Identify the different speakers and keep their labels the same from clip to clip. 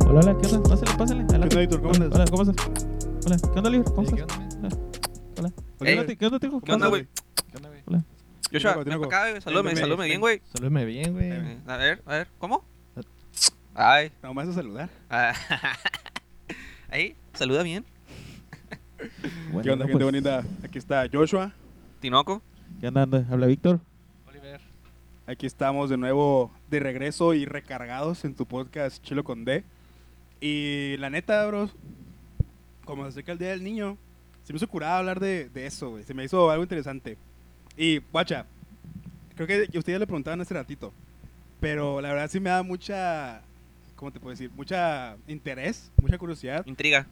Speaker 1: Hola, hola, ¿qué onda? Pásale, pásale. adelante.
Speaker 2: ¿Qué onda, Víctor? ¿Cómo
Speaker 1: Hola,
Speaker 2: andas?
Speaker 1: Hola, ¿cómo estás? Hola, ¿qué onda, Libre? ¿Cómo
Speaker 3: Eh, ¿Qué
Speaker 1: estás?
Speaker 3: onda, men?
Speaker 1: Hola.
Speaker 2: Oye,
Speaker 1: ¿Qué onda, ti- ¿Qué onda, Tico?
Speaker 3: ¿Qué onda, güey?
Speaker 2: ¿Qué onda, güey?
Speaker 3: Joshua,
Speaker 2: Tinoco,
Speaker 3: ven para
Speaker 2: Tinoco.
Speaker 3: acá, güey. Salúdame,
Speaker 2: Ven, ven,
Speaker 3: salúdame
Speaker 2: ven.
Speaker 3: bien, güey.
Speaker 1: Salúdame bien, güey.
Speaker 3: Eh, A ver, a ver, ¿cómo? Ay.
Speaker 2: Nomás a saludar.
Speaker 3: ah, Ahí, saluda bien.
Speaker 1: Bueno,
Speaker 2: ¿Qué onda,
Speaker 1: no, pues,
Speaker 2: gente bonita? Aquí está Joshua.
Speaker 3: Tinoco.
Speaker 1: ¿Qué onda, anda? Habla Víctor.
Speaker 4: Oliver.
Speaker 2: Aquí estamos de nuevo de regreso y recargados en tu podcast Chilo con D. Y la neta, bros, como se acerca el Día del Niño, se me hizo curada hablar de, de eso, güey. Se me hizo algo interesante. Y, guacha, creo que ustedes le preguntaban hace ratito, pero la verdad sí me da mucha, ¿cómo te puedo decir? Mucha interés, mucha curiosidad
Speaker 3: Intriga.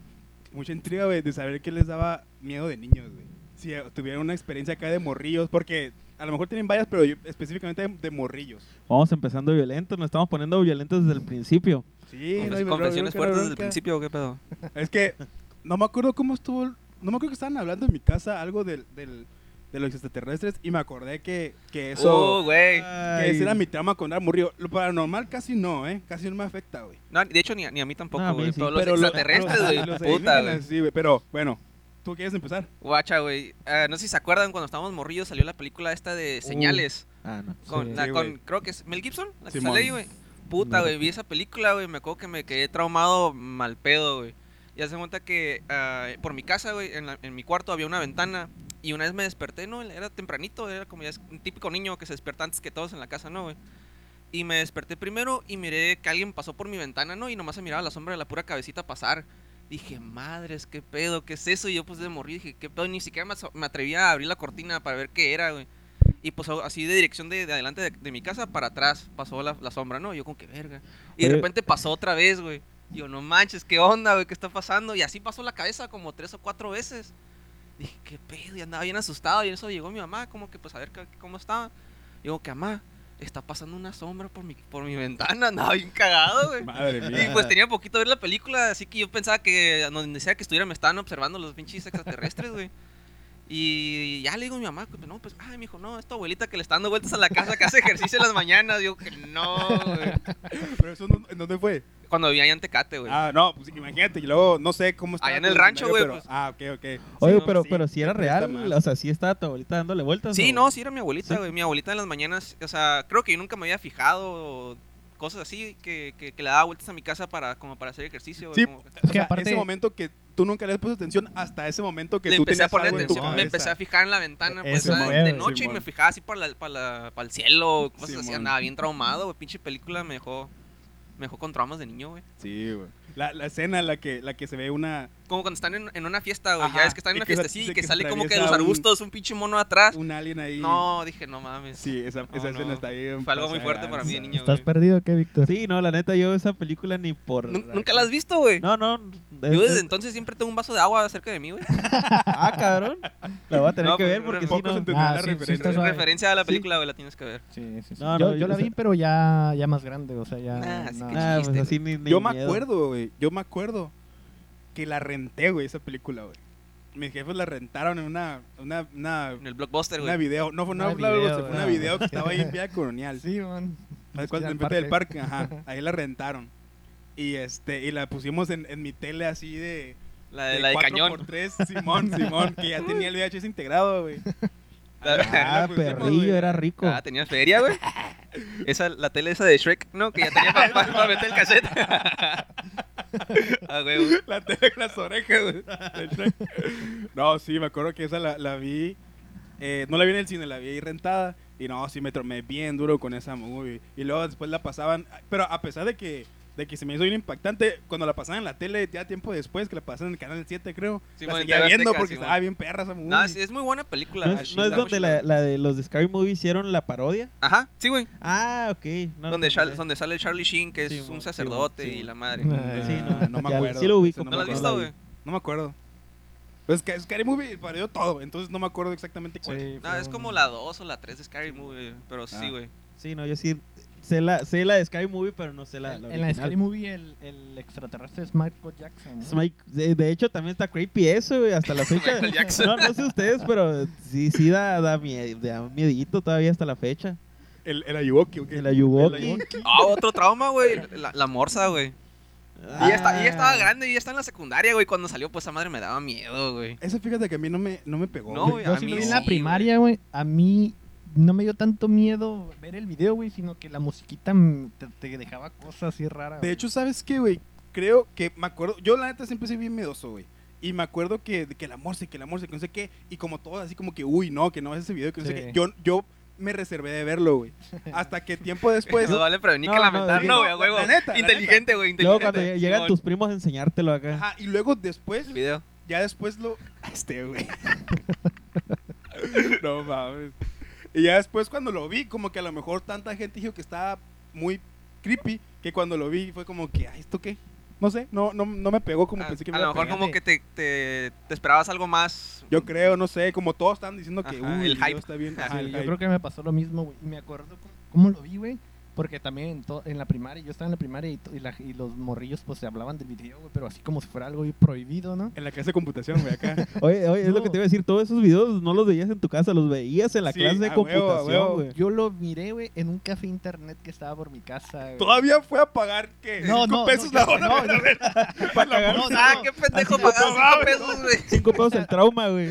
Speaker 2: mucha intriga, güey, de saber qué les daba miedo de niños, güey. Si eh, tuvieron una experiencia acá de morrillos, porque a lo mejor tienen varias, pero yo- específicamente de, de morrillos.
Speaker 1: Vamos empezando violentos, nos estamos poniendo violentos desde el principio.
Speaker 2: Sí, no
Speaker 3: Confes-
Speaker 2: hay bro-
Speaker 3: confesiones
Speaker 2: bronca,
Speaker 3: fuertes
Speaker 2: no hay
Speaker 3: desde el
Speaker 2: bronca.
Speaker 3: principio, ¿o ¿qué pedo?
Speaker 2: Es que no me acuerdo cómo estuvo, el- no me acuerdo que estaban hablando en mi casa algo del, del- de los extraterrestres y me acordé que, que
Speaker 3: Eso.
Speaker 2: eso,
Speaker 3: Oh, güey.
Speaker 2: que
Speaker 1: Ay.
Speaker 2: esa era mi trama con dar morrillo. Lo paranormal casi no, ¿eh? Casi no me afecta, güey.
Speaker 3: No, de hecho, ni a, ni a
Speaker 1: No, a
Speaker 3: mí
Speaker 2: Ah,
Speaker 3: tampoco,
Speaker 1: mí sí.
Speaker 3: güey. Pero los
Speaker 2: lo-
Speaker 3: extraterrestres,
Speaker 2: los-
Speaker 3: güey.
Speaker 2: los
Speaker 3: Puta,
Speaker 2: alienígenas,
Speaker 3: güey.
Speaker 2: Sí, güey, pero bueno, ¿tú quieres empezar?
Speaker 3: Guacha, güey. Ah, no sé si se acuerdan, cuando estábamos morrillos salió la película esta de Señales.
Speaker 1: Ah, no.
Speaker 3: con,
Speaker 1: Sí.
Speaker 3: la-
Speaker 2: Sí,
Speaker 3: con-
Speaker 2: güey.
Speaker 3: creo que es Mel Gibson, la que
Speaker 2: Simón.
Speaker 3: sale ahí, güey. Puta,
Speaker 1: No
Speaker 3: güey,
Speaker 1: recuerdo.
Speaker 3: vi esa película, güey, me acuerdo que me quedé traumado mal pedo, güey. Y hace cuenta que ah, por mi casa, güey, en, la- en mi cuarto había una ventana y una vez me desperté, ¿no? Era tempranito, era como ya es un típico niño que se despierta antes que todos en la casa, ¿no, güey? Y me desperté primero y miré que alguien pasó por mi ventana, ¿no? Y nomás se miraba la sombra de la pura cabecita pasar. Dije, madres, qué pedo, qué es eso. Y yo, pues de morir, dije, qué pedo. Ni siquiera me, aso- me atreví a abrir la cortina para ver qué era, güey. Y pues a- así de dirección de, de adelante de, de mi casa para atrás pasó la, la sombra, ¿no? Yo, como que verga. Y de
Speaker 1: Oye.
Speaker 3: repente pasó otra vez, güey. Y Yo, no manches, qué onda, güey, qué está pasando. Y así pasó la cabeza como tres o cuatro veces. Dije, qué pedo. Y andaba bien asustado. Y en eso llegó mi mamá, como que pues a ver qué- cómo estaba. Y Digo, que mamá, está pasando una sombra por mi, por mi ventana. Andaba bien cagado, güey.
Speaker 2: Madre
Speaker 3: Y pues tenía poquito de ver la película, así que yo pensaba que donde sea que estuviera me estaban observando los pinches extraterrestres, güey. Y ya le digo a mi mamá, pues, no, pues, ay, mijo, no, es tu abuelita que le está dando vueltas a la casa que hace ejercicio en las mañanas. Digo que no, güey.
Speaker 2: Pero eso, no- ¿en dónde fue?
Speaker 3: Cuando vivía allá en Tecate, güey.
Speaker 2: Ah, no, pues imagínate, y luego no sé cómo está.
Speaker 3: Allá en el rancho, güey, pues.
Speaker 2: Ah, ok, ok.
Speaker 1: Oye,
Speaker 2: Sí, no,
Speaker 1: pero,
Speaker 2: sí,
Speaker 1: pero si era
Speaker 2: sí, está
Speaker 1: real,
Speaker 2: mal.
Speaker 1: o sea, si estaba tu abuelita dándole vueltas.
Speaker 3: sí,
Speaker 1: o-
Speaker 3: no, sí era mi abuelita,
Speaker 1: Sí.
Speaker 3: güey. Mi abuelita en las mañanas, o sea, creo que yo nunca me había fijado o cosas así que, que, que le daba vueltas a mi casa para, como para hacer ejercicio, güey.
Speaker 2: Sí,
Speaker 3: como que-
Speaker 2: o sea,
Speaker 4: Que aparte-
Speaker 2: ese momento que tú nunca le has puesto atención hasta ese momento que
Speaker 3: le
Speaker 2: tú
Speaker 3: empecé a
Speaker 2: tenías
Speaker 3: poner
Speaker 2: algo en tu
Speaker 3: atención, me
Speaker 2: cabeza.
Speaker 3: empecé a fijar en la ventana pues,
Speaker 1: Ese
Speaker 3: ¿sabes?
Speaker 1: modelo,
Speaker 3: de noche y
Speaker 2: Simón.
Speaker 3: me fijaba así para, la, para, la- para el cielo, cosas así,
Speaker 2: Simón.
Speaker 3: andaba bien traumado, güey, pinche película me dejó, me dejó con traumas de niño, güey.
Speaker 2: Sí, güey. La, la escena en la que, la que se ve una,
Speaker 3: Como cuando están en, en una fiesta, güey,
Speaker 2: Ajá,
Speaker 3: ya es que están en
Speaker 2: y
Speaker 3: una
Speaker 2: que se-
Speaker 3: fiesta así,
Speaker 2: se-
Speaker 3: que,
Speaker 2: que se
Speaker 3: sale como que de los
Speaker 2: atraviesa un-
Speaker 3: arbustos un pinche mono atrás.
Speaker 2: un alien ahí.
Speaker 3: Ah, No, dije, no mames.
Speaker 2: Sí, esa,
Speaker 3: No,
Speaker 2: esa escena
Speaker 3: no.
Speaker 2: está bien.
Speaker 3: Fue algo
Speaker 2: pasada
Speaker 3: muy
Speaker 2: de
Speaker 3: fuerte para mí de
Speaker 2: lanza.
Speaker 3: niño,
Speaker 4: ¿Estás
Speaker 3: güey.
Speaker 4: perdido qué, Víctor?
Speaker 1: Sí, no, la neta, yo esa película ni por.
Speaker 3: Nun- Nunca la has visto, güey.
Speaker 1: No, no.
Speaker 3: Yo
Speaker 1: es-
Speaker 3: desde entonces siempre tengo un vaso de agua cerca de mí, güey.
Speaker 1: Ah, cabrón. La voy a tener
Speaker 3: No,
Speaker 1: que
Speaker 3: pues,
Speaker 1: ver porque si
Speaker 2: Pocos
Speaker 1: no.
Speaker 2: entenderán
Speaker 4: Ah,
Speaker 2: la
Speaker 4: sí, sí
Speaker 2: referencia.
Speaker 4: está suave.
Speaker 3: Referencia a la película, güey, la tienes que ver.
Speaker 4: Sí, sí, sí.
Speaker 1: No,
Speaker 4: yo,
Speaker 1: no,
Speaker 4: yo la
Speaker 1: yo
Speaker 4: vi,
Speaker 1: sé.
Speaker 4: pero ya, ya más grande, o sea, ya...
Speaker 3: Nah, sí,
Speaker 4: no.
Speaker 3: qué
Speaker 1: Ah, pues
Speaker 3: chiste,
Speaker 1: así ni, ni
Speaker 2: Yo me
Speaker 1: miedo.
Speaker 2: acuerdo, güey. Yo me acuerdo que la renté, güey, esa película, güey. Mis jefes la rentaron en una, una, una,
Speaker 3: En el blockbuster,
Speaker 2: una
Speaker 3: güey.
Speaker 2: video. No, fue una,
Speaker 4: Una
Speaker 2: una video,
Speaker 4: video,
Speaker 2: fue una
Speaker 4: güey.
Speaker 2: video que estaba ahí en Vía Colonial.
Speaker 4: Ah, Sí, man.
Speaker 2: ¿Sabes cuál? Enfrente del parque, ajá. Ahí la rentaron. Y este, y la pusimos en, en mi tele así de.
Speaker 3: La de, la de cañón.
Speaker 2: 4x3, Simón, Simón, que ya tenía el VHS integrado, güey.
Speaker 1: Ah,
Speaker 2: Ah, pues, sí,
Speaker 1: perrillo,
Speaker 2: güey.
Speaker 1: era rico.
Speaker 3: Ah, tenías feria, güey. Esa, la tele esa de Shrek, ¿no? Que ya tenía para meter el cassette. ah, güey, güey.
Speaker 2: La tele con las orejas, güey. del Shrek. No, sí, me acuerdo que esa la, la vi. eh, no la vi en el cine, la vi ahí rentada. Y no, sí, me tromé bien duro con esa movie. Y luego después la pasaban. Pero a pesar de que, de que se me hizo bien impactante, cuando la pasaban en la tele, ya tiempo después, que la pasaban en el canal 7, creo.
Speaker 3: Sí,
Speaker 2: la
Speaker 3: bueno, en
Speaker 2: seguía
Speaker 3: TV
Speaker 2: viendo
Speaker 3: Azteca,
Speaker 2: porque
Speaker 3: sí,
Speaker 2: estaba
Speaker 3: bueno.
Speaker 2: bien perra esa movie.
Speaker 3: No, es, es muy buena película.
Speaker 1: ¿No
Speaker 3: la
Speaker 1: es, no
Speaker 3: Shrek,
Speaker 1: es
Speaker 3: la
Speaker 1: donde la,
Speaker 3: Shrek.
Speaker 1: la de los de Scary Movie hicieron la parodia?
Speaker 3: Ajá, sí, güey.
Speaker 1: Ah, ok. No,
Speaker 3: Donde,
Speaker 1: no
Speaker 3: Char-
Speaker 1: sé.
Speaker 3: donde sale Charlie Sheen, que es
Speaker 1: Sí,
Speaker 3: un
Speaker 1: bueno,
Speaker 3: sacerdote
Speaker 1: sí, bueno,
Speaker 3: y
Speaker 1: sí,
Speaker 3: la madre.
Speaker 4: bueno.
Speaker 2: Ah,
Speaker 1: Sí, no,
Speaker 2: no me
Speaker 1: ya,
Speaker 2: acuerdo.
Speaker 1: sí lo ubico,
Speaker 2: Ese
Speaker 3: ¿No,
Speaker 1: me
Speaker 3: la has
Speaker 1: acuerdo.
Speaker 3: visto, güey?
Speaker 2: No me acuerdo. Pues que Scary Movie parodió todo, entonces no me acuerdo exactamente cuál.
Speaker 4: Sí,
Speaker 3: No, es como la 2 o la 3 de Scary Movie, pero
Speaker 2: Ah.
Speaker 3: sí, güey.
Speaker 1: Sí, no, yo sí sé la, sé la de Scary Movie, pero no sé la,
Speaker 4: En
Speaker 1: la
Speaker 4: en la
Speaker 1: original.
Speaker 4: Scary Movie el, el extraterrestre es Michael Jackson. ¿no?
Speaker 1: Es Mike- de, de hecho, también está creepy eso, güey, hasta la fecha.
Speaker 3: Michael Jackson.
Speaker 1: no, no sé ustedes, pero sí, sí da, da, mie- da miedito todavía hasta la fecha.
Speaker 2: El, el Ayuwoki, ¿o qué?
Speaker 1: El Ayuwoki.
Speaker 2: El Ayuwoki.
Speaker 3: Ah, otro trauma, güey. La, la morsa, güey. Y ya, está- y ya
Speaker 1: Ah.
Speaker 3: estaba grande, y ya está en la secundaria, güey. Cuando salió, pues esa madre me daba miedo, güey.
Speaker 2: Eso fíjate que a mí no me, no me pegó.
Speaker 3: No,
Speaker 2: güey.
Speaker 3: güey,
Speaker 4: Yo
Speaker 3: a
Speaker 4: sí
Speaker 3: mí
Speaker 4: lo vi en
Speaker 3: sí,
Speaker 4: la
Speaker 3: güey.
Speaker 4: primaria, güey. A mí no me dio tanto miedo ver el video, güey, sino que la musiquita m- te, te dejaba cosas así raras.
Speaker 2: De
Speaker 4: güey.
Speaker 2: hecho, ¿sabes qué, güey? Creo que me acuerdo. Yo, la neta, siempre soy bien miedoso, güey. Y me acuerdo que, que el amor, sí, que el amor, sí, que no sé qué. Y como todo, así como que, uy, no, que no ves ese video, que no
Speaker 4: Sí.
Speaker 2: sé qué. Yo, yo me reservé de verlo, güey. Hasta que tiempo después.
Speaker 3: Eso vale prevenir que
Speaker 1: No, no,
Speaker 3: lamentar,
Speaker 1: sí,
Speaker 3: no,
Speaker 1: no,
Speaker 3: güey, a
Speaker 2: la
Speaker 3: huevo.
Speaker 2: neta, la
Speaker 3: Inteligente, güey, inteligente.
Speaker 1: Luego cuando lleg- llegan
Speaker 3: Simón.
Speaker 1: tus primos a enseñártelo acá.
Speaker 2: Ajá, y luego después,
Speaker 3: El video.
Speaker 2: ya después lo. Este, güey. no mames. Y ya después, cuando lo vi, como que a lo mejor tanta gente dijo que estaba muy creepy, que cuando lo vi fue como que, ay, ¿esto qué? No sé, no, no, no me pegó como
Speaker 3: a,
Speaker 2: pensé que
Speaker 3: Ah, a
Speaker 2: me iba
Speaker 3: lo
Speaker 2: a
Speaker 3: mejor
Speaker 2: pegar.
Speaker 3: como que te, te, te esperabas algo más.
Speaker 2: Yo creo, no sé, como todos están diciendo que
Speaker 3: Ajá,
Speaker 2: uy,
Speaker 3: el
Speaker 2: el video
Speaker 3: hype.
Speaker 2: está bien.
Speaker 4: Ajá,
Speaker 2: Ajá, el
Speaker 4: yo
Speaker 2: hype.
Speaker 4: creo que me pasó lo mismo, güey. Y me acuerdo cómo, cómo lo vi, güey. Porque también en, to- en la primaria, yo estaba en la primaria y, to- y la- y los morrillos pues se hablaban del video, güey, pero así como si fuera algo güey, prohibido, ¿no?
Speaker 2: En la clase de computación, güey, acá.
Speaker 1: Oye, oye, es lo que
Speaker 4: No.
Speaker 1: te iba a decir. Todos esos videos no los veías en tu casa, los veías en la
Speaker 2: Sí,
Speaker 1: clase de
Speaker 2: a huevo, a
Speaker 1: computación,
Speaker 2: huevo.
Speaker 1: güey.
Speaker 4: Yo lo miré, güey, en un café internet que estaba por mi casa, güey.
Speaker 2: Todavía fue a pagar, ¿qué?
Speaker 4: No,
Speaker 2: ¿Cinco
Speaker 4: no,
Speaker 2: pesos
Speaker 4: no,
Speaker 2: la
Speaker 4: no,
Speaker 2: hora?
Speaker 4: no,
Speaker 2: para ver- para la
Speaker 4: No,
Speaker 2: bolsa?
Speaker 3: Ah, qué pendejo
Speaker 2: no
Speaker 3: pagado
Speaker 2: mames.
Speaker 3: 5 pesos, güey.
Speaker 1: Cinco pesos el trauma, güey.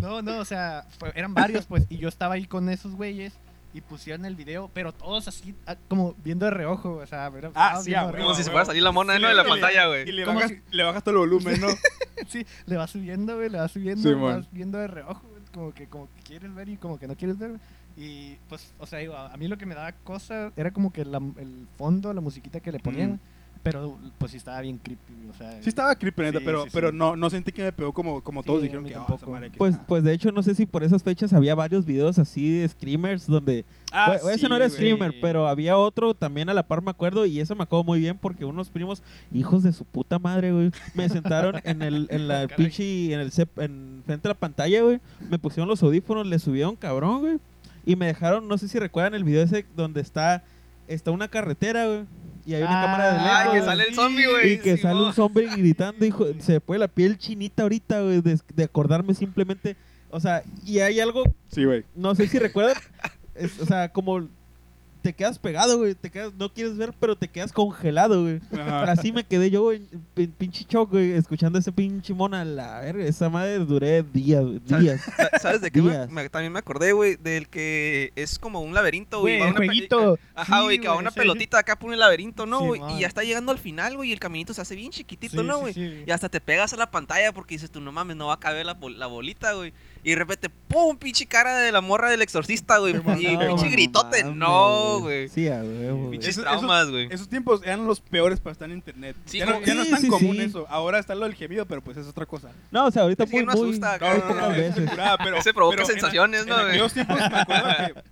Speaker 4: No, no, o sea, fue- eran varios, pues, y yo estaba ahí con esos güeyes y pusieron el video, pero todos así, ah, como viendo de reojo, o sea,
Speaker 2: Ah,
Speaker 4: era- estábamos
Speaker 2: sí, a
Speaker 4: viendo de
Speaker 2: huevo,
Speaker 3: Como
Speaker 4: reojo.
Speaker 3: si se fuera a salir la mona
Speaker 2: Y le-
Speaker 3: ¿no? de la
Speaker 2: y le-
Speaker 3: pantalla,
Speaker 2: Y
Speaker 3: güey.
Speaker 2: le
Speaker 4: ¿Cómo
Speaker 2: bajas, le bajas todo el volumen, ¿no?
Speaker 4: Sí, le va subiendo, güey, le va subiendo,
Speaker 2: Sí,
Speaker 4: le
Speaker 2: man.
Speaker 4: vas viendo de reojo, güey, como que, como que quieres ver y como que no quieres ver. güey. Y pues, o sea, digo, a a mí lo que me daba cosa era como que la- el fondo, la musiquita que le ponían,
Speaker 2: Mm.
Speaker 4: güey, pero pues sí estaba bien creepy, güey, o sea.
Speaker 2: Sí estaba creepy, neta,
Speaker 4: Sí,
Speaker 2: pero,
Speaker 4: sí, sí.
Speaker 2: pero no, no sentí que me pegó como, como todos
Speaker 4: Sí,
Speaker 2: dijeron
Speaker 4: a mí
Speaker 2: que "Ah,
Speaker 4: tampoco.
Speaker 2: esa madre que
Speaker 1: Pues,
Speaker 2: está".
Speaker 1: pues de hecho, no sé si por esas fechas había varios videos así de screamers donde
Speaker 2: Ah,
Speaker 1: Bueno, ese
Speaker 2: sí,
Speaker 1: no era
Speaker 2: güey.
Speaker 1: streamer, pero había otro también a la par, me acuerdo, y ese me acuerdo muy bien porque unos primos, hijos de su puta madre, güey, me sentaron en el en la
Speaker 4: Caray.
Speaker 1: pinche, en el cep- en frente a la pantalla, güey, me pusieron los audífonos, le subieron cabrón, güey, y me dejaron, no sé si recuerdan el video ese donde está está una carretera, güey, y hay una
Speaker 4: Ah,
Speaker 1: cámara de lejos.
Speaker 3: Ay, que
Speaker 1: güey,
Speaker 3: sale el zombie, güey.
Speaker 1: Y que
Speaker 3: sí,
Speaker 1: sale
Speaker 3: mo.
Speaker 1: un zombie gritando, hijo, se me pone la piel chinita ahorita, güey, de, de acordarme simplemente. O sea, y hay algo
Speaker 2: Sí, güey.
Speaker 1: no sé si recuerdan. es- o sea, como te quedas pegado, güey. Te quedas, no quieres ver, pero te quedas congelado, güey.
Speaker 2: Ajá.
Speaker 1: Así me quedé yo, güey, en- en pinche shock, güey, escuchando ese pinche mona. La verga, esa madre duré días, güey,
Speaker 3: ¿Sabes-
Speaker 1: días.
Speaker 3: sa- ¿Sabes de qué? güey?
Speaker 1: Días.
Speaker 3: Me- también me acordé, güey, del que es como un laberinto,
Speaker 4: Güey,
Speaker 3: güey. va
Speaker 4: el
Speaker 3: una pe-
Speaker 4: jueguito.
Speaker 3: Ajá,
Speaker 4: Sí,
Speaker 3: güey, que va
Speaker 4: güey,
Speaker 3: una
Speaker 4: ese-
Speaker 3: pelotita acá por un laberinto, ¿no,
Speaker 4: Sí,
Speaker 3: güey?
Speaker 4: man.
Speaker 3: y ya está llegando al final, güey, y el caminito se hace bien chiquitito,
Speaker 4: Sí,
Speaker 3: ¿no,
Speaker 4: sí,
Speaker 3: güey?
Speaker 4: sí.
Speaker 3: Y hasta te pegas a la pantalla porque dices, tú no mames, no va a caber la, bol- la bolita, güey. Y de repente, ¡pum! Pinche cara de la morra del exorcista, güey. Y
Speaker 1: No,
Speaker 3: pinche
Speaker 1: no
Speaker 3: gritote.
Speaker 1: mames,
Speaker 3: No, güey.
Speaker 1: Sí, a huevo, güey.
Speaker 3: Pinches
Speaker 2: Eso- eso-
Speaker 3: traumas, güey.
Speaker 2: Esos tiempos eran los peores para estar en internet.
Speaker 3: Sí,
Speaker 2: ya, no,
Speaker 3: güey.
Speaker 2: ya no es
Speaker 1: Sí,
Speaker 2: tan
Speaker 1: sí,
Speaker 2: común
Speaker 1: sí.
Speaker 2: eso. Ahora está lo del gemido, pero pues es otra cosa.
Speaker 1: No, o sea, ahorita
Speaker 3: Es que
Speaker 1: muy,
Speaker 3: no
Speaker 1: muy-
Speaker 3: asusta,
Speaker 1: muy
Speaker 3: cabrón, no,
Speaker 1: pocas
Speaker 3: no,
Speaker 2: eso
Speaker 1: veces.
Speaker 2: curaba, pero-
Speaker 3: Ese provoca
Speaker 2: pero en-
Speaker 3: sensaciones,
Speaker 2: en
Speaker 3: ¿no, güey?
Speaker 2: aquellos tiempos me acuerdo que-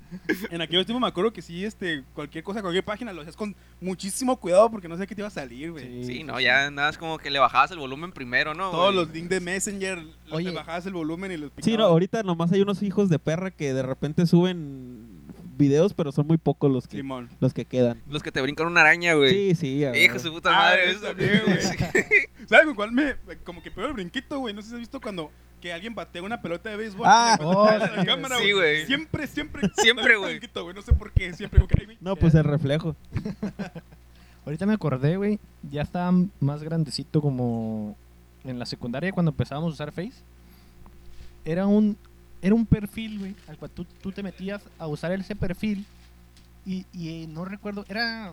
Speaker 2: En aquellos tiempos me acuerdo que sí, este, cualquier cosa, cualquier página lo hacías con muchísimo cuidado porque no sé qué te iba a salir, güey.
Speaker 3: Sí, no, ya nada, es como que le bajabas el volumen primero, ¿no?
Speaker 2: Todos
Speaker 3: güey?
Speaker 2: los links de Messenger, los
Speaker 4: Oye.
Speaker 2: te bajabas el volumen y los
Speaker 1: Sí, no,
Speaker 2: picabas.
Speaker 1: ahorita nomás hay unos hijos de perra que de repente suben videos, pero son muy pocos los que,
Speaker 2: Simón.
Speaker 1: los que quedan.
Speaker 3: Los que te brincan una araña, güey.
Speaker 1: Sí, sí, a
Speaker 3: Hijo de
Speaker 1: huevo.
Speaker 3: su puta
Speaker 2: Ah,
Speaker 3: madre.
Speaker 2: eso
Speaker 3: eso.
Speaker 2: también, güey.
Speaker 3: Sí.
Speaker 2: ¿Sabes con cuál me.? Como que pego el brinquito, güey. No sé si has visto cuando que alguien batea una pelota de béisbol.
Speaker 1: Ah,
Speaker 2: y le mete
Speaker 4: oh,
Speaker 2: a la
Speaker 4: sí,
Speaker 2: cámara,
Speaker 3: sí, güey.
Speaker 2: Siempre, siempre.
Speaker 3: Siempre,
Speaker 2: pego el
Speaker 3: güey.
Speaker 2: brinquito, güey. No sé por qué. Siempre, güey. güey.
Speaker 1: No, pues el reflejo.
Speaker 4: Ahorita me acordé, güey, ya estaba más grandecito como en la secundaria cuando empezábamos a usar Face. Era un, era un perfil, güey, al cual tú, tú te metías a usar ese perfil y, y, eh, no recuerdo, era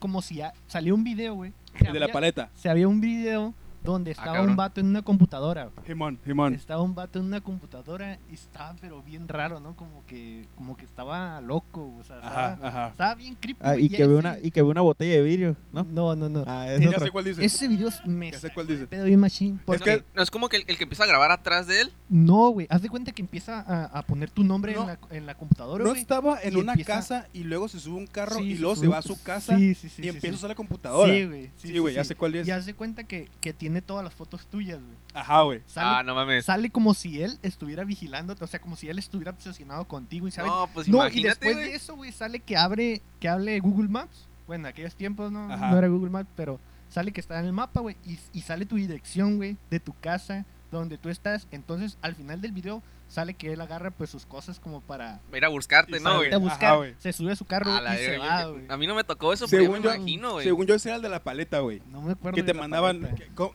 Speaker 4: como si a- salió un video, güey. Se
Speaker 2: El de la
Speaker 4: había-
Speaker 2: paleta.
Speaker 4: Se había un video donde estaba
Speaker 3: cabrón.
Speaker 4: un vato en una computadora, güey.
Speaker 2: Simón, Simón.
Speaker 4: Estaba un vato en una computadora y estaba pero bien raro, ¿no? Como que, como que estaba loco, o sea, estaba,
Speaker 2: Ajá, ajá.
Speaker 4: estaba bien creepy.
Speaker 1: Ah,
Speaker 4: güey,
Speaker 1: y, que
Speaker 4: ese-
Speaker 1: ve una, y que ve una botella de vidrio, ¿no?
Speaker 4: No, no, no.
Speaker 1: Ah,
Speaker 2: Sí,
Speaker 1: es
Speaker 2: ya
Speaker 1: otra.
Speaker 2: sé cuál dice.
Speaker 4: Ese video me
Speaker 2: Ya sé
Speaker 4: sacó
Speaker 2: cuál
Speaker 4: de
Speaker 2: dice.
Speaker 4: pedo bien machín.
Speaker 2: Es
Speaker 4: Porque
Speaker 2: que-
Speaker 3: No es como que el, el que empieza a grabar atrás de él.
Speaker 4: no, güey. Haz de cuenta que empieza a, a poner tu nombre
Speaker 2: No.
Speaker 4: en, la, en la computadora,
Speaker 2: No
Speaker 4: güey.
Speaker 2: estaba en
Speaker 4: Y
Speaker 2: una
Speaker 4: empieza-
Speaker 2: casa y luego se sube un carro
Speaker 4: Sí,
Speaker 2: y luego se
Speaker 4: sube-
Speaker 2: va a su casa
Speaker 4: Sí, sí, sí.
Speaker 2: y
Speaker 4: sí,
Speaker 2: empieza a
Speaker 4: sí.
Speaker 2: usar la computadora.
Speaker 4: Sí, güey.
Speaker 2: Sí, güey, ya sé cuál es.
Speaker 4: Y haz de cuenta que, que tiene todas las fotos tuyas, güey.
Speaker 2: Ajá, güey.
Speaker 3: Ah,
Speaker 4: Sale,
Speaker 3: no mames.
Speaker 4: sale como si él estuviera vigilándote, o sea, como si él estuviera obsesionado contigo y sabe
Speaker 3: No, pues
Speaker 4: No, y
Speaker 3: imagínate,
Speaker 4: después de
Speaker 3: güey.
Speaker 4: eso, güey, sale que abre, que hable Google Maps. Bueno, en aquellos tiempos no,
Speaker 2: Ajá.
Speaker 4: no era Google Maps, pero sale que está en el mapa, güey, y, y sale tu dirección, güey, de tu casa, donde tú estás. Entonces, al final del video sale que él agarra pues sus cosas como para
Speaker 3: Va a ir a buscarte,
Speaker 2: Y
Speaker 3: ¿no,
Speaker 2: sale
Speaker 3: güey?
Speaker 4: irte a
Speaker 2: Ajá,
Speaker 4: buscar.
Speaker 2: güey.
Speaker 4: se sube a su carro
Speaker 3: A la
Speaker 4: y se
Speaker 3: verga,
Speaker 4: va,
Speaker 3: yo-
Speaker 4: güey.
Speaker 3: a mí no me tocó eso, pero yo
Speaker 2: Según
Speaker 3: me
Speaker 2: yo-
Speaker 3: imagino, güey.
Speaker 2: Según yo, ese era el de la paleta, güey.
Speaker 4: No me acuerdo.
Speaker 2: Que
Speaker 4: de
Speaker 2: te
Speaker 4: la
Speaker 2: mandaban.
Speaker 4: paleta.
Speaker 2: que- ¿cómo-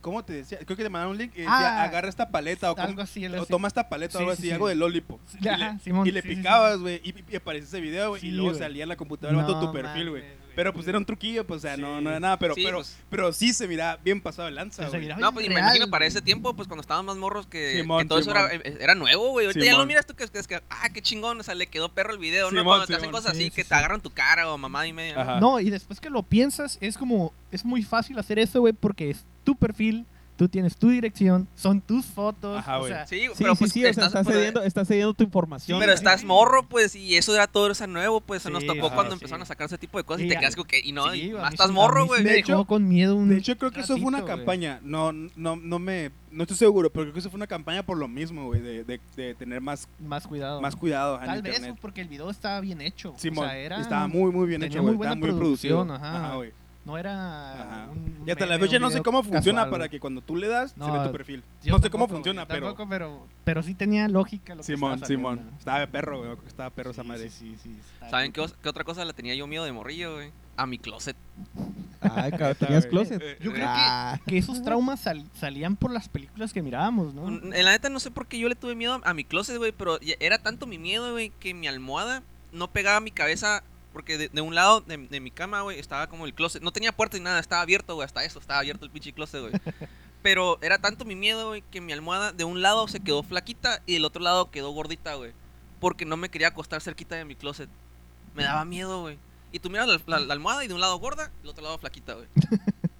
Speaker 2: ¿Cómo te decía? Creo que te mandaban un link y
Speaker 4: Ah,
Speaker 2: decía, agarra esta paleta o,
Speaker 4: Algo
Speaker 2: com-
Speaker 4: así,
Speaker 2: o
Speaker 4: algo así.
Speaker 2: toma esta paleta o
Speaker 4: Sí,
Speaker 2: algo
Speaker 4: sí,
Speaker 2: así,
Speaker 4: sí.
Speaker 2: algo de Lollipop.
Speaker 4: Sí,
Speaker 2: Y
Speaker 4: ajá,
Speaker 2: le,
Speaker 4: Simón,
Speaker 2: y le
Speaker 4: sí, sí, sí.
Speaker 2: picabas, güey, y, y aparecía ese video, güey,
Speaker 4: Sí,
Speaker 2: y luego
Speaker 4: güey.
Speaker 2: salía en la computadora el vato
Speaker 4: No
Speaker 2: tu perfil, güey.
Speaker 4: mames, güey.
Speaker 2: Pero pues era un truquillo, pues, o sea, no, no era nada, pero,
Speaker 3: Sí,
Speaker 2: pero,
Speaker 3: pues.
Speaker 2: pero sí se miraba bien pasado el lanza,
Speaker 4: Se
Speaker 2: güey.
Speaker 4: miraba
Speaker 3: No,
Speaker 4: bien
Speaker 3: pues y me
Speaker 4: real,
Speaker 3: imagino para
Speaker 4: güey.
Speaker 3: ese tiempo, pues cuando estaban más morros, que,
Speaker 2: Simón,
Speaker 3: que todo eso era,
Speaker 2: Simón.
Speaker 3: eh, era nuevo, güey. Ahorita ya lo
Speaker 2: Simón.
Speaker 3: miras tú que es que, es que, ah, qué chingón, o sea, le quedó perro el video, ¿no?
Speaker 2: Simón,
Speaker 3: Cuando te
Speaker 2: Simón.
Speaker 3: hacen cosas
Speaker 4: Sí,
Speaker 3: así,
Speaker 4: sí,
Speaker 3: que
Speaker 4: sí.
Speaker 3: te agarran tu cara o mamá y media. ¿no?
Speaker 2: Ajá.
Speaker 4: No, y después que lo piensas, es como, es muy fácil hacer eso, güey, porque es tu perfil, tú tienes tu dirección, son tus fotos,
Speaker 2: Ajá,
Speaker 4: o
Speaker 2: güey.
Speaker 4: sea,
Speaker 3: Sí,
Speaker 1: Sí,
Speaker 3: pero
Speaker 1: sí,
Speaker 3: pues
Speaker 1: sí, o sea, estás
Speaker 3: pues,
Speaker 1: cediendo, estás cediendo tu información.
Speaker 3: Pero
Speaker 1: güey.
Speaker 3: estás morro, pues, y eso era todo, o sea, nuevo, pues, nos
Speaker 4: Sí,
Speaker 3: tocó
Speaker 2: ajá,
Speaker 3: cuando
Speaker 4: sí.
Speaker 3: empezaron a sacar ese tipo de cosas
Speaker 4: Sí,
Speaker 3: y te
Speaker 4: a-
Speaker 3: quedas como que, y no,
Speaker 4: sí,
Speaker 3: y
Speaker 4: güey, a
Speaker 3: más
Speaker 4: mí
Speaker 3: estás
Speaker 4: sí- a
Speaker 3: morro,
Speaker 4: mí sí
Speaker 3: güey.
Speaker 4: Me
Speaker 2: De
Speaker 4: dejó
Speaker 2: hecho-
Speaker 4: con miedo un
Speaker 2: De hecho, creo que eso fue una
Speaker 4: ratito, güey.
Speaker 2: campaña. No, no, no me. No estoy seguro, pero creo que eso fue una campaña por lo mismo, güey, de, de- de tener más,
Speaker 4: Más cuidado.
Speaker 2: más cuidado en
Speaker 4: Oh. Tal vez
Speaker 2: internet.
Speaker 4: güey, porque el video estaba bien hecho.
Speaker 2: Simón,
Speaker 4: o sea, era,
Speaker 2: estaba muy, muy bien
Speaker 4: tenía
Speaker 2: hecho,
Speaker 4: muy
Speaker 2: güey.
Speaker 4: buena
Speaker 2: Estaba muy
Speaker 4: producción,
Speaker 2: producido.
Speaker 4: ajá.
Speaker 2: güey.
Speaker 4: no era
Speaker 2: Ajá.
Speaker 4: un, un
Speaker 2: Y hasta la
Speaker 4: meme,
Speaker 2: fecha
Speaker 4: un
Speaker 2: no sé
Speaker 4: video
Speaker 2: cómo funciona
Speaker 4: casual,
Speaker 2: para
Speaker 4: güey.
Speaker 2: que cuando tú le das, se
Speaker 4: No,
Speaker 2: ve tu perfil.
Speaker 4: Yo
Speaker 2: no sé cómo
Speaker 4: tampoco, güey,
Speaker 2: funciona,
Speaker 4: yo
Speaker 2: pero.
Speaker 4: tampoco, pero... Pero sí tenía lógica lo que
Speaker 2: Simón,
Speaker 4: estaba saliendo.
Speaker 2: Simón. Estaba de perro, güey. Estaba perro esa
Speaker 4: Sí,
Speaker 2: madre.
Speaker 4: sí, sí, sí, está
Speaker 3: ¿Saben
Speaker 4: bien.
Speaker 3: qué, os- qué otra cosa la tenía yo miedo de morrillo, güey? A mi closet.
Speaker 1: Ay, cabrón, tenías
Speaker 2: güey.
Speaker 1: closet.
Speaker 3: Eh,
Speaker 4: Yo
Speaker 3: eh,
Speaker 4: creo
Speaker 1: Ah.
Speaker 4: que, que esos traumas sal- salían por las películas que mirábamos, ¿no?
Speaker 3: Mm, En la neta no sé por qué yo le tuve miedo a mi closet, güey, pero ya- era tanto mi miedo, güey, que mi almohada no pegaba mi cabeza porque de, de un lado de, de mi cama, güey, estaba como el closet. No tenía puerta ni nada, estaba abierto, güey, hasta eso, estaba abierto el pinche closet, güey. Pero era tanto mi miedo, güey, que mi almohada de un lado se quedó flaquita y del otro lado quedó gordita, güey. Porque no me quería acostar cerquita de mi closet. Me daba miedo, güey. Y tú miras la, la- la almohada y de un lado gorda, del otro lado flaquita, güey.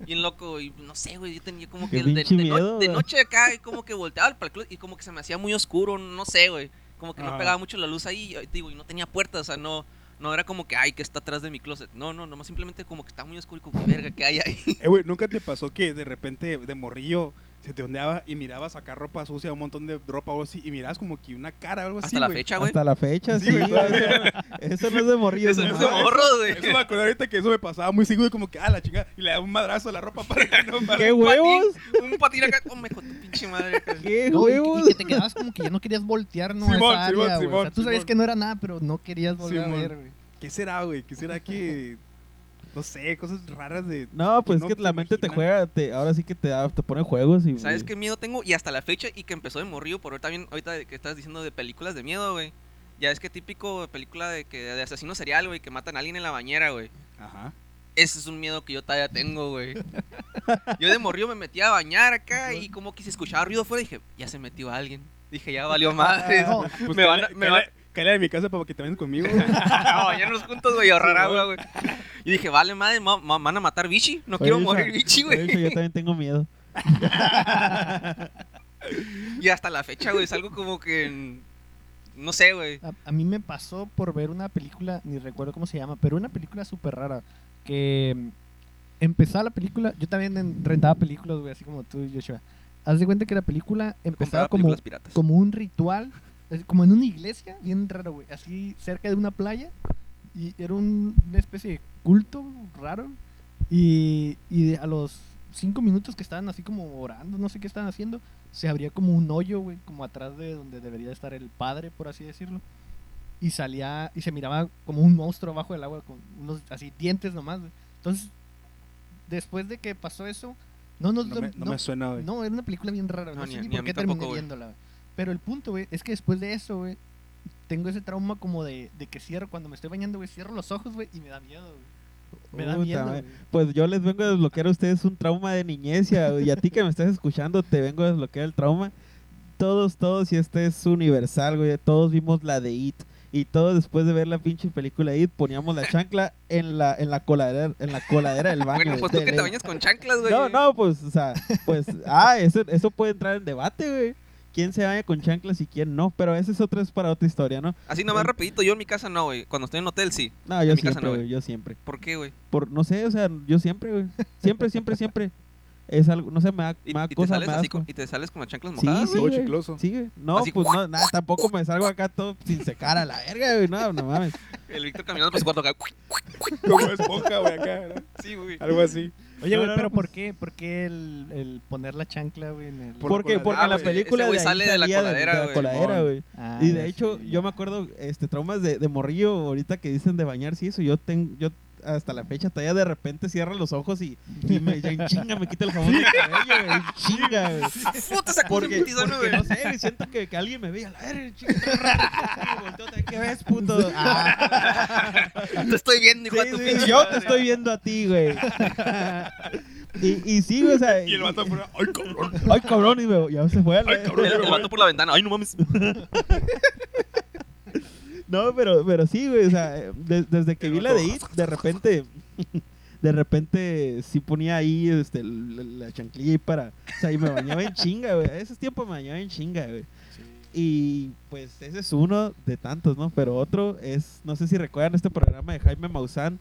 Speaker 3: Bien loco, y no sé, güey, yo tenía como
Speaker 1: Qué
Speaker 3: que de,
Speaker 1: pinche
Speaker 3: de no-
Speaker 1: miedo,
Speaker 3: de
Speaker 1: güey.
Speaker 3: noche acá y como que volteaba al club y como que se me hacía muy oscuro, no sé, güey. Como que no
Speaker 2: Ajá.
Speaker 3: pegaba mucho la luz ahí, y te digo, y no tenía puertas, o sea, no no era como que ay, que está atrás de mi closet. No, no, nomás simplemente como que está muy oscuro y como que verga, que hay ahí?
Speaker 2: Eh, güey, ¿nunca te pasó que de repente de morrillo se te ondeaba y mirabas acá ropa sucia, un montón de ropa o así, y mirabas como que una cara o algo así?
Speaker 3: Hasta la
Speaker 2: güey?
Speaker 3: fecha, güey.
Speaker 1: Hasta la fecha,
Speaker 2: Sí,
Speaker 1: sí.
Speaker 2: güey,
Speaker 1: güey,
Speaker 2: todavía.
Speaker 1: Eso no es de morrillo.
Speaker 3: Eso
Speaker 1: es
Speaker 3: es
Speaker 1: más.
Speaker 3: de morro, güey.
Speaker 2: Eso me acordé ahorita que eso me pasaba muy seguido, como que, ah, la chinga, y le daba un madrazo a la ropa para que no para-
Speaker 1: ¡Qué huevos!
Speaker 3: Un patín acá, oh, me dijo, tu pinche madre. acá.
Speaker 1: ¡Qué
Speaker 4: No, y,
Speaker 1: huevos!
Speaker 4: y que te quedabas como que ya no querías voltear, ¿no? a
Speaker 2: Simón, Simón,
Speaker 4: esa área, güey. O sea,
Speaker 2: Simón,
Speaker 4: tú sabías
Speaker 2: Simón.
Speaker 4: que no era nada, pero no querías volver
Speaker 2: Simón.
Speaker 4: a ver, güey.
Speaker 2: ¿Qué será, güey? ¿Qué será que.? No sé, cosas raras de.
Speaker 1: No, pues
Speaker 2: No
Speaker 1: es que
Speaker 2: te
Speaker 1: la mente te
Speaker 2: imaginas.
Speaker 1: juega, te, ahora sí que te, da, te pone juegos y...
Speaker 3: ¿Sabes qué miedo tengo? Y hasta la fecha, y que empezó de morrillo, por ahorita bien, ahorita de que estás diciendo de películas de miedo, güey. Ya es que típico película de que de asesino serial, güey, que matan a alguien en la bañera, güey.
Speaker 2: Ajá.
Speaker 3: Ese es un miedo que yo todavía tengo, güey. Yo de morrillo me metía a bañar acá y como que se escuchaba ruido afuera, dije, ya se metió alguien. Dije, ya valió madre.
Speaker 4: No,
Speaker 2: Pues
Speaker 3: Me
Speaker 2: cáele-
Speaker 3: van a- me
Speaker 2: cáele- cáele de mi casa para que te vengas conmigo. güey.
Speaker 3: a bañarnos juntos, güey, a ahorrar
Speaker 2: Sí,
Speaker 3: agua, güey. Y dije, vale madre, ma- ma- van a matar bichi. No quiero morir bichi,
Speaker 1: Yo
Speaker 3: güey.
Speaker 1: también tengo miedo.
Speaker 3: Y hasta la fecha, güey, es algo como que. mm, No sé, güey.
Speaker 4: A, a mí me pasó por ver una película, ni recuerdo cómo se llama, pero una película súper rara. Que mm, empezaba la película, yo también en- rentaba películas, güey, así como tú, Joshua. Haz de cuenta que la película
Speaker 3: Compraba
Speaker 4: empezaba como,
Speaker 3: películas piratas.
Speaker 4: como un ritual, es como en una iglesia, bien raro, güey, así cerca de una playa. Y era un- una especie de culto raro. Y, y de- a los cinco minutos que estaban así como orando, no sé qué estaban haciendo, se abría como un hoyo, güey, como atrás de donde debería estar el padre, por así decirlo. Y salía, y se miraba como un monstruo abajo del agua con unos así dientes nomás, güey. Entonces, después de que pasó eso, no nos
Speaker 2: No me, no
Speaker 4: no-
Speaker 2: me suena, güey.
Speaker 4: no, era una película bien rara. No,
Speaker 3: No,
Speaker 4: sé
Speaker 3: ni a-
Speaker 4: ni,
Speaker 3: ni a
Speaker 4: por
Speaker 3: mí
Speaker 4: qué
Speaker 3: tampoco,
Speaker 4: terminé
Speaker 3: güey.
Speaker 4: viéndola. güey. Pero el punto, güey, es que después de eso, güey, tengo ese trauma como de, de que cierro, cuando me estoy bañando, güey, cierro los ojos, güey, y me da miedo, güey. Me da
Speaker 1: Puta
Speaker 4: miedo.
Speaker 1: madre.
Speaker 4: güey.
Speaker 1: Pues yo les vengo a desbloquear a ustedes un trauma de niñez y a, y a ti que me estás escuchando te vengo a desbloquear el trauma. Todos, todos, y este es universal, güey, todos vimos la de It. Y todos después de ver la pinche película It poníamos la chancla en la, en la, coladera, en la coladera del baño.
Speaker 3: Bueno,
Speaker 1: güey,
Speaker 3: pues tú
Speaker 1: de
Speaker 3: que te
Speaker 1: ley.
Speaker 3: bañas con chanclas, güey.
Speaker 1: No, no, pues, o sea, pues, ah, eso, eso puede entrar en debate, güey. ¿Quién se baña con chanclas y quién no? Pero ese es otra, es para otra historia, ¿no?
Speaker 3: Así nomás rapidito, yo en mi casa no, güey. Cuando estoy en hotel, sí.
Speaker 1: No, yo
Speaker 3: mi casa
Speaker 1: siempre,
Speaker 3: no,
Speaker 1: güey,
Speaker 3: güey.
Speaker 1: yo siempre.
Speaker 3: ¿Por qué, güey?
Speaker 1: Por, no sé, o sea, yo siempre, güey. Siempre, siempre, siempre. Es algo, no sé, me da,
Speaker 3: Y,
Speaker 1: me da
Speaker 3: y te
Speaker 1: cosa, me
Speaker 3: sales
Speaker 1: da
Speaker 3: así
Speaker 1: asco.
Speaker 3: con, y te sales con las chanclas
Speaker 1: Sí, sí,
Speaker 3: mojadas, güey.
Speaker 2: Todo
Speaker 1: güey.
Speaker 2: chicloso.
Speaker 1: Sí, güey. No,
Speaker 3: Así,
Speaker 1: pues no, nada, tampoco me salgo acá todo sin secar a la verga, güey. No, no mames.
Speaker 3: El Víctor caminando por su cuarto acá.
Speaker 2: Como esponja, güey, acá. ¿no?
Speaker 3: pues, Sí, güey.
Speaker 2: Algo así.
Speaker 1: No,
Speaker 4: Oye, güey,
Speaker 1: no, no,
Speaker 4: pero ¿por
Speaker 1: pues-
Speaker 4: qué? ¿Por qué el, el poner la chancla, güey? en el-
Speaker 2: Por la
Speaker 1: porque
Speaker 2: coladera,
Speaker 1: porque en la
Speaker 2: güey.
Speaker 1: película
Speaker 3: Ese
Speaker 1: de
Speaker 3: güey
Speaker 1: ahí
Speaker 3: sale de la
Speaker 1: salía
Speaker 3: coladera,
Speaker 1: de la
Speaker 3: güey.
Speaker 1: coladera,
Speaker 2: Simón.
Speaker 1: güey.
Speaker 4: Ah,
Speaker 1: Y
Speaker 4: ya
Speaker 1: de hecho,
Speaker 4: sé,
Speaker 1: yo
Speaker 4: ya.
Speaker 1: me acuerdo, este, traumas de, de morrillo, ahorita que dicen de bañarse y eso, yo tengo, yo hasta la fecha todavía de repente cierro los ojos y, y me ya en chinga, me quita el jabón del cabello, güey, en chinga, güey.
Speaker 3: Puta, sacó un
Speaker 1: Porque,
Speaker 3: putizón,
Speaker 1: porque
Speaker 3: güey.
Speaker 1: no sé, siento que, que alguien me veía, a ver, chinga, todo raro, y volteo, ¿qué ves, puto? Ah,
Speaker 3: Te estoy viendo, hijo
Speaker 1: sí,
Speaker 3: de tu
Speaker 1: sí,
Speaker 3: pinche
Speaker 1: yo te
Speaker 3: madre.
Speaker 1: estoy viendo a ti, güey. y, y sí, güey, o sea,
Speaker 2: Y el vato fuera, ay cabrón,
Speaker 1: ay, cabrón, y me, ya se fue a la-
Speaker 2: Ay, cabrón.
Speaker 3: El, el vato por la ventana. Ay, no mames.
Speaker 1: No, pero, pero sí, güey. O sea, eh, de- desde que
Speaker 2: El
Speaker 1: vi la
Speaker 2: vato.
Speaker 1: de It, de repente. De repente sí ponía ahí este, la, la chanclilla ahí para. O sea, y me bañaba en chinga, güey. A esos tiempos me bañaba en chinga, güey. Y pues ese es uno de tantos, ¿no? Pero otro es. No sé si recuerdan este programa de Jaime Maussan,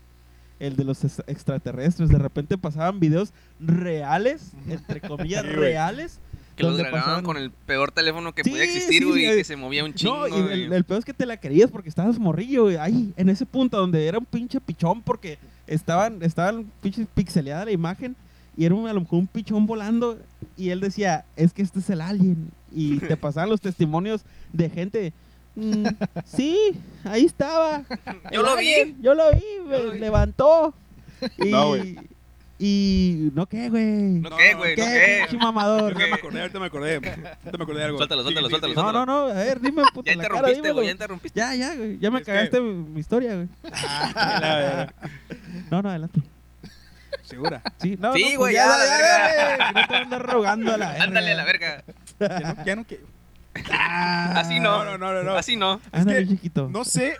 Speaker 1: el de los ex- extraterrestres. De repente pasaban videos reales, entre comillas,
Speaker 2: Sí, güey.
Speaker 1: reales.
Speaker 3: Que los
Speaker 1: donde
Speaker 3: grababan
Speaker 1: pasaban-
Speaker 3: con el peor teléfono que
Speaker 1: Sí,
Speaker 3: podía existir,
Speaker 1: sí,
Speaker 3: güey.
Speaker 1: eh,
Speaker 3: que se movía un
Speaker 1: No,
Speaker 3: chingo.
Speaker 1: y el,
Speaker 3: güey.
Speaker 1: el peor es que te la creías porque estabas morrillo, güey. Ahí, en ese punto donde era un pinche pichón porque estaban, estaban pinches pixeleada la imagen y era un, a lo mejor un pichón volando y él decía, es que este es el alien. Y te pasaban los testimonios de gente, "Mm, sí, ahí estaba.
Speaker 3: Yo
Speaker 1: el
Speaker 3: lo vi.
Speaker 1: alien, Yo lo vi, me
Speaker 3: lo vi".
Speaker 1: levantó. Y,
Speaker 2: No, güey.
Speaker 1: y, no qué, güey.
Speaker 3: No, qué, güey, no qué.
Speaker 1: pinche mamador.
Speaker 2: Ahorita me acordé, ahorita me acordé, ahorita me acordé de algo.
Speaker 3: Suéltalo, suéltalo,
Speaker 2: Sí, sí, sí.
Speaker 3: suéltalo.
Speaker 1: No, no, no, a ver, dime, puta,
Speaker 3: Ya
Speaker 1: en la cara,
Speaker 3: interrumpiste,
Speaker 1: dímelo.
Speaker 3: güey. Ya interrumpiste.
Speaker 1: Ya, ya, güey. Ya me
Speaker 2: Es que-
Speaker 1: cagaste mi, mi historia, güey.
Speaker 2: Ah, la verga.
Speaker 1: No, no, adelante.
Speaker 2: Segura.
Speaker 1: Sí, no,
Speaker 3: Sí,
Speaker 1: no, pues
Speaker 3: güey, ya, la verga.
Speaker 1: güey, No te ando rogando a la verga.
Speaker 3: Ándale a la verga.
Speaker 2: Ya no, ya no que-
Speaker 1: Ah,
Speaker 3: Así no.
Speaker 2: No, no, no, no, no.
Speaker 3: Así no.
Speaker 1: Ándale,
Speaker 2: que
Speaker 1: chiquito.
Speaker 2: No sé,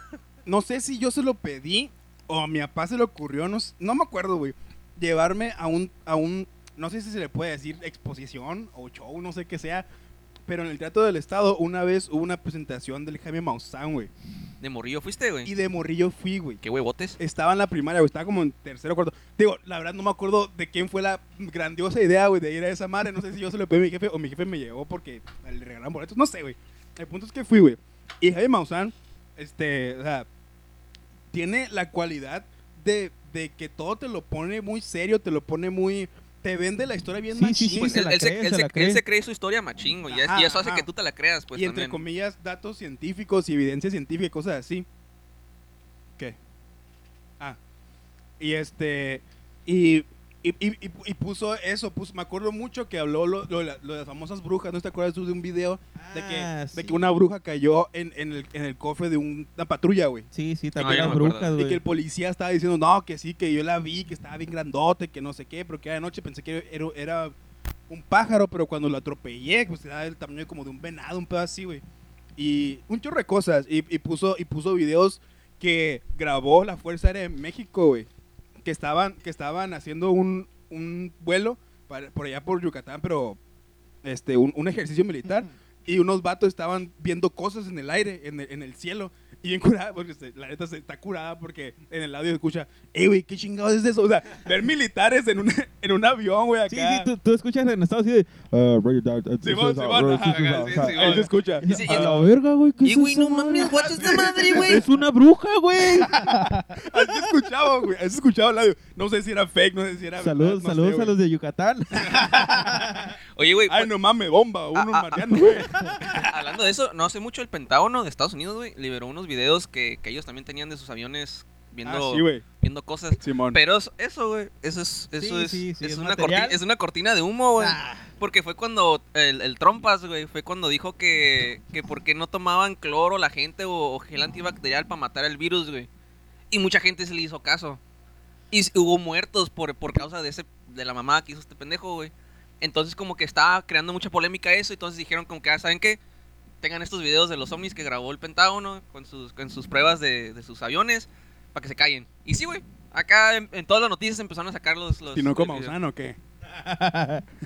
Speaker 2: no sé si yo se lo pedí o a mi papá se le ocurrió, no, s- no me acuerdo, güey. Llevarme a un, a un, no sé si se le puede decir exposición o show, no sé qué sea. Pero en el Teatro del Estado una vez hubo una presentación del Jaime Maussan, güey.
Speaker 3: De morrillo fuiste,
Speaker 2: Y
Speaker 3: güey.
Speaker 2: de morrillo fui, güey.
Speaker 3: Qué huevotes.
Speaker 2: Estaba en la primaria, güey. Estaba como en tercero o cuarto. Digo, la verdad no me acuerdo de quién fue la grandiosa idea, güey, de ir a esa madre. No sé si yo se lo pedí a mi jefe o mi jefe me llevó porque le regalaron boletos. No sé, güey. El punto es que fui, güey. Y Jaime Maussan, este, o sea, tiene la cualidad de, de que todo te lo pone muy serio, te lo pone muy. Te vende la historia bien
Speaker 1: Sí, sí,
Speaker 2: machín,
Speaker 1: sí,
Speaker 2: güey.
Speaker 3: Pues
Speaker 1: se
Speaker 3: él,
Speaker 1: la
Speaker 3: él se,
Speaker 1: cree,
Speaker 3: él
Speaker 1: se
Speaker 3: se-
Speaker 1: la
Speaker 3: él se
Speaker 1: cree.
Speaker 3: cree su historia machingo. Y, es-
Speaker 2: Ajá,
Speaker 3: y eso hace
Speaker 2: ajá.
Speaker 3: que tú te la creas, pues.
Speaker 2: y entre
Speaker 3: también.
Speaker 2: comillas, datos científicos y evidencia científica y cosas así. ¿Qué? Ah. Y este. Y, y, y- y- y puso eso. Puso, me acuerdo mucho que habló lo, lo de la- lo de las famosas brujas. ¿No te acuerdas tú de un video de que,
Speaker 1: Ah,
Speaker 2: de
Speaker 1: sí.
Speaker 2: que una bruja cayó en, en el, en el cofre de un- una patrulla, güey?
Speaker 1: Sí, sí,
Speaker 3: No,
Speaker 1: también
Speaker 3: yo no
Speaker 1: las
Speaker 3: me acuerdo.
Speaker 1: brujas,
Speaker 2: Y que
Speaker 1: güey.
Speaker 2: el policía estaba diciendo, no, que sí, que yo la vi, que estaba bien grandote, que no sé qué, pero que era de noche, pensé que era, era un pájaro, pero cuando lo atropellé, pues era del tamaño como de un venado, un pedo así, güey. Y un chorro de cosas. Y, y puso, y puso videos que grabó la Fuerza Aérea de México, güey. Que estaban, que estaban haciendo un, un vuelo para- por allá por Yucatán, pero este, un, un ejercicio militar. Y unos vatos estaban viendo cosas en el aire, en el, en el cielo. Y bien curada, porque se- la neta se está curada porque en el audio se escucha, ey, güey, ¿qué chingados es eso? O sea, ver militares en un, en un avión, güey, acá.
Speaker 1: Sí, sí, tú, tú escuchas en Estados Unidos. eh, radio, da- da- da-
Speaker 2: Simón, Simón,
Speaker 1: da-
Speaker 2: ajá,
Speaker 1: da-
Speaker 3: ajá,
Speaker 1: da-
Speaker 3: sí,
Speaker 1: da-
Speaker 3: sí,
Speaker 2: Ahí se escucha.
Speaker 3: Y sí,
Speaker 1: A la verga, güey. ¿qué
Speaker 3: Y
Speaker 1: es
Speaker 3: Eh, güey,
Speaker 1: esa
Speaker 3: no mames,
Speaker 1: madre?
Speaker 3: guacho esta madre, güey.
Speaker 1: Es una bruja, güey.
Speaker 2: Así se escuchaba, güey. Así se escuchaba el audio. No sé si era fake, no sé si era.
Speaker 1: saludos,
Speaker 2: verdad, no
Speaker 1: saludos
Speaker 2: sé,
Speaker 1: a los de Yucatán.
Speaker 3: Oye,
Speaker 2: güey.
Speaker 3: güey,
Speaker 2: Ay,
Speaker 3: pues,
Speaker 2: no mames, bomba. Uno
Speaker 3: Ah, ah,
Speaker 2: mareando, güey.
Speaker 3: hablando de eso, no hace mucho el Pentágono de Estados Unidos, güey, liberó unos videos que, que ellos también tenían de sus aviones viendo,
Speaker 2: Ah, sí, güey.
Speaker 3: viendo cosas.
Speaker 2: Simón.
Speaker 3: Pero es- eso, güey, eso es, eso
Speaker 1: Sí,
Speaker 3: es,
Speaker 1: sí, sí,
Speaker 3: es
Speaker 1: es
Speaker 3: una
Speaker 1: material. Ah.
Speaker 3: corti- es una cortina de humo, güey. Porque fue cuando el, el Trompas, güey, fue cuando dijo que, que por qué no tomaban cloro la gente o, o gel antibacterial para matar el virus, güey. Y mucha gente se le hizo caso. Y s- hubo muertos por, por causa de ese de la mamada que hizo este pendejo, güey. Entonces como que estaba creando mucha polémica eso, entonces dijeron como que, ah, ¿saben qué? Tengan estos videos de los ovnis que grabó el Pentágono con sus, con sus pruebas de, de sus aviones para que se callen. Y sí, güey. Acá en, en todas las noticias empezaron a sacar los... los
Speaker 2: ¿Y no Ah.
Speaker 3: los
Speaker 2: como
Speaker 3: videos.
Speaker 2: Usano o qué?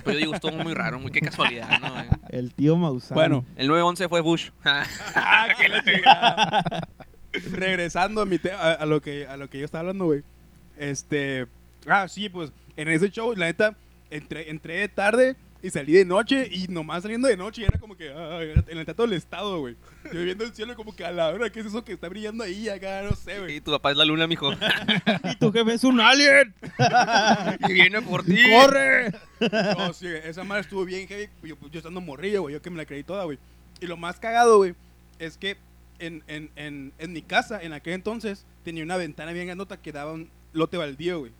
Speaker 3: Pero yo digo, estuvo muy raro, muy qué casualidad, ¿no? güey?
Speaker 1: El tío Maussan.
Speaker 2: Bueno.
Speaker 3: El 9-11 fue Bush.
Speaker 2: Ah, qué la chingada. Regresando a, mi te- a, a lo que, a lo que yo estaba hablando, güey. Este. Ah, sí, pues en ese show, la neta, entré, entré tarde y Y salí de noche y nomás saliendo de noche era como que ah, era en el trato del estado, güey. Yo viendo el cielo como que a la hora, ¿qué es eso que está brillando ahí acá? No sé, güey.
Speaker 3: Y tu papá es la luna, mijo.
Speaker 1: Y tu jefe es un alien.
Speaker 3: y viene por ti.
Speaker 2: ¡Corre! No, sí, esa madre estuvo bien heavy. Yo, pues, yo estando morrillo, güey. Yo que me la creí toda, güey. Y lo más cagado, güey, es que en, en, en, en mi casa, en aquel entonces, tenía una ventana bien grandota que daba un lote baldío, güey.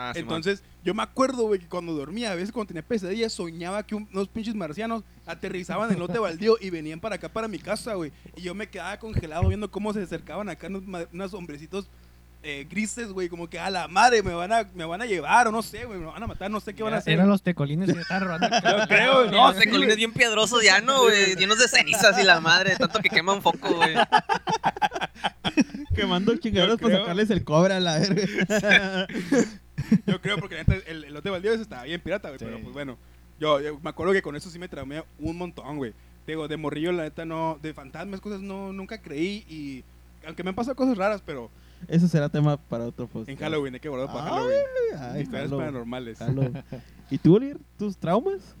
Speaker 3: Ah, Simón.
Speaker 2: Entonces, yo me acuerdo, güey, que cuando dormía, a veces cuando tenía pesadillas, soñaba que un- unos pinches marcianos aterrizaban en lote baldío y venían para acá, para mi casa, güey. Y yo me quedaba congelado viendo cómo se acercaban acá unos, ma- unos hombrecitos eh, grises, güey, como que a la madre me van a, me van a llevar o no sé, güey, me van a matar, no sé qué van a hacer.
Speaker 4: Ah, Eran los tecolines que estaban robando.
Speaker 2: Yo creo, güey,
Speaker 3: No,
Speaker 2: sí,
Speaker 3: este colín
Speaker 2: güey.
Speaker 3: es bien piedroso ya, ¿no, güey? Llenos de cenizas y la madre, tanto que quema un foco, güey.
Speaker 1: Quemando chingaderos
Speaker 2: Yo
Speaker 1: para
Speaker 2: creo.
Speaker 1: sacarles el cobre a la verga.
Speaker 2: Yo creo porque la neta, el, el lote baldío ese estaba bien pirata, güey.
Speaker 4: Sí.
Speaker 2: Pero pues bueno, yo, yo me acuerdo que con eso sí me traumé un montón, güey. Te Digo, de morrillo, la neta, no. De fantasmas, cosas, no, nunca creí. Y aunque me han pasado cosas raras, pero
Speaker 1: Eso será tema para otro podcast.
Speaker 2: en Halloween hay que guardar para
Speaker 1: Ay,
Speaker 2: Halloween.
Speaker 1: Ay,
Speaker 2: Historias
Speaker 1: Halloween,
Speaker 2: paranormales.
Speaker 1: Halloween. ¿Y tú, Oliver? ¿Tus traumas?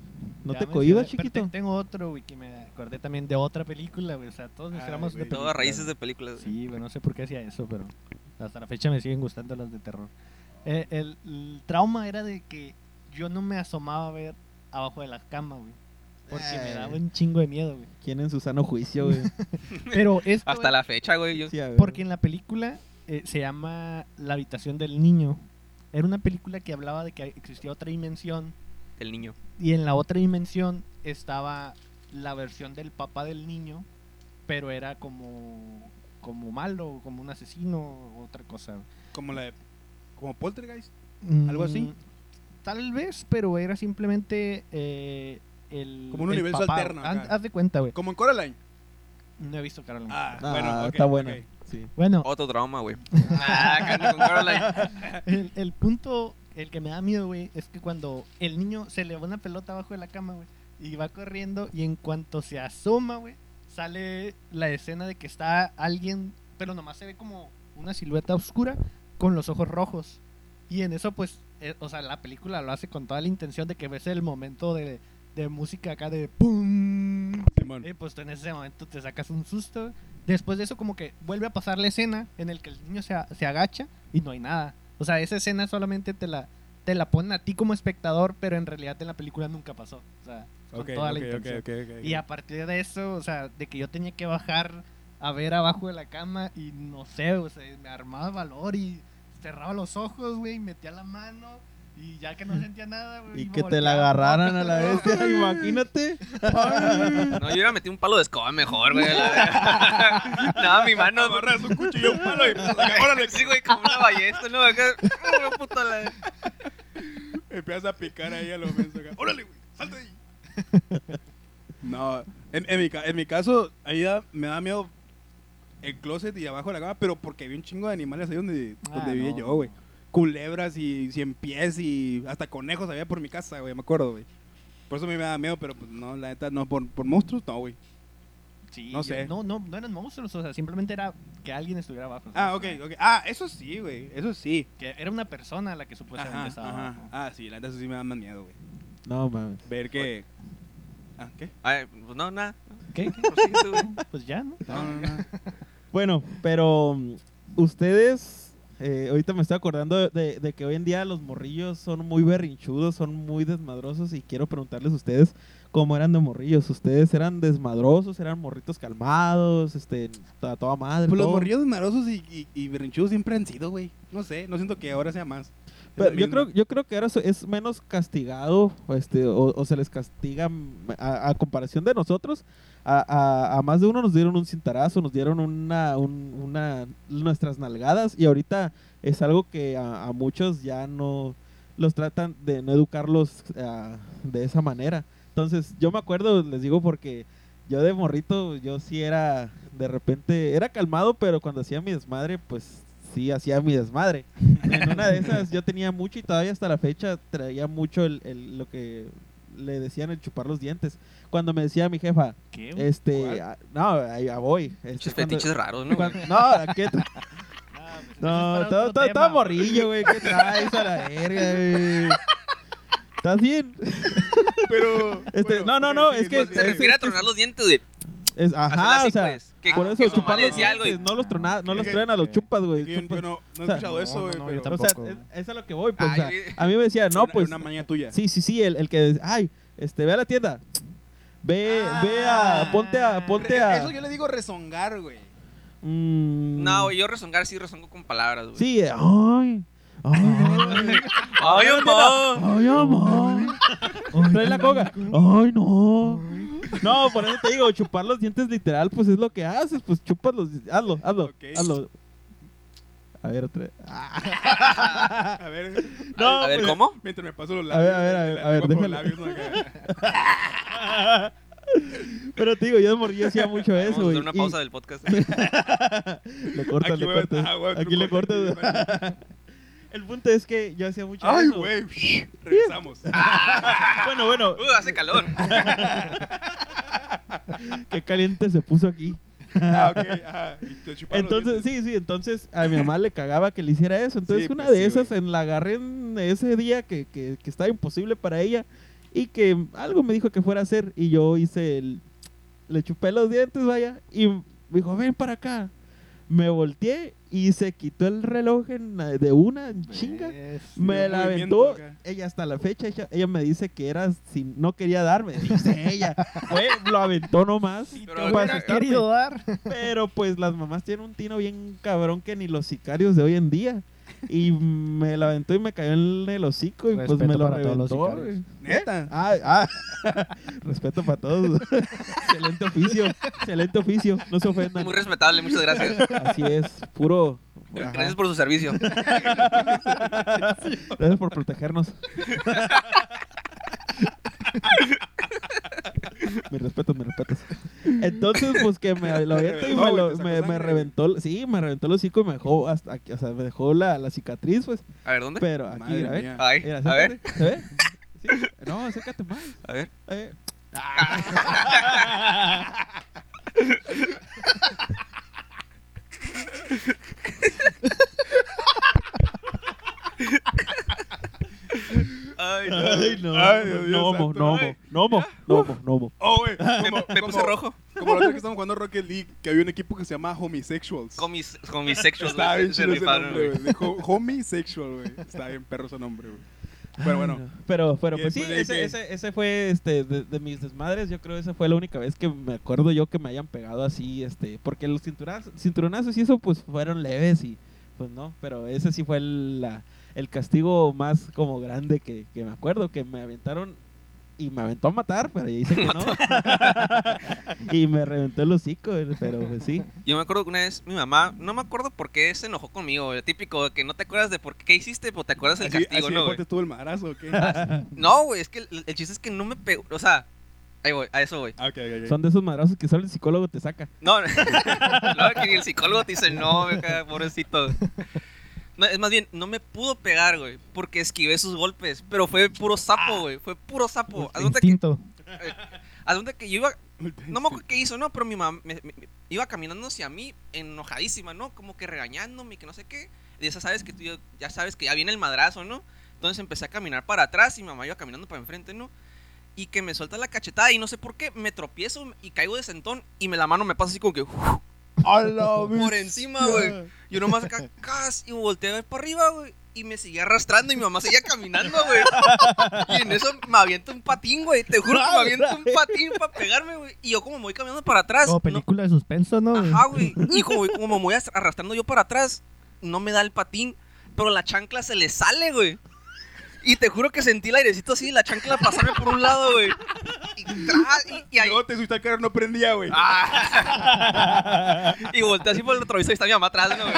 Speaker 1: ¿No
Speaker 4: Ya
Speaker 1: te
Speaker 4: mencioné,
Speaker 1: cohibas,
Speaker 4: pero te-
Speaker 1: chiquito?
Speaker 4: Tengo otro, güey, que me acordé también de otra película, güey. O sea, todos nos
Speaker 2: Ay,
Speaker 4: tiramos
Speaker 2: güey.
Speaker 3: Todo a raíces de películas. güey.
Speaker 4: Sí, güey, no sé por qué hacía eso, pero hasta la fecha me siguen gustando las de terror. Eh, el, el trauma era de que yo no me asomaba a ver abajo de la cama, güey. Porque me
Speaker 3: Eh.
Speaker 1: Ay.
Speaker 4: daba un chingo de miedo, güey.
Speaker 1: ¿Quién en su sano juicio, güey?
Speaker 4: Pero esto
Speaker 3: Hasta la fecha, güey. Yo...
Speaker 1: Sí, a ver.
Speaker 4: Porque en la película eh, se llama La habitación del niño. Era una película que hablaba de que existía otra dimensión
Speaker 3: El niño.
Speaker 4: y en la otra dimensión estaba la versión del papá del niño, pero era como como malo, como un asesino o otra cosa.
Speaker 2: Como la de. Como Poltergeist.
Speaker 1: Mm.
Speaker 4: ¿Algo
Speaker 2: así?
Speaker 4: Mm, Tal vez, pero era simplemente eh, el
Speaker 2: Como un
Speaker 4: el
Speaker 2: universo
Speaker 4: papá.
Speaker 2: alterno acá.
Speaker 4: Haz, haz de cuenta, güey.
Speaker 2: Como en Coraline.
Speaker 4: No he visto Caroline.
Speaker 2: Ah,
Speaker 1: Ah,
Speaker 2: bueno, ok,
Speaker 1: está bueno.
Speaker 2: ok.
Speaker 1: Sí.
Speaker 4: Bueno,
Speaker 3: Otro trauma, güey. Ah, carne con Caroline.
Speaker 4: El, el punto, el que me da miedo, güey, es que cuando el niño se le va una pelota abajo de la cama, güey, y va corriendo, y en cuanto se asoma, güey, sale la escena de que está alguien, pero nomás se ve como una silueta oscura con los ojos rojos. Y en eso, pues, eh, o sea, la película lo hace con toda la intención de que ves el momento de, de música acá de ¡pum!
Speaker 2: Simón.
Speaker 4: Eh, pues tú en ese momento te sacas un susto. Después de eso, como que vuelve a pasar la escena en el que el niño se, a- se agacha y no hay nada. O sea, esa escena solamente te la, te la ponen a ti como espectador, pero en realidad en la película nunca pasó. O sea, con
Speaker 2: Ok,
Speaker 4: toda
Speaker 2: ok,
Speaker 4: la intención.
Speaker 2: ok, ok, ok.
Speaker 4: Y a partir de eso, o sea, de que yo tenía que bajar a ver abajo de la cama y no sé, o sea, me armaba valor y cerraba los ojos, güey, y metía la mano y ya que no sentía nada, güey.
Speaker 1: Y
Speaker 4: me
Speaker 1: que te la
Speaker 4: volteaba.
Speaker 1: agarraran a la bestia, imagínate.
Speaker 3: No, yo hubiera metido un palo de escoba mejor, güey. la verdad. No, mi mano.
Speaker 2: Agarras un cuchillo, un palo y. Órale,
Speaker 3: Sí, güey, como una ballesta, ¿no? Acá. una puta la-
Speaker 2: Empiezas a picar ahí a los mensos acá. ¡Órale, güey! ¡Salta de ahí! No, en, en mi, ca- en mi caso, ahí da- me da miedo el closet y abajo de la cama, pero porque vi un chingo de animales ahí donde,
Speaker 4: Ah,
Speaker 2: donde vivía
Speaker 4: no,
Speaker 2: yo, güey.
Speaker 4: no, no.
Speaker 2: Culebras y cien pies y hasta conejos había por mi casa, güey, me acuerdo, güey. Por eso a mí me da miedo, pero pues no, la neta, no, por, por monstruos, no, güey.
Speaker 4: Sí,
Speaker 2: No
Speaker 4: yo-
Speaker 2: sé.
Speaker 4: No, no, no eran monstruos, o sea, simplemente era que alguien estuviera abajo.
Speaker 2: Ah, ok, ok. Ah, eso sí, güey, eso sí.
Speaker 4: Que era una persona la que supuestamente
Speaker 2: Ajá,
Speaker 4: estaba
Speaker 2: ajá.
Speaker 4: abajo.
Speaker 2: Ah, sí, la neta, eso sí me da más miedo, güey.
Speaker 1: No mames.
Speaker 2: Ver que... Ah, ¿qué?
Speaker 3: Ay, pues no, nada.
Speaker 4: ¿Qué?
Speaker 3: Prosigue tú, güey.
Speaker 4: Pues ya, ¿no?
Speaker 2: No, no, no.
Speaker 1: Bueno, pero mm, ustedes, eh, ahorita me estoy acordando de, de que hoy en día los morrillos son muy berrinchudos, son muy desmadrosos y quiero preguntarles a ustedes cómo eran de morrillos. ¿Ustedes eran desmadrosos, eran morritos calmados, este, a toda madre?
Speaker 2: Pues los
Speaker 1: todo?
Speaker 2: morrillos marosos y, y, y berrinchudos siempre han sido, güey. No sé, no siento que ahora sea más.
Speaker 1: Pero
Speaker 2: Es lo
Speaker 1: yo
Speaker 2: mismo.
Speaker 1: creo, yo creo que ahora so- es menos castigado, o este, o, o se les castiga m- a, a comparación de nosotros. A, a- a más de uno nos dieron un cintarazo, nos dieron una, un- una nuestras nalgadas y ahorita es algo que a, a muchos ya no los tratan de no educarlos ah, de esa manera. Entonces yo me acuerdo, les digo porque yo de morrito yo sí era de repente era calmado, pero cuando hacía mi desmadre pues sí hacía mi desmadre en una de esas yo tenía mucho y todavía hasta la fecha traía mucho el, el- lo que le decían el chupar los dientes. Cuando me decía mi jefa,
Speaker 4: ¿Qué?
Speaker 1: este,
Speaker 2: ¿Cuál?
Speaker 1: ah, no, ahí ya voy. este,
Speaker 3: Muchos
Speaker 1: cuando-
Speaker 3: fetiches raros, ¿no? güey?
Speaker 1: cuando- no, ¿qué tra-
Speaker 4: Ah, pues, entonces
Speaker 1: no,
Speaker 4: para
Speaker 1: todo,
Speaker 4: otro
Speaker 1: todo,
Speaker 4: tema,
Speaker 1: todo
Speaker 4: güey.
Speaker 1: morrillo, güey. ¿Qué traes a la verga, güey? ¿Estás bien?
Speaker 2: Pero.
Speaker 1: Este, no, no, no, es que-
Speaker 2: más
Speaker 3: Pues, Se
Speaker 2: bien-
Speaker 1: es-
Speaker 3: refiere a tronar los dientes, güey.
Speaker 1: Es-
Speaker 3: Hacer
Speaker 1: ajá,
Speaker 3: así,
Speaker 1: o sea,
Speaker 3: pues, que-
Speaker 1: por
Speaker 3: que
Speaker 1: eso
Speaker 3: su mamá
Speaker 1: chupar
Speaker 3: le
Speaker 1: los
Speaker 3: decía algo y-
Speaker 1: dientes, no los trona- no los
Speaker 2: Ok.
Speaker 1: truenan, los chupas, güey.
Speaker 2: Yo, yo
Speaker 1: chupas.
Speaker 2: no, no he
Speaker 1: O sea,
Speaker 2: escuchado
Speaker 4: no,
Speaker 2: eso, güey.
Speaker 4: no, no, yo
Speaker 2: pero-
Speaker 1: O sea,
Speaker 4: tampoco.
Speaker 1: es, es a lo que voy, pues, o sea,
Speaker 3: Ay, güey.
Speaker 1: a mí me decía, no,
Speaker 2: Una-
Speaker 1: pues,
Speaker 2: Una maña tuya.
Speaker 1: sí, sí, sí, el, el que, ay, este, ve a la tienda, ve, ve a, ponte a, ponte a,
Speaker 2: Eso yo le digo rezongar, güey.
Speaker 1: mm,
Speaker 3: No, güey, yo rezongar sí rezongo con palabras, güey.
Speaker 1: sí, eh, ay, ay,
Speaker 3: Ay, amor.
Speaker 1: ay, amor, trae la coca, ay, no, no, por eso te digo, chupar los dientes literal, pues, es lo que haces, pues, chupas los, di- hazlo, hazlo,
Speaker 2: Ok.
Speaker 1: hazlo, a ver, otra,
Speaker 2: A ver.
Speaker 1: No,
Speaker 3: a ver,
Speaker 1: pues,
Speaker 3: ¿cómo?
Speaker 2: Mientras me paso los
Speaker 1: A
Speaker 2: labios.
Speaker 1: ver, a ver, a ver,
Speaker 2: la
Speaker 1: a ver,
Speaker 2: lengua por
Speaker 1: déjalo.
Speaker 2: los labios, ¿no? Acá.
Speaker 1: pero te digo, yo de morrillo hacía mucho
Speaker 3: Vamos
Speaker 1: eso,
Speaker 3: a hacer
Speaker 1: güey,
Speaker 3: una
Speaker 1: y-
Speaker 3: pausa del podcast. Uh,
Speaker 1: le cortas,
Speaker 2: Aquí
Speaker 1: le
Speaker 2: voy a-
Speaker 1: cortas.
Speaker 2: ah, güey,
Speaker 1: Aquí le
Speaker 2: corta.
Speaker 1: cortas. El punto es que yo hacía mucho
Speaker 2: Ay,
Speaker 1: eso.
Speaker 2: güey. Regresamos.
Speaker 1: Bueno, bueno,
Speaker 3: Uh, hace calor.
Speaker 1: qué caliente se puso aquí.
Speaker 2: Ah, ok. ajá. Y te chuparon los
Speaker 1: Entonces,
Speaker 2: dientes.
Speaker 1: sí, sí, entonces a mi mamá le cagaba que le hiciera eso. Entonces,
Speaker 2: Sí,
Speaker 1: una
Speaker 2: pues,
Speaker 1: de
Speaker 2: sí,
Speaker 1: esas
Speaker 2: güey.
Speaker 1: en la agarré en ese día que, que, que estaba imposible para ella y que algo me dijo que fuera a hacer. Y yo hice el. Le chupé los dientes, vaya, y me dijo, ven para acá. Me volteé y se quitó el reloj en la- de una en chinga.
Speaker 4: Es-
Speaker 1: Me
Speaker 2: Eh, un
Speaker 1: la
Speaker 2: movimiento
Speaker 1: aventó.
Speaker 2: acá.
Speaker 1: Ella hasta la fecha, ella, ella me dice que era si no quería darme. Dice ella. Fue, lo aventó nomás.
Speaker 3: Pero
Speaker 1: Para
Speaker 3: mira,
Speaker 1: asustarme.
Speaker 4: Querido dar.
Speaker 1: Pero pues las mamás tienen un tino bien cabrón que ni los sicarios de hoy en día. Y me la aventó y me cayó en el hocico y pues
Speaker 4: Respeto
Speaker 1: me lo
Speaker 4: para todos los
Speaker 1: reventó.
Speaker 4: sicarios.
Speaker 1: güey.
Speaker 2: Neta.
Speaker 1: Ah, ah. Respeto para todos. excelente oficio, excelente oficio. No se ofendan.
Speaker 3: Muy respetable, muchas gracias.
Speaker 1: Así es, puro. Ajá.
Speaker 3: Gracias por su servicio.
Speaker 1: Gracias por protegernos. mi respeto, mi respeto. Entonces, pues que me lo aviento y
Speaker 2: No,
Speaker 1: me,
Speaker 2: güey,
Speaker 1: lo-
Speaker 2: te sacó
Speaker 1: me, me
Speaker 2: sangre.
Speaker 1: reventó. Sí, me reventó el hocico y me dejó hasta aquí, o sea, me dejó la, la cicatriz, pues.
Speaker 3: A ver, ¿dónde?
Speaker 1: Pero aquí,
Speaker 2: Madre
Speaker 1: mira, ve.
Speaker 2: mía.
Speaker 3: Ay,
Speaker 1: Mira,
Speaker 3: a ver,
Speaker 1: acércate, ¿se ve? Sí. No, acércate más.
Speaker 3: a ver.
Speaker 1: Eh,
Speaker 4: Ah.
Speaker 3: Ay, no.
Speaker 1: Ay, no.
Speaker 2: Ay, Dios mío
Speaker 1: Nomo,
Speaker 2: santo.
Speaker 1: nomo,
Speaker 2: Ay.
Speaker 1: nomo, nomo, nomo.
Speaker 2: Oh, güey.
Speaker 3: Me,
Speaker 2: como-
Speaker 3: me puse
Speaker 2: como-
Speaker 3: rojo.
Speaker 2: Como la otra que estamos jugando Rocket League, que había un equipo que se llama Homosexuals.
Speaker 3: Con mis, con mis sexuals,
Speaker 2: Está
Speaker 3: güey,
Speaker 2: bien
Speaker 3: se
Speaker 2: chido ese
Speaker 3: rifaron,
Speaker 2: nombre,
Speaker 3: güey.
Speaker 2: güey. Dijo Homosexual, güey. Está bien perro ese nombre, güey. Pero
Speaker 1: Ay,
Speaker 2: bueno.
Speaker 1: no. Pero, pero
Speaker 2: Y
Speaker 1: pues sí,
Speaker 2: después de ahí
Speaker 1: ese,
Speaker 2: que-
Speaker 1: ese, ese fue este, de, de mis desmadres. Yo creo que esa fue la única vez que me acuerdo yo que me hayan pegado así. este Porque los cinturazos- cinturonazos y eso pues fueron leves y pues no. Pero ese sí fue el, la- el castigo más como grande que, que me acuerdo. Que me aventaron y me aventó a matar, pero ya dice que no. y me reventó el hocico, pero pues sí.
Speaker 3: Yo me acuerdo que una vez mi mamá, no me acuerdo por qué se enojó conmigo, el típico que no te acuerdas de por qué, qué hiciste, pero te acuerdas del
Speaker 2: Así,
Speaker 3: castigo,
Speaker 2: así de
Speaker 3: ¿no? güey?
Speaker 2: fuerte estuvo el madrazo, ¿o qué? Ah,
Speaker 3: No, güey, es que el, el chiste es que no me pegó, o sea, ahí voy, a eso voy.
Speaker 2: Ah, ok, ok, ok.
Speaker 1: Son de esos madrazos que solo el psicólogo te saca.
Speaker 3: No, no, que ni el psicólogo te dice, no, güey, acá, pobrecito. No, es más bien, no me pudo pegar, güey, porque esquivé sus golpes, pero fue puro
Speaker 2: Ah.
Speaker 3: sapo, güey, fue puro sapo. Oh, Haz cuenta que,
Speaker 4: Instinto.
Speaker 3: haz cuenta que yo iba, no me acuerdo qué hizo, no, pero mi mamá me- me- me- iba caminando hacia mí enojadísima, ¿no? Como que regañándome, que no sé qué. Y ya sabes que tú, ya- ya sabes que ya viene el madrazo, ¿no? Entonces empecé a caminar para atrás y mi mamá iba caminando para enfrente, ¿no? Y que me suelta la cachetada y no sé por qué, me tropiezo y caigo de sentón y me la mano me pasa así como que
Speaker 2: ¡A la
Speaker 3: por encima, güey. Yo nomás acá, cas, y volteé a ver para arriba, güey. Y me seguía arrastrando y mi mamá seguía caminando, güey. Y en eso me avienta un patín, güey. Te juro que me avienta un patín para pegarme, güey. Y yo como me voy caminando para
Speaker 1: Oh,
Speaker 3: atrás.
Speaker 4: Como
Speaker 3: no-
Speaker 4: película de suspenso, ¿no?
Speaker 3: Ajá, güey. Y como, como me voy as- arrastrando yo para atrás, no me da el patín, pero la chancla se le sale, güey. Y te juro que sentí el airecito así, la chancla pasarme por un lado, güey. Y, tra- y, y ahí-
Speaker 2: Luego te subiste al carro, no prendía, güey.
Speaker 3: Ah. y volteé así por el retrovisor y está mi mamá atrás, ¿no, güey?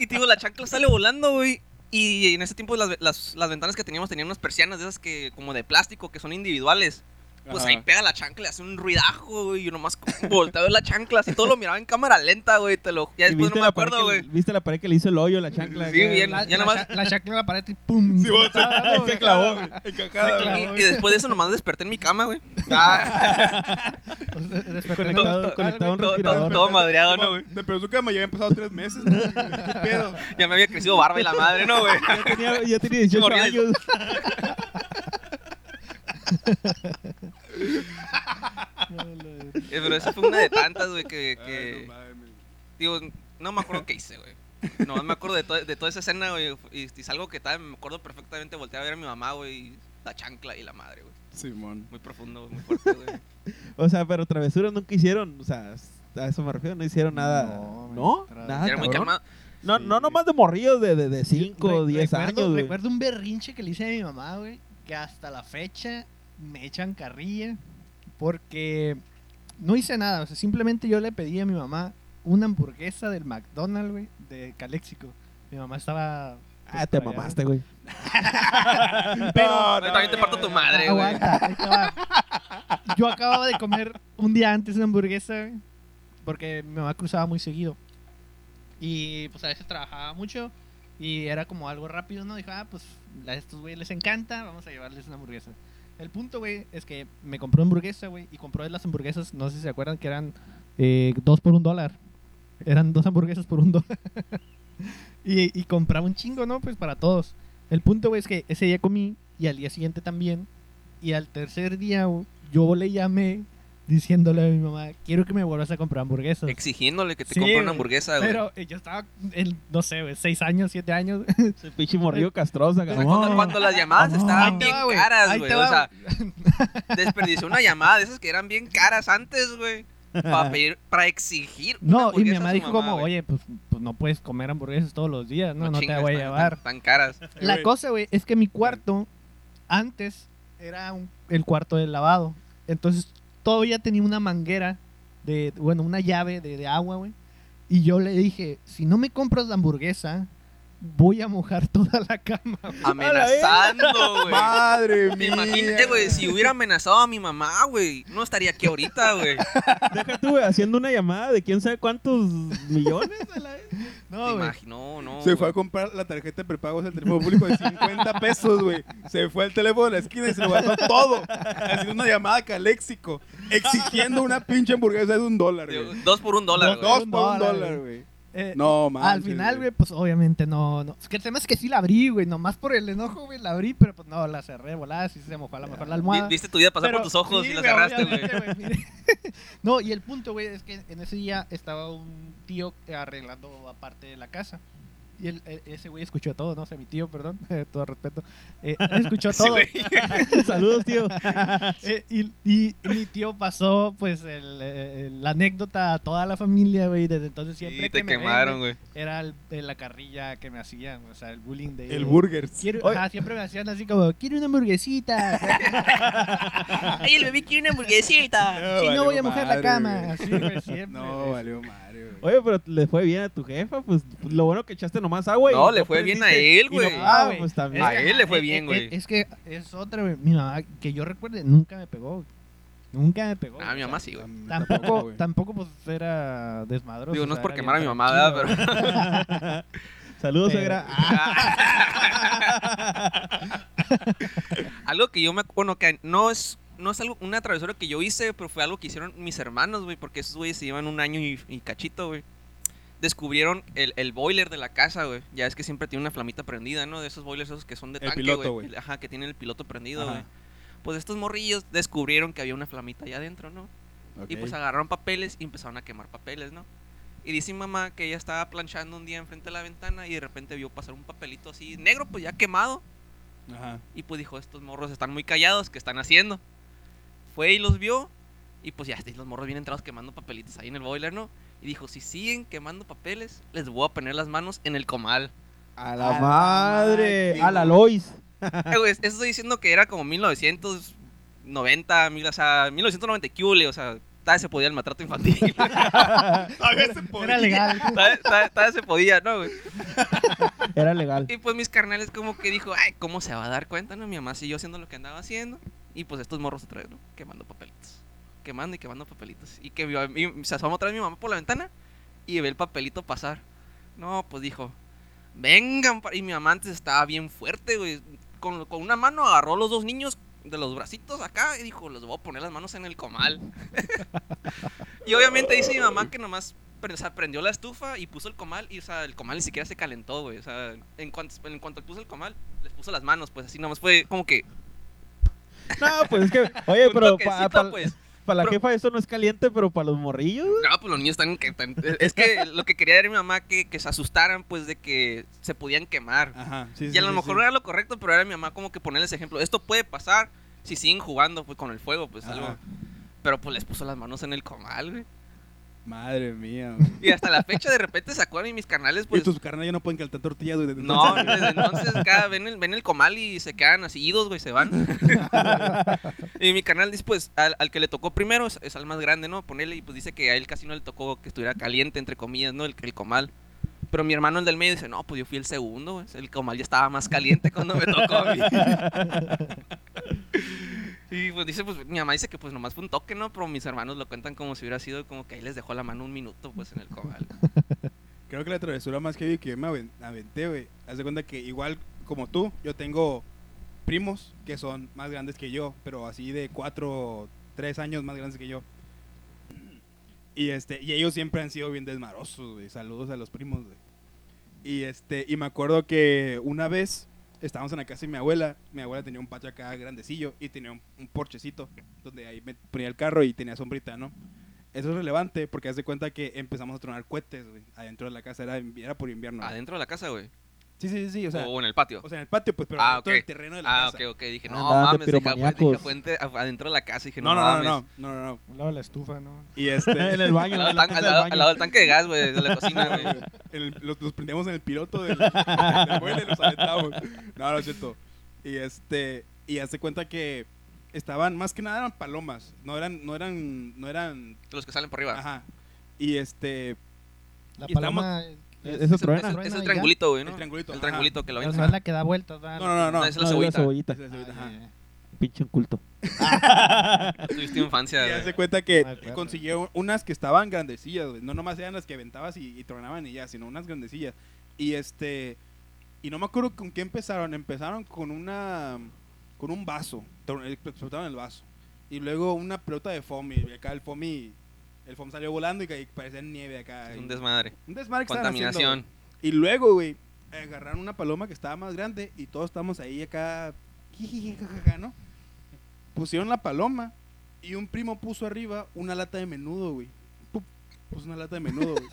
Speaker 3: Y te digo, la chancla sale volando, güey. Y en ese tiempo las, las- las ventanas que teníamos tenían unas persianas de esas que como de plástico, que son individuales. Pues
Speaker 2: Ajá.
Speaker 3: ahí pega la chancla, y hace un ruidajo, güey. Yo nomás volteo a ver la chancla, así todo lo miraba en cámara lenta, güey. Te lo, ya
Speaker 1: Y
Speaker 3: después no me
Speaker 1: la pared
Speaker 3: acuerdo,
Speaker 1: que-
Speaker 3: güey.
Speaker 1: Viste la pared que le hizo el hoyo, la chancla.
Speaker 3: Sí,
Speaker 1: acá? Ah,
Speaker 3: bien.
Speaker 4: La,
Speaker 3: Ya
Speaker 4: la,
Speaker 3: nomás-
Speaker 4: cha- la chancla en la pared y pum.
Speaker 2: Sí, vos,
Speaker 4: Ah, güey.
Speaker 2: se clavó, güey. Encajada, güey.
Speaker 3: Y, y después de eso nomás desperté en mi cama, güey. Ah,
Speaker 4: O sea, despertó
Speaker 1: Conectado-
Speaker 4: todo-
Speaker 1: conectado a un
Speaker 3: todo, todo,
Speaker 1: respirador.
Speaker 3: todo madreado,
Speaker 2: Como,
Speaker 3: ¿no, güey?
Speaker 2: Te pegó su cama, ya habían pasado tres meses. ¿no? ¿Qué pedo?
Speaker 3: Ya me había crecido barba y la madre, ¿no, güey?
Speaker 1: Ya tenía, ya tenía 18
Speaker 3: Corriendo.
Speaker 1: años.
Speaker 3: Eh, pero esa fue una de tantas, güey, que, que-
Speaker 2: Ay, no mames.
Speaker 3: digo, no me acuerdo qué hice, güey. No, me acuerdo de, to- de toda esa escena, güey, y, y algo que tal, me acuerdo perfectamente, volteé a ver a mi mamá, güey, y la chancla y la madre, güey.
Speaker 2: Simón.
Speaker 3: Muy profundo, güey, muy fuerte, güey.
Speaker 1: O sea, pero travesuras nunca hicieron. O sea, a eso me refiero. No hicieron nada.
Speaker 4: No,
Speaker 1: No,
Speaker 4: tra-
Speaker 1: nada.
Speaker 3: Era muy
Speaker 1: cabrón.
Speaker 3: calmado.
Speaker 1: No,
Speaker 4: Sí.
Speaker 1: no nomás de morrillos de 5 de,
Speaker 4: Re-
Speaker 1: o 10
Speaker 4: recuerdo-
Speaker 1: años, güey.
Speaker 4: Recuerdo un berrinche que le hice a mi mamá, güey, que hasta la fecha me echan carrilla porque no hice nada, o sea, simplemente yo le pedí a mi mamá una hamburguesa del McDonald's, güey, de Caléxico. Mi mamá estaba... pues,
Speaker 1: Ah, te
Speaker 4: por allá,
Speaker 1: mamaste, güey.
Speaker 2: No,
Speaker 3: Yo también te parto tu
Speaker 4: Ah,
Speaker 3: madre, güey.
Speaker 4: Aguanta, ahí te va. Yo acababa de comer un día antes una hamburguesa, güey, porque mi mamá cruzaba muy seguido. Y pues a veces trabajaba mucho y era como algo rápido, ¿no? Dijo, ah, pues a estos güeyes les encanta, vamos a llevarles una hamburguesa. El punto, güey, es que me compró hamburguesa, güey, y compró de las hamburguesas, no sé si se acuerdan, que eran eh, dos por un dólar. Eran dos hamburguesas por un dólar. y, y compraba un chingo, ¿no? Pues para todos. El punto, güey, es que ese día comí y al día siguiente también. Y al tercer día, güey, yo le llamé diciéndole a mi mamá, quiero que me vuelvas a comprar hamburguesas.
Speaker 3: Exigiéndole que te
Speaker 4: Sí,
Speaker 3: compre
Speaker 4: güey,
Speaker 3: una hamburguesa, güey.
Speaker 4: Pero eh, yo estaba, en, no sé, güey, seis años, siete años.
Speaker 1: Ese pinche morrillo castrosa,
Speaker 3: Pero cuando,
Speaker 1: cabrón.
Speaker 3: cuando las llamadas
Speaker 1: Vamos.
Speaker 3: estaban
Speaker 4: Ahí te
Speaker 3: bien
Speaker 4: va, güey.
Speaker 3: caras,
Speaker 4: Ahí
Speaker 3: güey.
Speaker 4: te
Speaker 3: O
Speaker 4: va,
Speaker 3: sea, desperdició una llamada de esas que eran bien caras antes, güey. Para pedir, para exigir. una
Speaker 4: No, y mi
Speaker 3: hamburguesa a
Speaker 4: mamá
Speaker 3: su
Speaker 4: dijo como,
Speaker 3: güey.
Speaker 4: oye, pues, pues no puedes comer hamburguesas todos los días, no, no,
Speaker 3: chingues,
Speaker 4: te voy a
Speaker 3: tan-
Speaker 4: llevar.
Speaker 3: Tan, tan caras.
Speaker 4: La cosa, güey, es que mi cuarto antes era un- el cuarto del lavado. Entonces todavía tenía una manguera de, bueno, una llave de, de agua, güey. Y yo le dije, si no me compras la hamburguesa, voy a mojar toda la cama. güey".
Speaker 3: Amenazando, güey.
Speaker 2: Madre
Speaker 3: Me
Speaker 2: mía.
Speaker 3: Imagínate, güey, si hubiera amenazado a mi mamá, güey, no estaría aquí ahorita, güey.
Speaker 1: Deja tú, güey, haciendo una llamada de quién sabe cuántos millones. a la vez.
Speaker 3: Te
Speaker 4: No, güey.
Speaker 3: imagi- No, no.
Speaker 2: Se
Speaker 3: güey.
Speaker 2: fue a comprar la tarjeta de prepago del teléfono público de 50 pesos, güey. Se fue al teléfono de la esquina y se lo gastó todo. Haciendo una llamada caléxico, exigiendo una pinche hamburguesa de un dólar,
Speaker 3: Digo,
Speaker 2: güey.
Speaker 3: Dos por un dólar,
Speaker 4: Dos,
Speaker 3: güey.
Speaker 2: Dos por un
Speaker 4: dólar,
Speaker 2: dólar, güey.
Speaker 4: Eh,
Speaker 2: No, mames.
Speaker 4: Al final, güey, pues obviamente no, no. Es que el tema es que sí la abrí, güey. Nomás por el enojo, güey, la abrí, pero pues no, la cerré volada, sí se mojó a lo mejor la
Speaker 3: Vi-
Speaker 4: almohada.
Speaker 3: Viste tu vida pasar
Speaker 4: Pero-
Speaker 3: por tus ojos
Speaker 4: sí,
Speaker 3: y la
Speaker 4: güey,
Speaker 3: cerraste, güey.
Speaker 4: obviamente, güey, mire. no, y el punto, güey, es que en ese día estaba un tío arreglando aparte de la casa. Y el- e- ese güey escuchó todo, no sé, mi tío, perdón, todo respeto. eh, escuchó
Speaker 3: Sí,
Speaker 4: todo.
Speaker 3: güey.
Speaker 1: Saludos, tío.
Speaker 4: Eh, y, y mi tío pasó, pues, el, eh, la anécdota a toda la familia, güey. Desde entonces siempre.
Speaker 3: Y te
Speaker 4: que me ven,
Speaker 3: quemaron, güey.
Speaker 4: era el- de la carrilla que me hacían, o sea, el bullying de...
Speaker 2: El burger.
Speaker 4: Quiero,
Speaker 1: Oye.
Speaker 4: ajá, siempre me hacían así como, quiero una hamburguesita,
Speaker 3: Ay, el bebé quiere una hamburguesita.
Speaker 4: si
Speaker 2: valió
Speaker 4: no voy a mojar
Speaker 2: madre,
Speaker 4: la cama.
Speaker 2: güey.
Speaker 4: Así, güey, siempre.
Speaker 2: No, valió madre, güey.
Speaker 1: Oye, pero le fue bien a tu jefa, pues lo bueno que echaste nomás agua. y
Speaker 3: No, le fue bien a
Speaker 1: prendiste-
Speaker 3: él,
Speaker 1: y no-
Speaker 3: güey.
Speaker 1: Ah, pues también.
Speaker 3: A él le fue
Speaker 4: eh,
Speaker 3: bien,
Speaker 4: eh,
Speaker 3: güey.
Speaker 4: Es que es otra, güey. Mi mamá, que yo recuerde, nunca me pegó. güey. Nunca me pegó.
Speaker 3: Ah, mi
Speaker 4: o sea,
Speaker 3: mamá sí, güey.
Speaker 4: Tampoco,
Speaker 2: güey.
Speaker 4: tampoco, pues, era desmadroso.
Speaker 3: Digo, no es
Speaker 4: o sea,
Speaker 3: por
Speaker 4: era
Speaker 3: quemar a mi
Speaker 4: bien
Speaker 3: mamá,
Speaker 4: tranquilo,
Speaker 3: ¿verdad? Pero.
Speaker 1: Saludos,
Speaker 4: Pero-
Speaker 1: suegra.
Speaker 3: Ah. algo que yo me acu- bueno que no es no es algo una travesura que yo hice pero fue algo que hicieron mis hermanos güey porque esos güeyes se llevan un año y, y cachito güey descubrieron el, el boiler de la casa güey ya es que siempre tiene una flamita prendida no de esos boilers esos que son de
Speaker 2: El
Speaker 3: tanque
Speaker 2: piloto,
Speaker 3: güey
Speaker 2: güey.
Speaker 3: ajá que tiene el piloto prendido
Speaker 2: Ajá.
Speaker 3: güey pues estos morrillos descubrieron que había una flamita allá adentro no
Speaker 2: Ok.
Speaker 3: y pues agarraron papeles y empezaron a quemar papeles, ¿no? Y dice mi mamá que ella estaba planchando un día enfrente de la ventana y de repente vio pasar un papelito así negro, pues ya quemado.
Speaker 2: Ajá.
Speaker 3: Y pues dijo, estos morros están muy callados, ¿qué están haciendo? Fue y los vio y pues ya los morros bien entrados quemando papelitos ahí en el boiler, ¿no? Y dijo, si siguen quemando papeles, les voy a poner las manos en el comal.
Speaker 1: A
Speaker 2: A
Speaker 1: la
Speaker 2: la
Speaker 1: madre.
Speaker 2: madre.
Speaker 1: A la Lois.
Speaker 3: Eh, güey, eso estoy diciendo que era como 1990, mil- o sea, 1990 y cule, o sea, todavía se podía el maltrato infantil.
Speaker 2: Todavía se
Speaker 4: Era
Speaker 2: podía.
Speaker 4: legal.
Speaker 3: todavía, todavía- todavía se podía, ¿no, güey?
Speaker 1: Era legal.
Speaker 3: Y pues mis carnales como que dijo, ay, ¿cómo se va a dar cuenta, no? Mi mamá siguió haciendo lo que andaba haciendo. Y pues estos morros otra vez, ¿no? Quemando papelitos. Quemando y quemando papelitos. Y que vio a mí- se asomó otra vez mi mamá por la ventana y ve el papelito pasar. No, pues dijo, vengan. pa-". Y mi mamá antes estaba bien fuerte, güey. Con, con una mano agarró a los dos niños de los bracitos acá y dijo, les voy a poner las manos en el comal. y obviamente dice mi mamá que nomás pre- o sea, prendió la estufa y puso el comal y, o sea, el comal ni siquiera se calentó, güey. O sea, en cuanto, en cuanto puso el comal, les puso las manos, pues así nomás fue como que...
Speaker 1: No, pues es que, oye,
Speaker 3: Un
Speaker 1: pero para
Speaker 3: toquecito, pues.
Speaker 1: la
Speaker 3: Pero-
Speaker 1: jefa esto no es caliente, pero para los morrillos. güey.
Speaker 3: No, pues los niños están... que están- es que lo que quería era mi mamá que, que se asustaran, pues, de que se podían quemar.
Speaker 2: Ajá, Ah, sí,
Speaker 3: y
Speaker 2: sí,
Speaker 3: a lo
Speaker 2: sí,
Speaker 3: mejor
Speaker 2: sí.
Speaker 3: no era lo correcto, pero era mi mamá como que ponerles ejemplo. Esto puede pasar si siguen jugando pues, con el fuego, pues
Speaker 2: Ajá.
Speaker 3: algo. Pero pues les puso las manos en el comal, güey.
Speaker 2: Madre mía, güey.
Speaker 3: Y hasta la fecha de repente sacó y mis canales,
Speaker 2: Y
Speaker 3: pues...
Speaker 2: tus carnales ya no pueden caltar tortillas, güey. desde
Speaker 3: No,
Speaker 2: entonces, güey.
Speaker 3: desde entonces cada ven el, ven el comal y se quedan así idos, güey, se van. y mi canal dice, pues, al, al que le tocó primero es, es al más grande, ¿no? Ponele y pues dice que a él casi no le tocó que estuviera caliente, entre comillas, ¿no? El, el comal. Pero mi hermano, el del medio, dice, no, pues yo fui el segundo, güey. El comal ya estaba más caliente cuando me tocó a mí. Y pues dice, pues mi mamá dice que pues nomás fue un toque, ¿no? Pero mis hermanos lo cuentan como si hubiera sido como que ahí les dejó la mano un minuto, pues, en el comal.
Speaker 2: Creo que la travesura más heavy que yo me aven- aventé, güey. Haz de cuenta que igual como tú, yo tengo primos que son más grandes que yo, pero así de cuatro, tres años más grandes que yo. Y este, y ellos siempre han sido bien desmarosos, güey. Saludos a los primos, güey. Y este, y me acuerdo que una vez estábamos en la casa de mi abuela, mi abuela tenía un patio acá grandecillo y tenía un, un porchecito donde ahí me ponía el carro y tenía sombrita, ¿no? Eso es relevante porque haz de cuenta que empezamos a tronar cohetes, güey, adentro de la casa, era, en- era por invierno. güey.
Speaker 3: Adentro de la casa, güey.
Speaker 2: Sí, sí, sí, sí, o
Speaker 3: O,
Speaker 2: sea,
Speaker 3: en el patio.
Speaker 2: o sea, en el patio, pues, pero
Speaker 3: Ah,
Speaker 2: adentro
Speaker 3: ok.
Speaker 2: del terreno de la
Speaker 3: Ah,
Speaker 2: casa.
Speaker 3: ok, ok. Dije, no,
Speaker 1: Andaban de
Speaker 3: mames, dije, "Ah,
Speaker 1: piromaníacos".
Speaker 3: dije, fue ente- af- adentro de la casa. Dije, no,
Speaker 2: No, no, no,
Speaker 3: mames.
Speaker 2: no, no, no, no.
Speaker 4: Al lado de la estufa, ¿no?
Speaker 2: Y este,
Speaker 1: en el baño.
Speaker 3: Al
Speaker 1: en
Speaker 3: lado,
Speaker 1: la
Speaker 3: al
Speaker 1: taza
Speaker 3: lado-
Speaker 1: del
Speaker 3: al
Speaker 1: baño.
Speaker 3: lado del tanque de gas, güey, de la cocina, güey.
Speaker 2: el- los, los prendemos en el piloto del, del abuelo y los aventamos. No, no es cierto. Y este, y hace cuenta que estaban, más que nada eran palomas, no eran, no eran, no eran,
Speaker 3: Los que salen por arriba.
Speaker 2: ajá. Y este,
Speaker 4: La
Speaker 2: Y
Speaker 4: paloma.
Speaker 1: Eh, Eso
Speaker 3: Es, el- es
Speaker 1: truena.
Speaker 3: el- es
Speaker 4: Truena
Speaker 3: el
Speaker 4: y ya.
Speaker 3: triangulito, güey, ¿no?
Speaker 2: El triangulito,
Speaker 3: El
Speaker 2: ajá.
Speaker 3: triangulito que lo
Speaker 4: pero no es la que da vueltas, da.
Speaker 2: no, no, no, no.
Speaker 3: No, es la
Speaker 1: No, digo cebollita.
Speaker 3: cebollita.
Speaker 2: Esa es la- ajá.
Speaker 1: Pinche inculto.
Speaker 3: Tuviste infancia,
Speaker 2: Y
Speaker 3: güey.
Speaker 2: hace cuenta que
Speaker 4: Ah, claro.
Speaker 2: consiguió unas que estaban grandecillas, güey. No nomás eran las que aventabas y, y tronaban y ya, sino unas grandecillas. Y este. Y no me acuerdo con qué empezaron. Empezaron con una. Con un vaso. Tron- Explotaron el vaso. Y luego una pelota de foamy. Y acá el foamy. El foam salió volando y ca- y parecía nieve acá.
Speaker 3: Es
Speaker 2: Y-
Speaker 3: un desmadre.
Speaker 2: un desmadre que estaban haciendo,
Speaker 3: Contaminación.
Speaker 2: y luego, güey, agarraron una paloma que estaba más grande y todos estábamos ahí acá, jijiji, jajaja, ¿no? Pusieron la paloma y un primo puso arriba una lata de menudo, güey. Pup, Puso una lata de menudo, güey.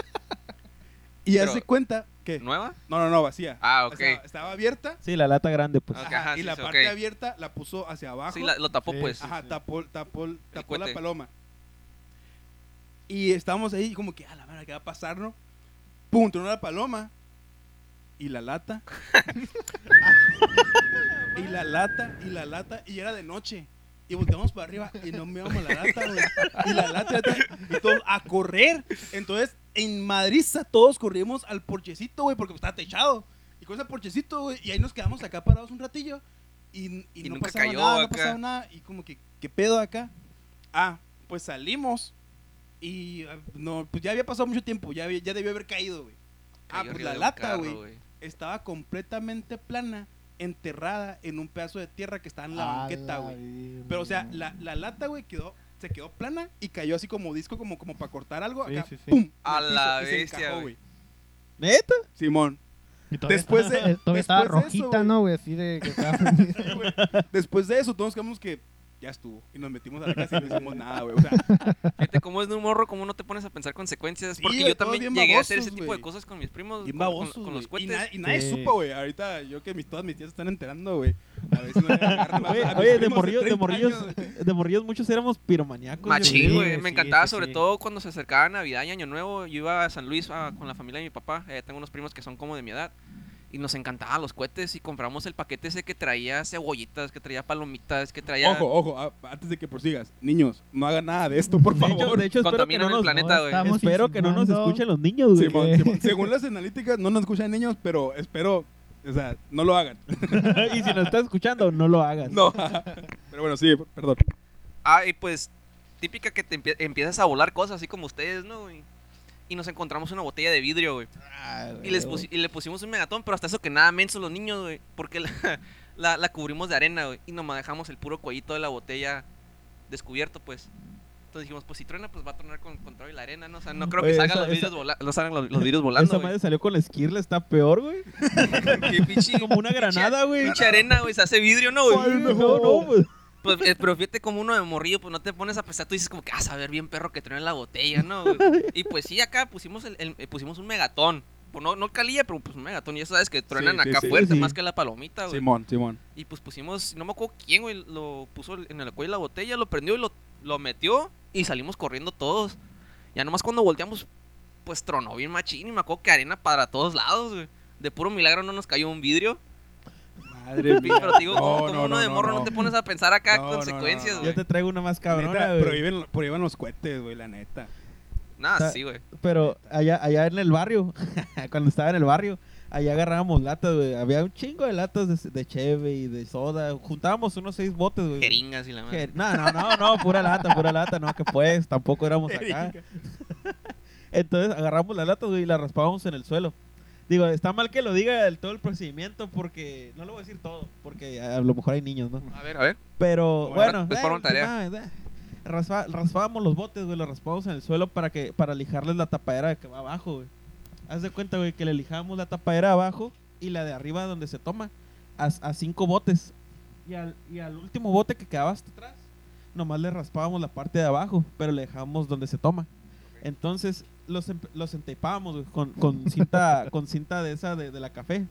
Speaker 2: Y
Speaker 3: Pero-
Speaker 2: hace cuenta que... No,
Speaker 3: ¿Nueva?
Speaker 2: no, no, vacía.
Speaker 3: Ah, ok.
Speaker 2: Estaba, estaba abierta
Speaker 1: Sí, la lata grande, pues.
Speaker 3: Ah, Ok,
Speaker 2: ajá,
Speaker 3: ajá,
Speaker 2: y
Speaker 3: sí,
Speaker 2: la
Speaker 3: sí,
Speaker 2: parte
Speaker 3: ok.
Speaker 2: abierta la puso hacia abajo.
Speaker 3: Sí, la- lo tapó,
Speaker 4: Sí.
Speaker 3: pues.
Speaker 2: Ajá, tapó, tapó, tapó la
Speaker 3: cohete.
Speaker 2: paloma. Y estábamos ahí como que, a la madre, ¿qué va a pasar, no? Pum, tronó la paloma. Y la lata. y la lata, y la lata. Y era de noche. Y volteamos para arriba y no miramos la lata, güey. Y la lata, la lata, y todos a correr. Entonces, en Madriza todos corrimos al porchecito, güey, porque estaba techado. Y con ese porchecito, güey, y ahí nos quedamos acá parados un ratillo. Y, y
Speaker 3: Y
Speaker 2: no
Speaker 3: nunca
Speaker 2: pasaba
Speaker 3: cayó
Speaker 2: nada, no
Speaker 3: acá.
Speaker 2: pasaba nada. Y como que, ¿qué pedo acá? Ah, pues salimos. Y ah, no, pues ya había pasado mucho tiempo, ya, había- ya debió haber caído, güey. Ah,
Speaker 3: Cayó
Speaker 2: pues
Speaker 3: arriba
Speaker 2: la
Speaker 3: de un
Speaker 2: lata,
Speaker 3: carro,
Speaker 2: güey, estaba completamente plana, enterrada en un pedazo de tierra que estaba en la banqueta, güey. Pero, o
Speaker 1: Mm.
Speaker 2: sea, la, la lata, güey, quedó, se quedó plana y cayó así como disco, como, como para cortar algo.
Speaker 4: Sí,
Speaker 2: acá,
Speaker 4: sí, sí.
Speaker 2: ¡pum! en el
Speaker 3: A la
Speaker 2: y se
Speaker 3: bestia,
Speaker 2: encajó,
Speaker 3: güey.
Speaker 1: ¿Neta?
Speaker 2: Simón. Después
Speaker 4: después
Speaker 2: de-
Speaker 4: de. Todavía estaba
Speaker 2: después de eso,
Speaker 4: rojita,
Speaker 2: güey.
Speaker 4: ¿no, güey? Así de que estaba.
Speaker 2: Después de eso, todos quedamos que ya estuvo. Y nos metimos a la casa y no hicimos nada, güey. O sea,
Speaker 3: Fíjate cómo es de un morro, cómo no te pones a pensar consecuencias.
Speaker 2: Sí,
Speaker 3: Porque
Speaker 2: güey,
Speaker 3: yo
Speaker 2: todos
Speaker 3: también
Speaker 2: bien
Speaker 3: llegué a hacer ese
Speaker 2: babosos,
Speaker 3: tipo de
Speaker 2: güey.
Speaker 3: cosas con mis primos.
Speaker 2: bien
Speaker 3: con- con-
Speaker 2: babosos,
Speaker 3: con,
Speaker 2: güey.
Speaker 3: los
Speaker 2: Y,
Speaker 3: cohetes.
Speaker 2: na- y nadie
Speaker 4: Sí.
Speaker 2: supo, güey. Ahorita yo que mis, todas mis tías se están enterando, güey. A veces no le agarran más-
Speaker 1: Oye,
Speaker 2: a mis
Speaker 1: oye, de
Speaker 2: primos
Speaker 1: morrillos, de
Speaker 2: 30
Speaker 1: morrillos,
Speaker 2: años, güey.
Speaker 1: de morrillos muchos éramos piromaníacos.
Speaker 3: Machín,
Speaker 4: Sí,
Speaker 1: güey.
Speaker 3: güey.
Speaker 4: güey,
Speaker 3: Me
Speaker 4: sí,
Speaker 3: encantaba,
Speaker 4: sí,
Speaker 3: sobre
Speaker 4: sí.
Speaker 3: todo cuando se acercaba Navidad y Año Nuevo. Yo iba a San Luis ah, con la familia de mi papá. eh, tengo unos primos que son como de mi edad. Y nos encantaban los cohetes. Y compramos el paquete ese que traía cebollitas, que traía palomitas, que traía.
Speaker 2: Ojo, ojo, ah, antes de que prosigas. Niños, no hagan nada de esto, por
Speaker 1: De hecho,
Speaker 2: favor.
Speaker 1: de hecho espero que
Speaker 3: Contaminan
Speaker 1: no
Speaker 3: el
Speaker 1: nos,
Speaker 3: planeta, güey.
Speaker 4: estamos
Speaker 1: espero que no nos
Speaker 4: insinuando.
Speaker 1: escuchen los niños, güey.
Speaker 2: Simón,
Speaker 4: ¿qué?
Speaker 2: Simón. Según las analíticas, no nos escuchan niños, pero espero, o sea, no lo hagan.
Speaker 1: y si nos estás escuchando, no lo hagas.
Speaker 2: No. Pero bueno, sí, perdón.
Speaker 3: Ah, y pues, típica que te empie- empiezas a volar cosas así como ustedes, ¿no? güey? Y nos encontramos una botella de vidrio, güey.
Speaker 4: Ah,
Speaker 3: Y, les pusi- y le pusimos un megatón, pero hasta eso que nada menso los niños, güey. Porque la, la- la cubrimos de arena, güey. Y nomás dejamos el puro cuellito de la botella descubierto, pues. Entonces dijimos, pues si truena, pues va a tronar con, con todo y la arena, ¿no? O sea, no creo que
Speaker 1: Oye,
Speaker 3: salgan
Speaker 1: esa-
Speaker 3: los vidrios,
Speaker 1: esa-
Speaker 3: vola- no salgan los, los vidrios
Speaker 1: Esa
Speaker 3: volando, güey.
Speaker 1: madre salió con la esquirla, está peor, güey.
Speaker 3: Qué pinche-
Speaker 1: Como una
Speaker 3: pinche-
Speaker 1: granada, güey.
Speaker 3: Pinche arena, güey, se hace vidrio, ¿no, güey?
Speaker 1: No, no, güey.
Speaker 3: Pues, eh, pero fíjate como uno de morrillo, pues no te pones a pensar, tú dices como que, ah, saber bien perro que traen la botella, ¿no? güey? Y pues sí, acá pusimos, el, el- eh, pusimos un megatón. Pues no, no calía, pero pues un megatón. Y ya sabes que truenan
Speaker 2: Sí, sí,
Speaker 3: acá
Speaker 2: sí.
Speaker 3: fuerte,
Speaker 1: Sí, sí.
Speaker 3: más que la palomita, güey.
Speaker 2: Simón, Simón.
Speaker 3: Y pues pusimos, no me acuerdo quién, güey, lo puso en el cuello de la botella, lo prendió y lo, lo metió y salimos corriendo todos. Ya nomás cuando volteamos, pues tronó bien machín y me acuerdo que arena para todos lados, güey. De puro milagro no nos cayó un vidrio.
Speaker 2: Madre mía.
Speaker 3: Pero te digo,
Speaker 2: No,
Speaker 3: como, como
Speaker 2: no,
Speaker 3: uno
Speaker 2: no,
Speaker 3: de
Speaker 2: no,
Speaker 3: morro no,
Speaker 2: no.
Speaker 3: te pones a pensar acá
Speaker 2: No, no, no,
Speaker 3: consecuencias,
Speaker 2: no.
Speaker 3: güey.
Speaker 1: Yo te traigo una más cabrona,
Speaker 2: Neta,
Speaker 1: güey.
Speaker 2: prohíben, prohíben los cohetes, güey, la neta.
Speaker 3: Nada, sí, güey.
Speaker 1: Pero allá, allá en el barrio, cuando estaba en el barrio, allá agarrábamos latas, güey. Había un chingo de latas de, de cheve y de soda. Juntábamos unos seis botes, güey.
Speaker 3: Jeringas y la madre.
Speaker 1: Jer- No, no, no, no, pura lata, pura lata, no, que pues, tampoco éramos acá. Entonces agarramos las latas, güey, y las raspábamos en el suelo. Digo, está mal que lo diga el, todo el procedimiento porque, no lo voy a decir todo, porque a lo mejor hay niños, ¿no?
Speaker 3: A ver, a ver.
Speaker 1: Pero
Speaker 3: Bueno,
Speaker 1: bueno,
Speaker 3: pues, por una tarea.
Speaker 1: no mames, eh. Raspa- raspábamos los botes, güey, los raspábamos en el suelo para que para lijarles la tapadera que va abajo, güey. Haz de cuenta, güey, que le lijamos la tapadera abajo y la de arriba donde se toma a, a cinco botes. Y al, y al último bote que quedaba hasta atrás, nomás le raspábamos la parte de abajo, pero le dejábamos donde se toma. Entonces los, emp- los entepábamos güey, con, con cinta con cinta de esa de, de la café.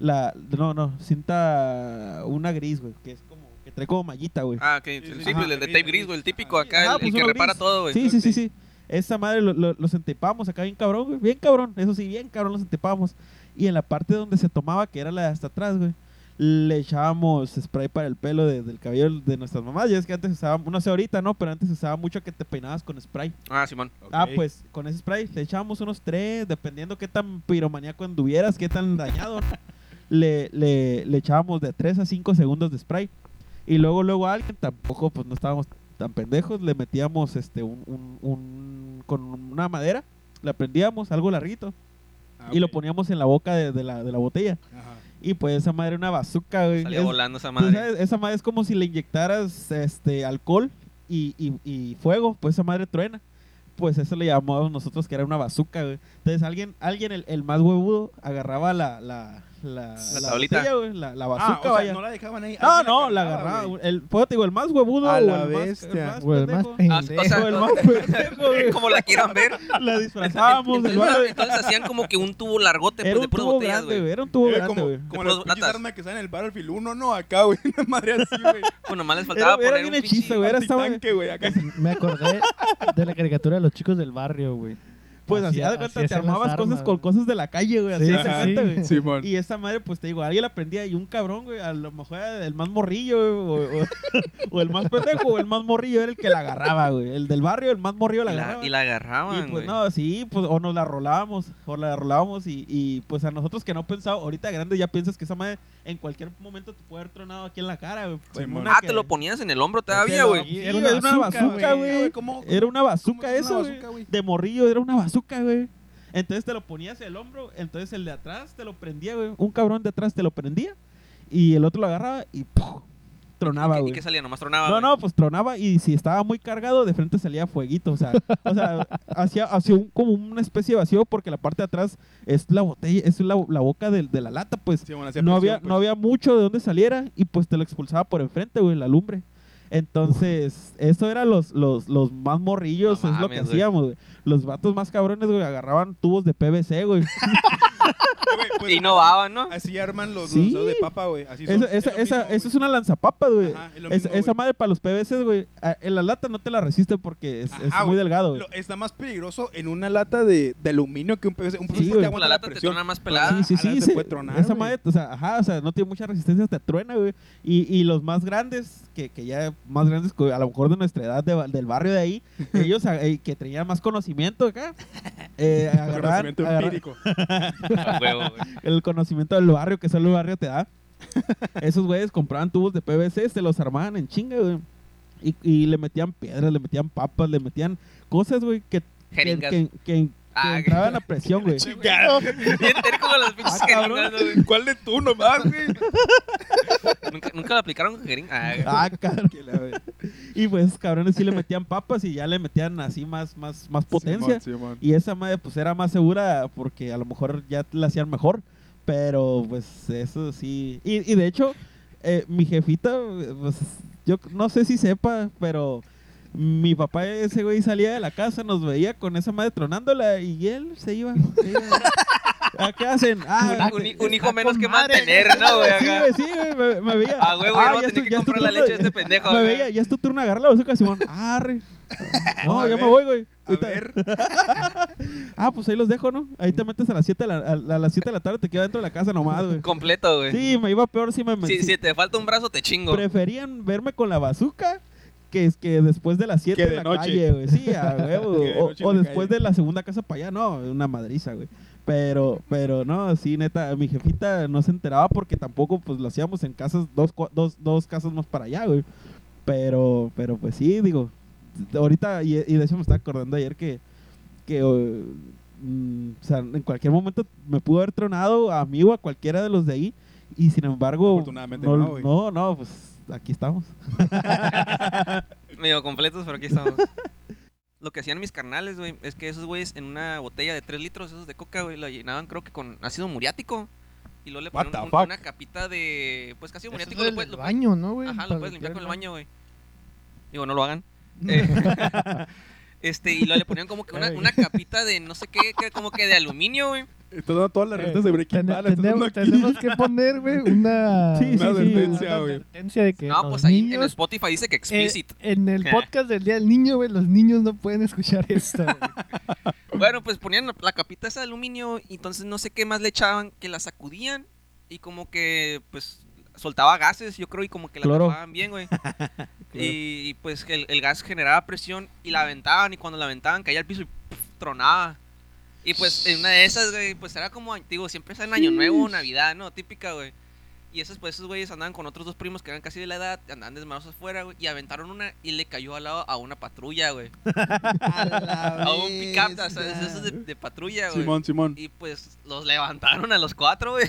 Speaker 1: La, no, no, cinta una gris, güey, que es como, que trae como mallita, güey.
Speaker 3: Ah, ok.
Speaker 2: sí,
Speaker 3: el,
Speaker 2: sí,
Speaker 3: simple,
Speaker 2: ajá.
Speaker 3: el de tape gris, güey. El típico
Speaker 2: Ajá.
Speaker 3: acá,
Speaker 1: Ajá,
Speaker 3: el,
Speaker 1: pues
Speaker 3: el que
Speaker 1: uno
Speaker 3: repara
Speaker 1: gris.
Speaker 3: todo, güey.
Speaker 1: Sí, sí, sí, sí. Esa madre lo, lo- los entepamos acá bien cabrón, güey. Bien cabrón. Eso sí, bien cabrón los entepamos. Y en la parte donde se tomaba, que era la de hasta atrás, güey, le echábamos spray para el pelo de- del cabello de nuestras mamás. Ya es que antes usábamos, no sé ahorita, ¿no? Pero antes usaba mucho que te peinabas con spray.
Speaker 3: Ah, Simón.
Speaker 1: Ah, pues con ese spray le echábamos unos tres, dependiendo qué tan piromaníaco anduvieras, qué tan dañado. le, le, le echábamos de 3 a 5 segundos de spray. Y luego, luego a alguien, tampoco, pues no estábamos tan pendejos, le metíamos este un, un- un- con una madera, la prendíamos, algo larguito,
Speaker 2: Ah,
Speaker 1: y lo poníamos en la boca de, de la, de la botella. Y pues esa madre era una bazooka, güey.
Speaker 3: Salía
Speaker 1: Es-
Speaker 3: volando esa
Speaker 1: pues,
Speaker 3: madre.
Speaker 1: ¿sabes? Esa madre es como si le inyectaras este alcohol y, y- y fuego, pues esa madre truena. Pues eso le llamamos nosotros que era una bazuca, güey. Entonces alguien, alguien el, el más huevudo agarraba la, la, la,
Speaker 3: La tablita.
Speaker 1: botella, güey, la, la
Speaker 2: Ah,
Speaker 1: bazuca,
Speaker 2: o sea,
Speaker 1: vaya.
Speaker 2: no la dejaban ahí.
Speaker 1: no,
Speaker 2: alguien
Speaker 1: no, la
Speaker 2: cargaba,
Speaker 1: agarraba.
Speaker 2: güey.
Speaker 1: güey. El, pues, te digo, el más huevudo
Speaker 2: A
Speaker 1: o el
Speaker 2: la
Speaker 1: más- el
Speaker 2: bestia.
Speaker 1: más
Speaker 4: Güey, el más
Speaker 1: pendejo.
Speaker 3: Ah, o sea,
Speaker 1: O el más pendejo, güey.
Speaker 3: como la quieran ver.
Speaker 1: La disfrazábamos del vato,
Speaker 3: entonces,
Speaker 1: güey.
Speaker 3: entonces hacían como que un tubo largote pues,
Speaker 1: Era
Speaker 3: de
Speaker 1: un
Speaker 3: puras
Speaker 1: tubo
Speaker 3: botellas,
Speaker 1: grande,
Speaker 3: güey.
Speaker 1: güey. Era un tubo
Speaker 2: Era
Speaker 1: grande,
Speaker 2: como,
Speaker 1: güey.
Speaker 2: como
Speaker 3: Con
Speaker 2: las
Speaker 3: puras
Speaker 2: pinches
Speaker 3: latas.
Speaker 2: armas que salen en el Battlefield 1, no, acá, güey. Una madre así, güey.
Speaker 3: Bueno, nomás les faltaba
Speaker 1: Era, era
Speaker 3: poner
Speaker 1: bien
Speaker 3: un pinche-
Speaker 1: hechizo, güey. Era esta madre.
Speaker 2: Antitanque, güey, acá.
Speaker 4: Me acordé de la caricatura de los chicos del barrio, güey.
Speaker 1: Pues así,
Speaker 4: Hacía-
Speaker 1: haz de cuenta,
Speaker 4: hacía
Speaker 1: te
Speaker 4: hacer las
Speaker 1: armabas cosas
Speaker 4: armas,
Speaker 1: con
Speaker 4: güey.
Speaker 1: cosas de la calle, güey. Así
Speaker 4: Sí,
Speaker 1: haz de
Speaker 4: ajá.
Speaker 1: cuenta, güey.
Speaker 2: Simón.
Speaker 1: Y esa madre, pues te digo, alguien la prendía y un cabrón, güey, a lo mejor era el más morrillo, güey, o, o- o el más pendejo, o el más morrillo era el que la agarraba, güey. El del barrio, el más morrillo la
Speaker 3: y, la,
Speaker 1: agarraba.
Speaker 3: y la
Speaker 1: Y,
Speaker 3: agarraban,
Speaker 1: pues
Speaker 3: güey.
Speaker 1: no, sí, pues o nos la rolábamos, o la rolábamos y, y, pues a nosotros que no pensábamos, ahorita grande ya piensas que esa madre en cualquier momento te puede haber tronado aquí en la cara, güey. En
Speaker 2: Simón.
Speaker 1: una
Speaker 3: ah,
Speaker 1: que-
Speaker 3: te lo ponías en el hombro todavía,
Speaker 1: lo-
Speaker 3: güey.
Speaker 1: Sí,
Speaker 4: Era
Speaker 1: era
Speaker 4: una
Speaker 1: una
Speaker 4: bazooka,
Speaker 1: bazooca,
Speaker 2: güey.
Speaker 1: güey.
Speaker 2: ¿Cómo-
Speaker 1: Era una bazooka
Speaker 2: cómo es una
Speaker 1: eso, güey.
Speaker 2: bazooka, güey?
Speaker 1: De morrillo, era una bazooka, güey. Entonces te lo ponías en el hombro, entonces el de atrás te lo prendía, güey. Un cabrón de atrás te lo prendía y el otro lo agarraba y ¡puf! tronaba,
Speaker 3: ¿Y
Speaker 1: güey.
Speaker 3: qué salía? Nomás tronaba,
Speaker 1: No,
Speaker 3: güey.
Speaker 1: no, pues tronaba y si estaba muy cargado, de frente salía fueguito, o sea, o sea hacía, hacía un, como una especie de vacío porque la parte de atrás es la botella, es la, la boca del- de, la lata, pues
Speaker 2: Simón, hacía
Speaker 1: no
Speaker 2: presión,
Speaker 1: había, no
Speaker 2: pues.
Speaker 1: había mucho de dónde saliera y pues te lo expulsaba por enfrente, güey, la lumbre. Entonces, eso era los, los, los más morrillos,
Speaker 3: No
Speaker 1: es lo que
Speaker 3: mames, güey.
Speaker 1: hacíamos, güey. Los vatos más cabrones, güey, agarraban tubos de PVC, güey.
Speaker 2: Eh, güey, pues,
Speaker 3: Y innovaban, ¿no?
Speaker 2: Así arman los
Speaker 1: Sí.
Speaker 2: los de papa, güey. Así son.
Speaker 1: Esa,
Speaker 2: Es
Speaker 1: esa,
Speaker 2: lo
Speaker 1: esa, eso
Speaker 2: mismo,
Speaker 1: es
Speaker 2: güey.
Speaker 1: una lanzapapa, güey.
Speaker 2: Ajá, es lo
Speaker 1: Es-
Speaker 2: mismo,
Speaker 1: esa
Speaker 2: güey.
Speaker 1: madre para los PVC, güey. a- En la lata no te la resiste porque es, es
Speaker 2: Ajá,
Speaker 1: muy
Speaker 2: güey.
Speaker 1: delgado, güey.
Speaker 2: Lo- está más peligroso en una lata de, de aluminio que un PVC. Un PVC
Speaker 1: güey.
Speaker 2: te
Speaker 1: La
Speaker 2: aguanta
Speaker 3: La
Speaker 2: la,
Speaker 3: lata te
Speaker 2: presión.
Speaker 3: trona más pelada.
Speaker 1: Sí, sí,
Speaker 2: Ah, se
Speaker 1: sí. se-
Speaker 2: puede tronar,
Speaker 1: esa
Speaker 2: güey.
Speaker 1: madre, o sea, ajá, o sea, no tiene mucha resistencia, te truena, güey. Y, y los más grandes, que, que ya más grandes, que a lo mejor de nuestra edad, de ba- del barrio de ahí, ellos a- eh, que tenían más conocimiento acá, eh, agarraban-
Speaker 2: Conocimiento
Speaker 1: agarra-
Speaker 2: empírico.
Speaker 3: A huevo, güey.
Speaker 1: el conocimiento del barrio que solo el barrio te da. Esos güeyes compraban tubos de PVC, se los armaban en chinga, güey. Y, y le metían piedras, le metían papas, le metían cosas, güey, que, que,
Speaker 3: Jeringas.
Speaker 1: que- que- que
Speaker 3: Ah,
Speaker 1: entraban a presión, güey.
Speaker 2: Chingado.
Speaker 3: Bien terco con las pinches
Speaker 1: Ah, cabrón.
Speaker 3: jeringas, güey.
Speaker 2: ¿Cuál de tú nomás, güey?
Speaker 3: Nunca, nunca lo aplicaron con jeringas. Ah, güey.
Speaker 1: Ah, cabrón. Y pues cabrones sí le metían papas y ya le metían así más, más, más potencia.
Speaker 2: Simón, Simón.
Speaker 1: Y esa madre pues era más segura porque a lo mejor ya la hacían mejor. Pero pues eso sí. Y, y de hecho, eh, mi jefita, eh, pues Yo no sé si sepa, pero mi papá, ese güey, salía de la casa, nos veía con esa madre tronándola y él se iba. se iba. ¿A qué hacen? Ah,
Speaker 3: Un, hi-
Speaker 1: eh,
Speaker 3: un hijo
Speaker 4: Está
Speaker 3: menos
Speaker 4: con
Speaker 3: que
Speaker 4: madre.
Speaker 3: mantener, ¿no, güey?
Speaker 1: Sí,
Speaker 3: Acá.
Speaker 1: güey, sí, güey, me, me veía.
Speaker 3: Ah, güey, güey,
Speaker 1: Ah,
Speaker 3: voy a
Speaker 1: ya es tu-
Speaker 3: tener que
Speaker 1: ya es tu
Speaker 3: comprar la
Speaker 1: turno
Speaker 3: leche de
Speaker 1: de-
Speaker 3: este pendejo.
Speaker 1: Me
Speaker 3: acá.
Speaker 1: veía, ya es tu turno agarrar la bazooka, Simón. Arre. No,
Speaker 2: A
Speaker 1: ya
Speaker 2: ver,
Speaker 1: me voy, güey.
Speaker 2: A ver,
Speaker 1: Ah, pues ahí los dejo, ¿no? Ahí te metes a las 7 de la, a, a las 7 de la tarde, te quedas dentro de la casa nomás, güey.
Speaker 3: Completo, güey.
Speaker 1: Sí, me iba peor si me
Speaker 3: si,
Speaker 1: metí.
Speaker 3: si te falta un brazo, te chingo.
Speaker 1: Preferían verme con la bazooka que es que después de las 7
Speaker 2: Que
Speaker 1: de
Speaker 2: de
Speaker 1: la
Speaker 2: noche.
Speaker 1: calle, güey. Sí, a huevo.
Speaker 2: Que de
Speaker 1: O,
Speaker 2: noche en
Speaker 1: o
Speaker 2: la
Speaker 1: después
Speaker 2: calle.
Speaker 1: de la segunda casa para allá, no, una madriza, güey. Pero, pero no, sí, neta, mi jefita no se enteraba porque tampoco pues lo hacíamos en casas, dos, cua- dos, dos casas más para allá, güey. Pero, pero pues sí, digo, ahorita, y, y de hecho me estaba acordando ayer que, que eh, mm, o sea, en cualquier momento me pudo haber tronado a mí o a cualquiera de los de ahí, y sin embargo,
Speaker 2: Afortunadamente
Speaker 1: no,
Speaker 2: no, güey.
Speaker 1: no, no, pues aquí estamos.
Speaker 3: Medio completos, pero aquí estamos. Lo que hacían mis carnales, güey, es que esos güeyes en una botella de 3 litros, esos de coca, güey, la llenaban creo que con ácido muriático. Y luego le
Speaker 2: What
Speaker 3: ponían
Speaker 2: the
Speaker 3: un-
Speaker 2: fuck?
Speaker 3: una capita de, pues, casi
Speaker 4: Eso
Speaker 3: muriático.
Speaker 4: es
Speaker 3: lo
Speaker 4: del
Speaker 3: puedes- lo puedes-
Speaker 4: baño, ¿no, güey?
Speaker 3: Ajá,
Speaker 4: Para
Speaker 3: lo puedes limpiar con el
Speaker 4: limpiar
Speaker 3: baño, güey. Digo, no lo hagan. Eh, este, y luego le ponían como que una,
Speaker 4: Ey.
Speaker 3: una capita de no sé qué, que como que de aluminio, güey.
Speaker 2: estás dando todas las
Speaker 4: Eh,
Speaker 2: recetas de Breaking
Speaker 4: Tene-
Speaker 2: Bad. estás dando
Speaker 4: tenemos,
Speaker 2: aquí.
Speaker 4: tenemos que poner, güey, una,
Speaker 1: Sí, sí,
Speaker 4: una
Speaker 1: sí.
Speaker 2: advertencia,
Speaker 4: una
Speaker 2: güey.
Speaker 4: advertencia de que
Speaker 3: No,
Speaker 4: los
Speaker 3: pues ahí en
Speaker 4: niños-
Speaker 3: Spotify dice que
Speaker 4: eh,
Speaker 3: explícito.
Speaker 4: en el podcast del Día del Niño, güey, los niños no pueden escuchar esto. güey.
Speaker 3: Bueno, pues ponían la- la capita esa de aluminio y entonces no sé qué más le echaban, que la sacudían y como que pues soltaba gases, yo creo, y como que la
Speaker 1: Cloro.
Speaker 3: tapaban bien, güey. y, y, pues el, el gas generaba presión y la aventaban y cuando la aventaban caía al piso y ¡puf! tronaba. Y pues en una de esas, güey, pues era como antiguo, siempre es en Año Nuevo, Navidad, ¿no? Típica, güey. Y esos, pues, esos güeyes andaban con otros dos primos que eran casi de la edad, andaban desmados afuera, güey, y aventaron una y le cayó al lado a una patrulla, güey. A un pick-up, o sea, eso es de, de patrulla, güey.
Speaker 2: Simón, Simón.
Speaker 3: Y pues los levantaron a los cuatro, güey.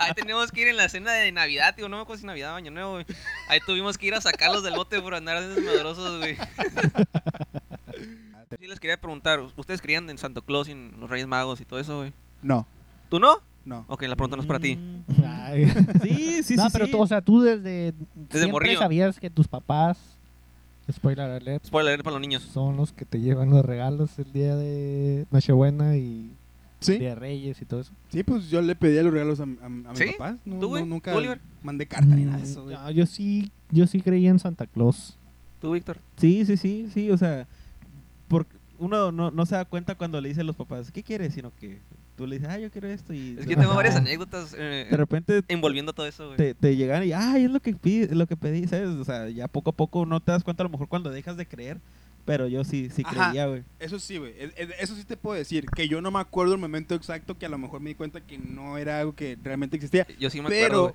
Speaker 3: Ahí teníamos que ir en la cena de Navidad, tío. No me acuerdo si Navidad o Año Nuevo, güey. Ahí tuvimos que ir a sacarlos del bote por andar desmadrosos, güey. Sí les quería preguntar, ¿ustedes creían en Santo Claus y en los Reyes Magos y todo eso, güey?
Speaker 2: No,
Speaker 3: ¿Tú no?
Speaker 2: no.
Speaker 3: Ok, la pregunta no es para
Speaker 4: Mm.
Speaker 3: ti.
Speaker 2: Mm.
Speaker 4: Ay.
Speaker 1: Sí, sí,
Speaker 4: no,
Speaker 1: sí.
Speaker 4: pero
Speaker 1: sí.
Speaker 4: tú, o sea, tú desde, siempre
Speaker 3: morrillo.
Speaker 4: sabías que tus papás, spoiler alert,
Speaker 3: Spoiler para los niños.
Speaker 4: son los que te llevan los regalos el día de Nochebuena y
Speaker 2: Sí,
Speaker 4: Día de Reyes y todo eso.
Speaker 2: sí, pues yo le pedía los regalos a, a, a mis
Speaker 3: ¿Sí?
Speaker 2: papás. No,
Speaker 3: ¿Tú, güey?
Speaker 2: no, nunca
Speaker 3: ¿Tú, Oliver?
Speaker 2: mandé carta ni nada de Ah, eso.
Speaker 4: Mm,
Speaker 2: güey.
Speaker 4: no, yo sí, yo sí creía en Santa Claus.
Speaker 3: ¿Tú, Víctor?
Speaker 1: Sí, sí, sí, sí, o sea, porque uno no, no se da cuenta cuando le dicen los papás, ¿qué quieres? Sino que tú le dices, ah, yo quiero esto y
Speaker 3: Es que yo tengo
Speaker 1: Ajá.
Speaker 3: varias anécdotas eh,
Speaker 1: De repente
Speaker 3: envolviendo todo eso, güey.
Speaker 1: te, te llegan y, ay, es lo que, pi- lo que pedí, ¿sabes? O sea, ya poco a poco no te das cuenta a lo mejor cuando dejas de creer, pero yo sí, sí
Speaker 2: Ajá.
Speaker 1: creía, güey.
Speaker 2: Eso sí, güey. e- e- Eso sí te puedo decir. Que yo no me acuerdo el momento exacto que a lo mejor me di cuenta que no era algo que realmente existía.
Speaker 3: Yo sí me acuerdo,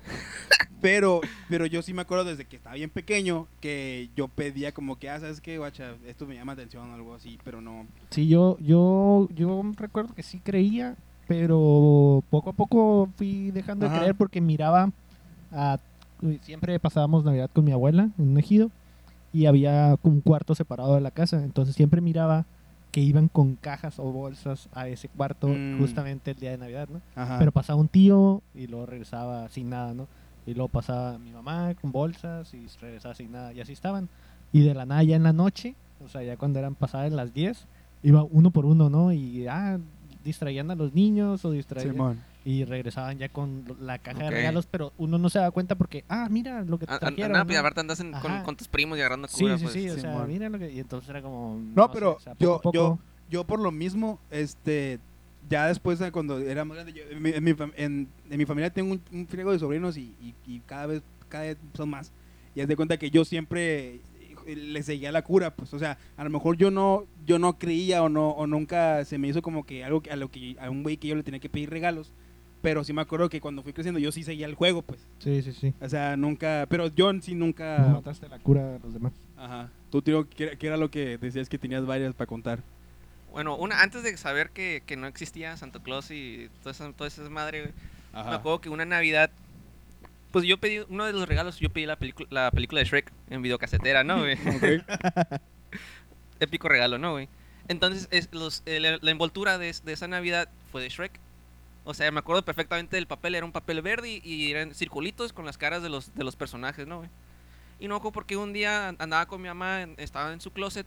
Speaker 2: Pero,
Speaker 3: güey.
Speaker 2: pero, pero yo sí me acuerdo desde que estaba bien pequeño que yo pedía como que, ah, ¿sabes qué, guacha? Esto me llama atención o algo así, pero no.
Speaker 4: Sí, yo, yo, yo recuerdo que sí creía, pero poco a poco fui dejando
Speaker 2: Ajá.
Speaker 4: de creer porque miraba a uy, siempre pasábamos Navidad con mi abuela en un ejido y había un cuarto separado de la casa, entonces siempre miraba que iban con cajas o bolsas a ese cuarto
Speaker 2: Mm.
Speaker 4: justamente el día de Navidad, ¿no?
Speaker 2: Ajá.
Speaker 4: Pero pasaba un tío y luego regresaba sin nada, ¿no? Y luego pasaba mi mamá con bolsas y regresaba sin nada. Y así estaban. Y de la nada ya en la noche, o sea, ya cuando eran pasadas las 10, iba uno por uno, ¿no? Y ah, distraían a los niños o distraían.
Speaker 2: Simón.
Speaker 4: y regresaban ya con lo- la caja
Speaker 3: Ok.
Speaker 4: de regalos, pero uno no se daba cuenta porque, ah, mira lo que te
Speaker 3: Ah, ah,
Speaker 4: trajeron.
Speaker 3: nada,
Speaker 4: ¿no?
Speaker 3: pues aparte andas en- con,
Speaker 4: Ajá.
Speaker 3: con tus primos y agarrando
Speaker 4: sí,
Speaker 3: cura,
Speaker 4: sí,
Speaker 3: pues.
Speaker 4: sí, o sea,
Speaker 2: Simón.
Speaker 4: mira lo que... Y entonces era como...
Speaker 2: No,
Speaker 4: sé,
Speaker 2: pero
Speaker 4: o sea,
Speaker 2: yo,
Speaker 4: poco a
Speaker 2: yo,
Speaker 4: poco.
Speaker 2: yo por lo mismo, este, ya después de cuando era más grande, yo- en, mi, en mi fam- en- en mi familia tengo un, un friego de sobrinos y, y- y cada vez, cada vez son más. Y haz de cuenta que yo siempre eh, le seguía la cura, pues, o sea, a lo mejor yo no, yo no creía o no, o nunca se me hizo como que algo que- a lo que a un güey que yo le tenía que pedir regalos. Pero sí me acuerdo que cuando fui creciendo yo sí seguía el juego, pues.
Speaker 4: Sí, sí, sí.
Speaker 2: O sea, nunca, pero yo en sí
Speaker 4: No
Speaker 2: nunca.
Speaker 4: mataste la cura a los demás.
Speaker 2: Ajá. Tú, tío, ¿qué era- qué era lo que decías que tenías varias para contar?
Speaker 3: Bueno, una, antes de saber que, que no existía Santo Claus y toda esa, toda esa madre, güey, me acuerdo que una Navidad, pues yo pedí, uno de los regalos, yo pedí la, pelicu- la película de Shrek en videocasetera, ¿no,
Speaker 2: Ok.
Speaker 3: güey? Épico regalo, ¿no, güey? Entonces, es, los, eh, la, la envoltura de, es- de esa Navidad fue de Shrek. O sea, me acuerdo perfectamente del papel, era un papel verde y, y eran circulitos con las caras de los, de los personajes, ¿no, güey? Y no ojo porque un día andaba con mi mamá, en- estaba en su closet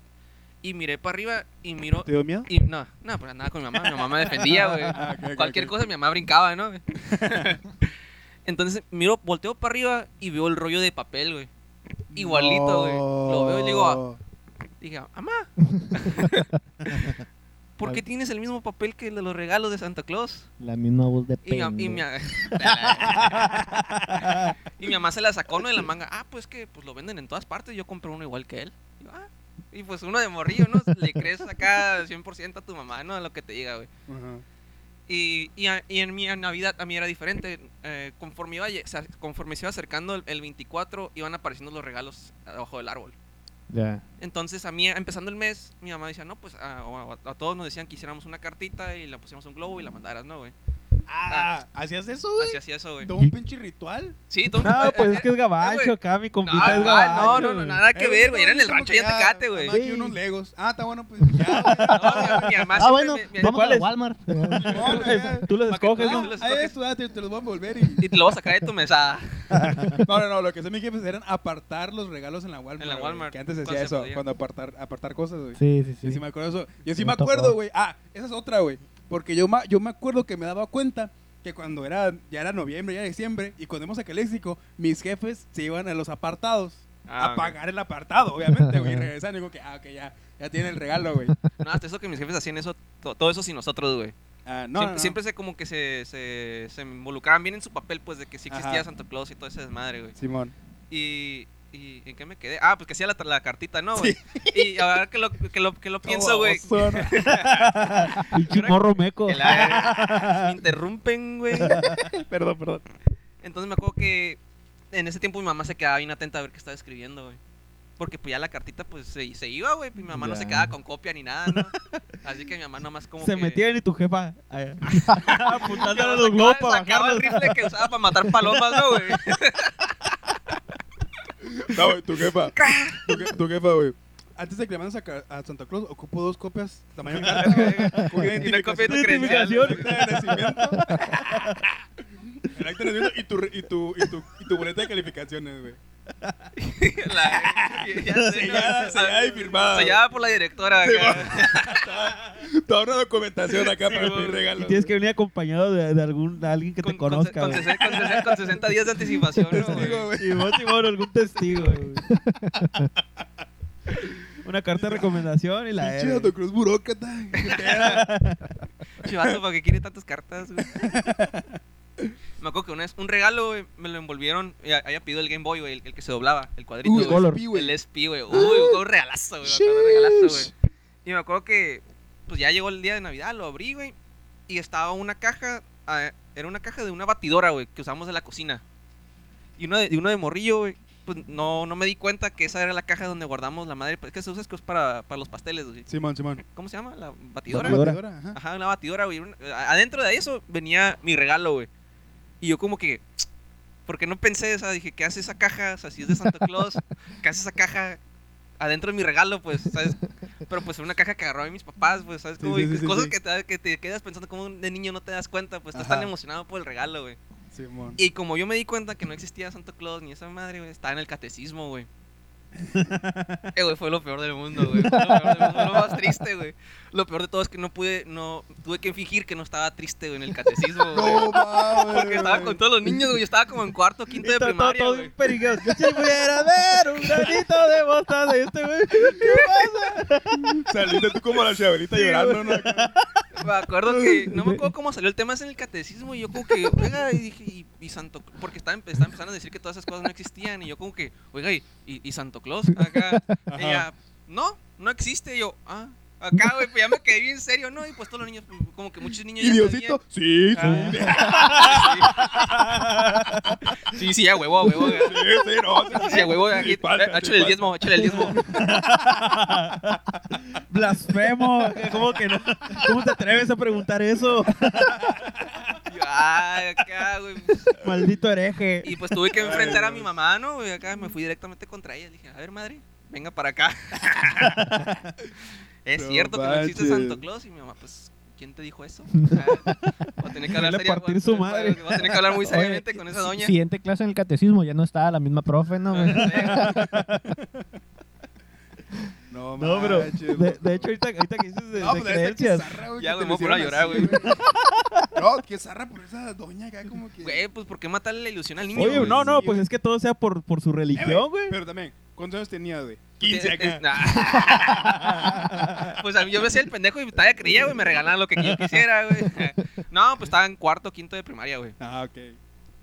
Speaker 3: y miré para arriba y miró.
Speaker 2: ¿Te dio miedo?
Speaker 3: Y no, no, pues andaba con mi mamá, mi mamá me defendía, güey.
Speaker 2: Ah, ok, ok,
Speaker 3: Cualquier
Speaker 2: ok.
Speaker 3: cosa mi mamá brincaba, ¿no? Entonces miro, volteo para arriba y veo el rollo de papel, güey. Igualito, güey. Lo veo y le digo, ah,
Speaker 2: No.
Speaker 3: Dije, mamá. ¿Por qué tienes el mismo papel que el de los regalos de Santa Claus?
Speaker 4: La misma voz de
Speaker 3: Y, mi- y mi,
Speaker 4: pendejo.
Speaker 3: y mi mamá se la sacó ¿no? de la manga. Ah, pues que pues lo venden en todas partes. Yo compré uno igual que él. Y, yo, "Ah". Y, pues uno de morrillo, ¿no? Le crees acá 100% a tu mamá, ¿no? A lo que te diga, güey.
Speaker 2: Ajá.
Speaker 3: Y, y, a- y en mi Navidad a mí era diferente. Eh, conforme, iba, lle- se- conforme se iba acercando el, el 24, iban apareciendo los regalos abajo del árbol.
Speaker 4: Ya.
Speaker 3: Entonces, a mí, empezando el mes, mi mamá decía, no, pues a, o a- a todos nos decían que hiciéramos una cartita y la pusiéramos un globo y la mandaras, ¿no, güey?
Speaker 2: Ah, ¿hacías eso, güey?
Speaker 3: Así hacía eso, güey.
Speaker 2: ¿Todo un pinche ritual?
Speaker 3: Sí, todo-
Speaker 1: No,
Speaker 3: eh,
Speaker 1: pues
Speaker 3: eh,
Speaker 1: es que es
Speaker 3: eh,
Speaker 1: gabacho
Speaker 3: güey.
Speaker 1: acá, mi
Speaker 3: No,
Speaker 1: compita es
Speaker 3: ah,
Speaker 1: gabacho.
Speaker 3: no, no, no,
Speaker 1: güey.
Speaker 3: nada que
Speaker 2: Eh,
Speaker 3: ver, güey. Era en el
Speaker 2: como
Speaker 3: rancho
Speaker 2: que
Speaker 3: allá en
Speaker 2: ya,
Speaker 3: Tecate, güey.
Speaker 2: nomás aquí
Speaker 1: Sí.
Speaker 2: unos legos. Ah, está bueno, pues ya, güey.
Speaker 3: No, mi- mi mamá
Speaker 4: Ah,
Speaker 3: siempre
Speaker 4: bueno,
Speaker 3: me- me-
Speaker 4: vamos a
Speaker 1: ¿Cuál
Speaker 4: la
Speaker 1: es?
Speaker 4: Walmart.
Speaker 2: No, güey. Ah,
Speaker 1: Tú los
Speaker 3: Pa' que
Speaker 1: escoges,
Speaker 3: tú-
Speaker 1: ¿no?
Speaker 3: los
Speaker 2: Ahí
Speaker 3: toques.
Speaker 2: es, date, te los voy a envolver y...
Speaker 3: Y te lo vas a sacar de tu mesada.
Speaker 2: No, no, no, lo que hacían mis jefes eran apartar los regalos en la Walmart.
Speaker 3: En la
Speaker 2: güey,
Speaker 3: Walmart,
Speaker 2: que antes
Speaker 3: cuando
Speaker 2: hacía
Speaker 3: se
Speaker 2: eso,
Speaker 3: podía.
Speaker 2: cuando apartar, apartar cosas, güey.
Speaker 4: Sí, sí,
Speaker 2: Yo sí
Speaker 4: sí.
Speaker 2: me acuerdo eso. Yo sí
Speaker 4: Sí,
Speaker 2: me
Speaker 4: me tocó.
Speaker 2: acuerdo, güey. Ah, esa es otra, güey. Porque yo, ma- yo me acuerdo que me daba cuenta que cuando era, ya era noviembre, ya era diciembre, y cuando íbamos a Caléxico, mis jefes se iban a los apartados.
Speaker 3: Ah,
Speaker 2: a
Speaker 3: ok.
Speaker 2: pagar el apartado, obviamente, güey. Y regresan y digo que, ah, ok, ya, ya tiene el regalo, güey.
Speaker 3: No, hasta eso que mis jefes hacían eso, to- todo eso sin nosotros, güey.
Speaker 2: Ah, no,
Speaker 3: siempre,
Speaker 2: no, no.
Speaker 3: siempre se como que se, se, se involucraban bien en su papel, pues, de que sí existía
Speaker 2: Ajá.
Speaker 3: Santa Claus y todo ese desmadre, güey.
Speaker 2: Simón.
Speaker 3: Y, y ¿en qué me quedé? Ah, pues que hacía la, la cartita, ¿no, güey? Y ahora que lo, que lo, que lo
Speaker 2: Oh,
Speaker 3: pienso, güey.
Speaker 2: Baboso, ¿no?
Speaker 1: Pinche morro meco.
Speaker 3: que la- me interrumpen, güey.
Speaker 2: perdón, perdón.
Speaker 3: Entonces me acuerdo que en ese tiempo mi mamá se quedaba bien atenta a ver qué estaba escribiendo, güey. Porque pues ya la cartita pues se, se iba, güey. Mi mamá no se
Speaker 4: Ya.
Speaker 3: quedaba con copia ni nada, ¿no? Así que mi mamá nomás como
Speaker 1: Se
Speaker 3: que...
Speaker 1: metían y tu jefa ay, apuntándole a los
Speaker 3: Sacaba-
Speaker 1: globos para
Speaker 3: sacaba
Speaker 1: bajarlos.
Speaker 3: el rifle que usaba para matar palomas, ¿no, güey?
Speaker 2: No, güey, tu jefa. Tu, je- tu jefa, güey. Antes de que le mandes a, ca- a Santa Claus, ocupo dos copias tamaño carta, güey, con
Speaker 3: Y una copia de tu credencial.
Speaker 1: Identificación.
Speaker 2: El acta de nacimiento. El acta de nacimiento y tu, re- y tu, y tu, y tu boleta de calificaciones, güey.
Speaker 3: La- ya sé,
Speaker 2: Sellada-
Speaker 3: ¿no?
Speaker 2: sellada y firmada.
Speaker 3: Sellada por la directora.
Speaker 2: Sí,
Speaker 3: acá.
Speaker 2: Toda una documentación acá para
Speaker 3: güey.
Speaker 2: mi regalo.
Speaker 1: Y tienes que venir acompañado de, de algún de alguien que
Speaker 3: Con-
Speaker 1: te
Speaker 3: con se-
Speaker 1: conozca,
Speaker 3: Con,
Speaker 1: güey.
Speaker 3: sesen- con sesen- con 60 días de anticipación, ¿no, güey?
Speaker 2: Testigo, güey.
Speaker 1: Y vos, Simón, algún testigo, güey. Una carta de recomendación y la
Speaker 2: Pinche
Speaker 1: R.
Speaker 2: Santa Cruz burócrata.
Speaker 3: Chivato, ¿para qué quiere tantas cartas, güey? Me acuerdo que una vez, un regalo, güey, me lo envolvieron. y a- Había pedido el Game Boy, güey, el, el que se doblaba, el cuadrito.
Speaker 2: Uy,
Speaker 3: güey.
Speaker 4: color.
Speaker 2: SP, güey.
Speaker 3: El SP, güey. Uy, un regalazo, güey. me acuerdo, un regalazo, güey. Y me acuerdo que, pues ya llegó el día de Navidad, lo abrí, güey. Y estaba una caja, ah, era una caja de una batidora, güey, que usamos en la cocina. Y uno de, y uno de morrillo, güey. Pues no, no me di cuenta que esa era la caja donde guardamos la madre. Pues que se usa es que es para, para los pasteles, güey.
Speaker 2: Simón, Simón.
Speaker 3: ¿Cómo se llama? La batidora.
Speaker 4: Batidora.
Speaker 2: ajá.
Speaker 3: Ajá, una batidora, güey. Un- a- Adentro de eso venía mi regalo, güey. Y yo como que... Porque no pensé, o sea, dije, ¿qué hace esa caja? O sea, si es de Santa Claus, ¿qué hace esa caja adentro de mi regalo? Pues, ¿sabes? Pero pues era una caja que agarró a mis papás, pues, ¿sabes?
Speaker 2: Sí,
Speaker 3: Como,
Speaker 2: sí,
Speaker 3: y
Speaker 2: sí, sí,
Speaker 3: cosas
Speaker 2: sí.
Speaker 3: Que, te, que te quedas pensando como de niño no te das cuenta, pues estás tan
Speaker 2: Ajá.
Speaker 3: emocionado por el regalo, güey.
Speaker 2: Simón.
Speaker 3: Y como yo me di cuenta que no existía Santa Claus ni esa madre, güey, estaba en el catecismo, güey. Eh, güey, fue lo peor del mundo, güey. Fue Lo, peor del mundo, fue lo más triste, güey. Lo peor de todo es que no pude, no, tuve que fingir que no estaba triste, güey, en el catecismo, güey.
Speaker 2: No mames.
Speaker 3: Porque estaba con todos los niños, güey. Yo estaba como en cuarto,
Speaker 1: Y
Speaker 3: quinto
Speaker 1: todo,
Speaker 3: de
Speaker 1: todo,
Speaker 3: primaria,
Speaker 1: todo
Speaker 3: güey.
Speaker 1: bien perigueado. Si pudiera ver un granito de mostaza y este güey.
Speaker 2: Saliste tú como la chaverita llorando, ¿no?
Speaker 3: Me acuerdo que, no me acuerdo cómo salió el tema ese en el catecismo y yo como que, oiga, y dije, y, y Santo, Cl- porque estaba, empe- estaba empezando a decir que todas esas cosas no existían y yo como que, oiga, y, y, y Santo Claus acá, ella, no, no existe, y yo, ah, acá, güey, pues ya me quedé bien serio, ¿no? Y pues todos los niños, como que muchos niños
Speaker 2: ¿Y
Speaker 3: ya
Speaker 2: Diosito? Sí, sí.
Speaker 1: Ah.
Speaker 3: sabían. Ah, Sí, sí, ya huevo, a huevo,
Speaker 2: Sí, sí, no. sí,
Speaker 3: Sí, a huevo, aquí, eh,
Speaker 2: Ni falta, ni
Speaker 3: échale el
Speaker 2: falta.
Speaker 3: diezmo, échale el diezmo.
Speaker 1: Blasfemo. ¿Cómo que no? ¿Cómo te atreves a preguntar eso?
Speaker 3: Y yo, ah, acá, güey. pues,
Speaker 1: Maldito hereje.
Speaker 3: Y pues tuve que enfrentar a mi mamá, ¿no? Y acá me fui directamente contra ella. Le dije, a ver, madre, venga para acá. es
Speaker 2: No
Speaker 3: cierto que no existe
Speaker 2: manches.
Speaker 3: Santo Claus. Y mi mamá, pues, ¿quién te dijo eso? Va a tener que hablar
Speaker 1: Dale a
Speaker 3: seria-
Speaker 1: partir
Speaker 3: va-
Speaker 1: su
Speaker 3: va-
Speaker 1: madre.
Speaker 3: va a tener que hablar muy
Speaker 4: Oye,
Speaker 3: seriamente con esa
Speaker 4: si-
Speaker 3: doña. Ah,
Speaker 4: Siguiente clase en el catecismo, ya no estaba la misma profe, ¿no? güey?
Speaker 3: pues,
Speaker 2: No,
Speaker 1: No, pero
Speaker 2: manches,
Speaker 1: de,
Speaker 2: loco.
Speaker 1: de hecho ahorita, ahorita que dices de,
Speaker 2: Ah, No,
Speaker 1: de
Speaker 2: pues, esta
Speaker 1: creencias,
Speaker 2: quizarra,
Speaker 3: Ya,
Speaker 2: que te
Speaker 3: güey, me voy a
Speaker 2: hicieron
Speaker 3: llorar,
Speaker 2: así, güey. No, que zarra por esa doña acá como que...
Speaker 3: Güey, pues ¿por qué matarle la ilusión al niño?
Speaker 1: Oye,
Speaker 3: güey?
Speaker 1: no, no,
Speaker 2: Sí,
Speaker 1: pues
Speaker 2: güey.
Speaker 1: es que todo sea por, por su
Speaker 2: Eh,
Speaker 1: religión, güey.
Speaker 2: Pero también, ¿cuántos años tenía, güey?
Speaker 3: Es-
Speaker 2: 15
Speaker 3: es-
Speaker 2: acá.
Speaker 3: nah. Pues a mí yo me hacía el pendejo y todavía creía, güey, me regalaban lo que yo quisiera, güey. No, pues estaba en cuarto, quinto de primaria, güey.
Speaker 2: Ah, ok.
Speaker 3: Pues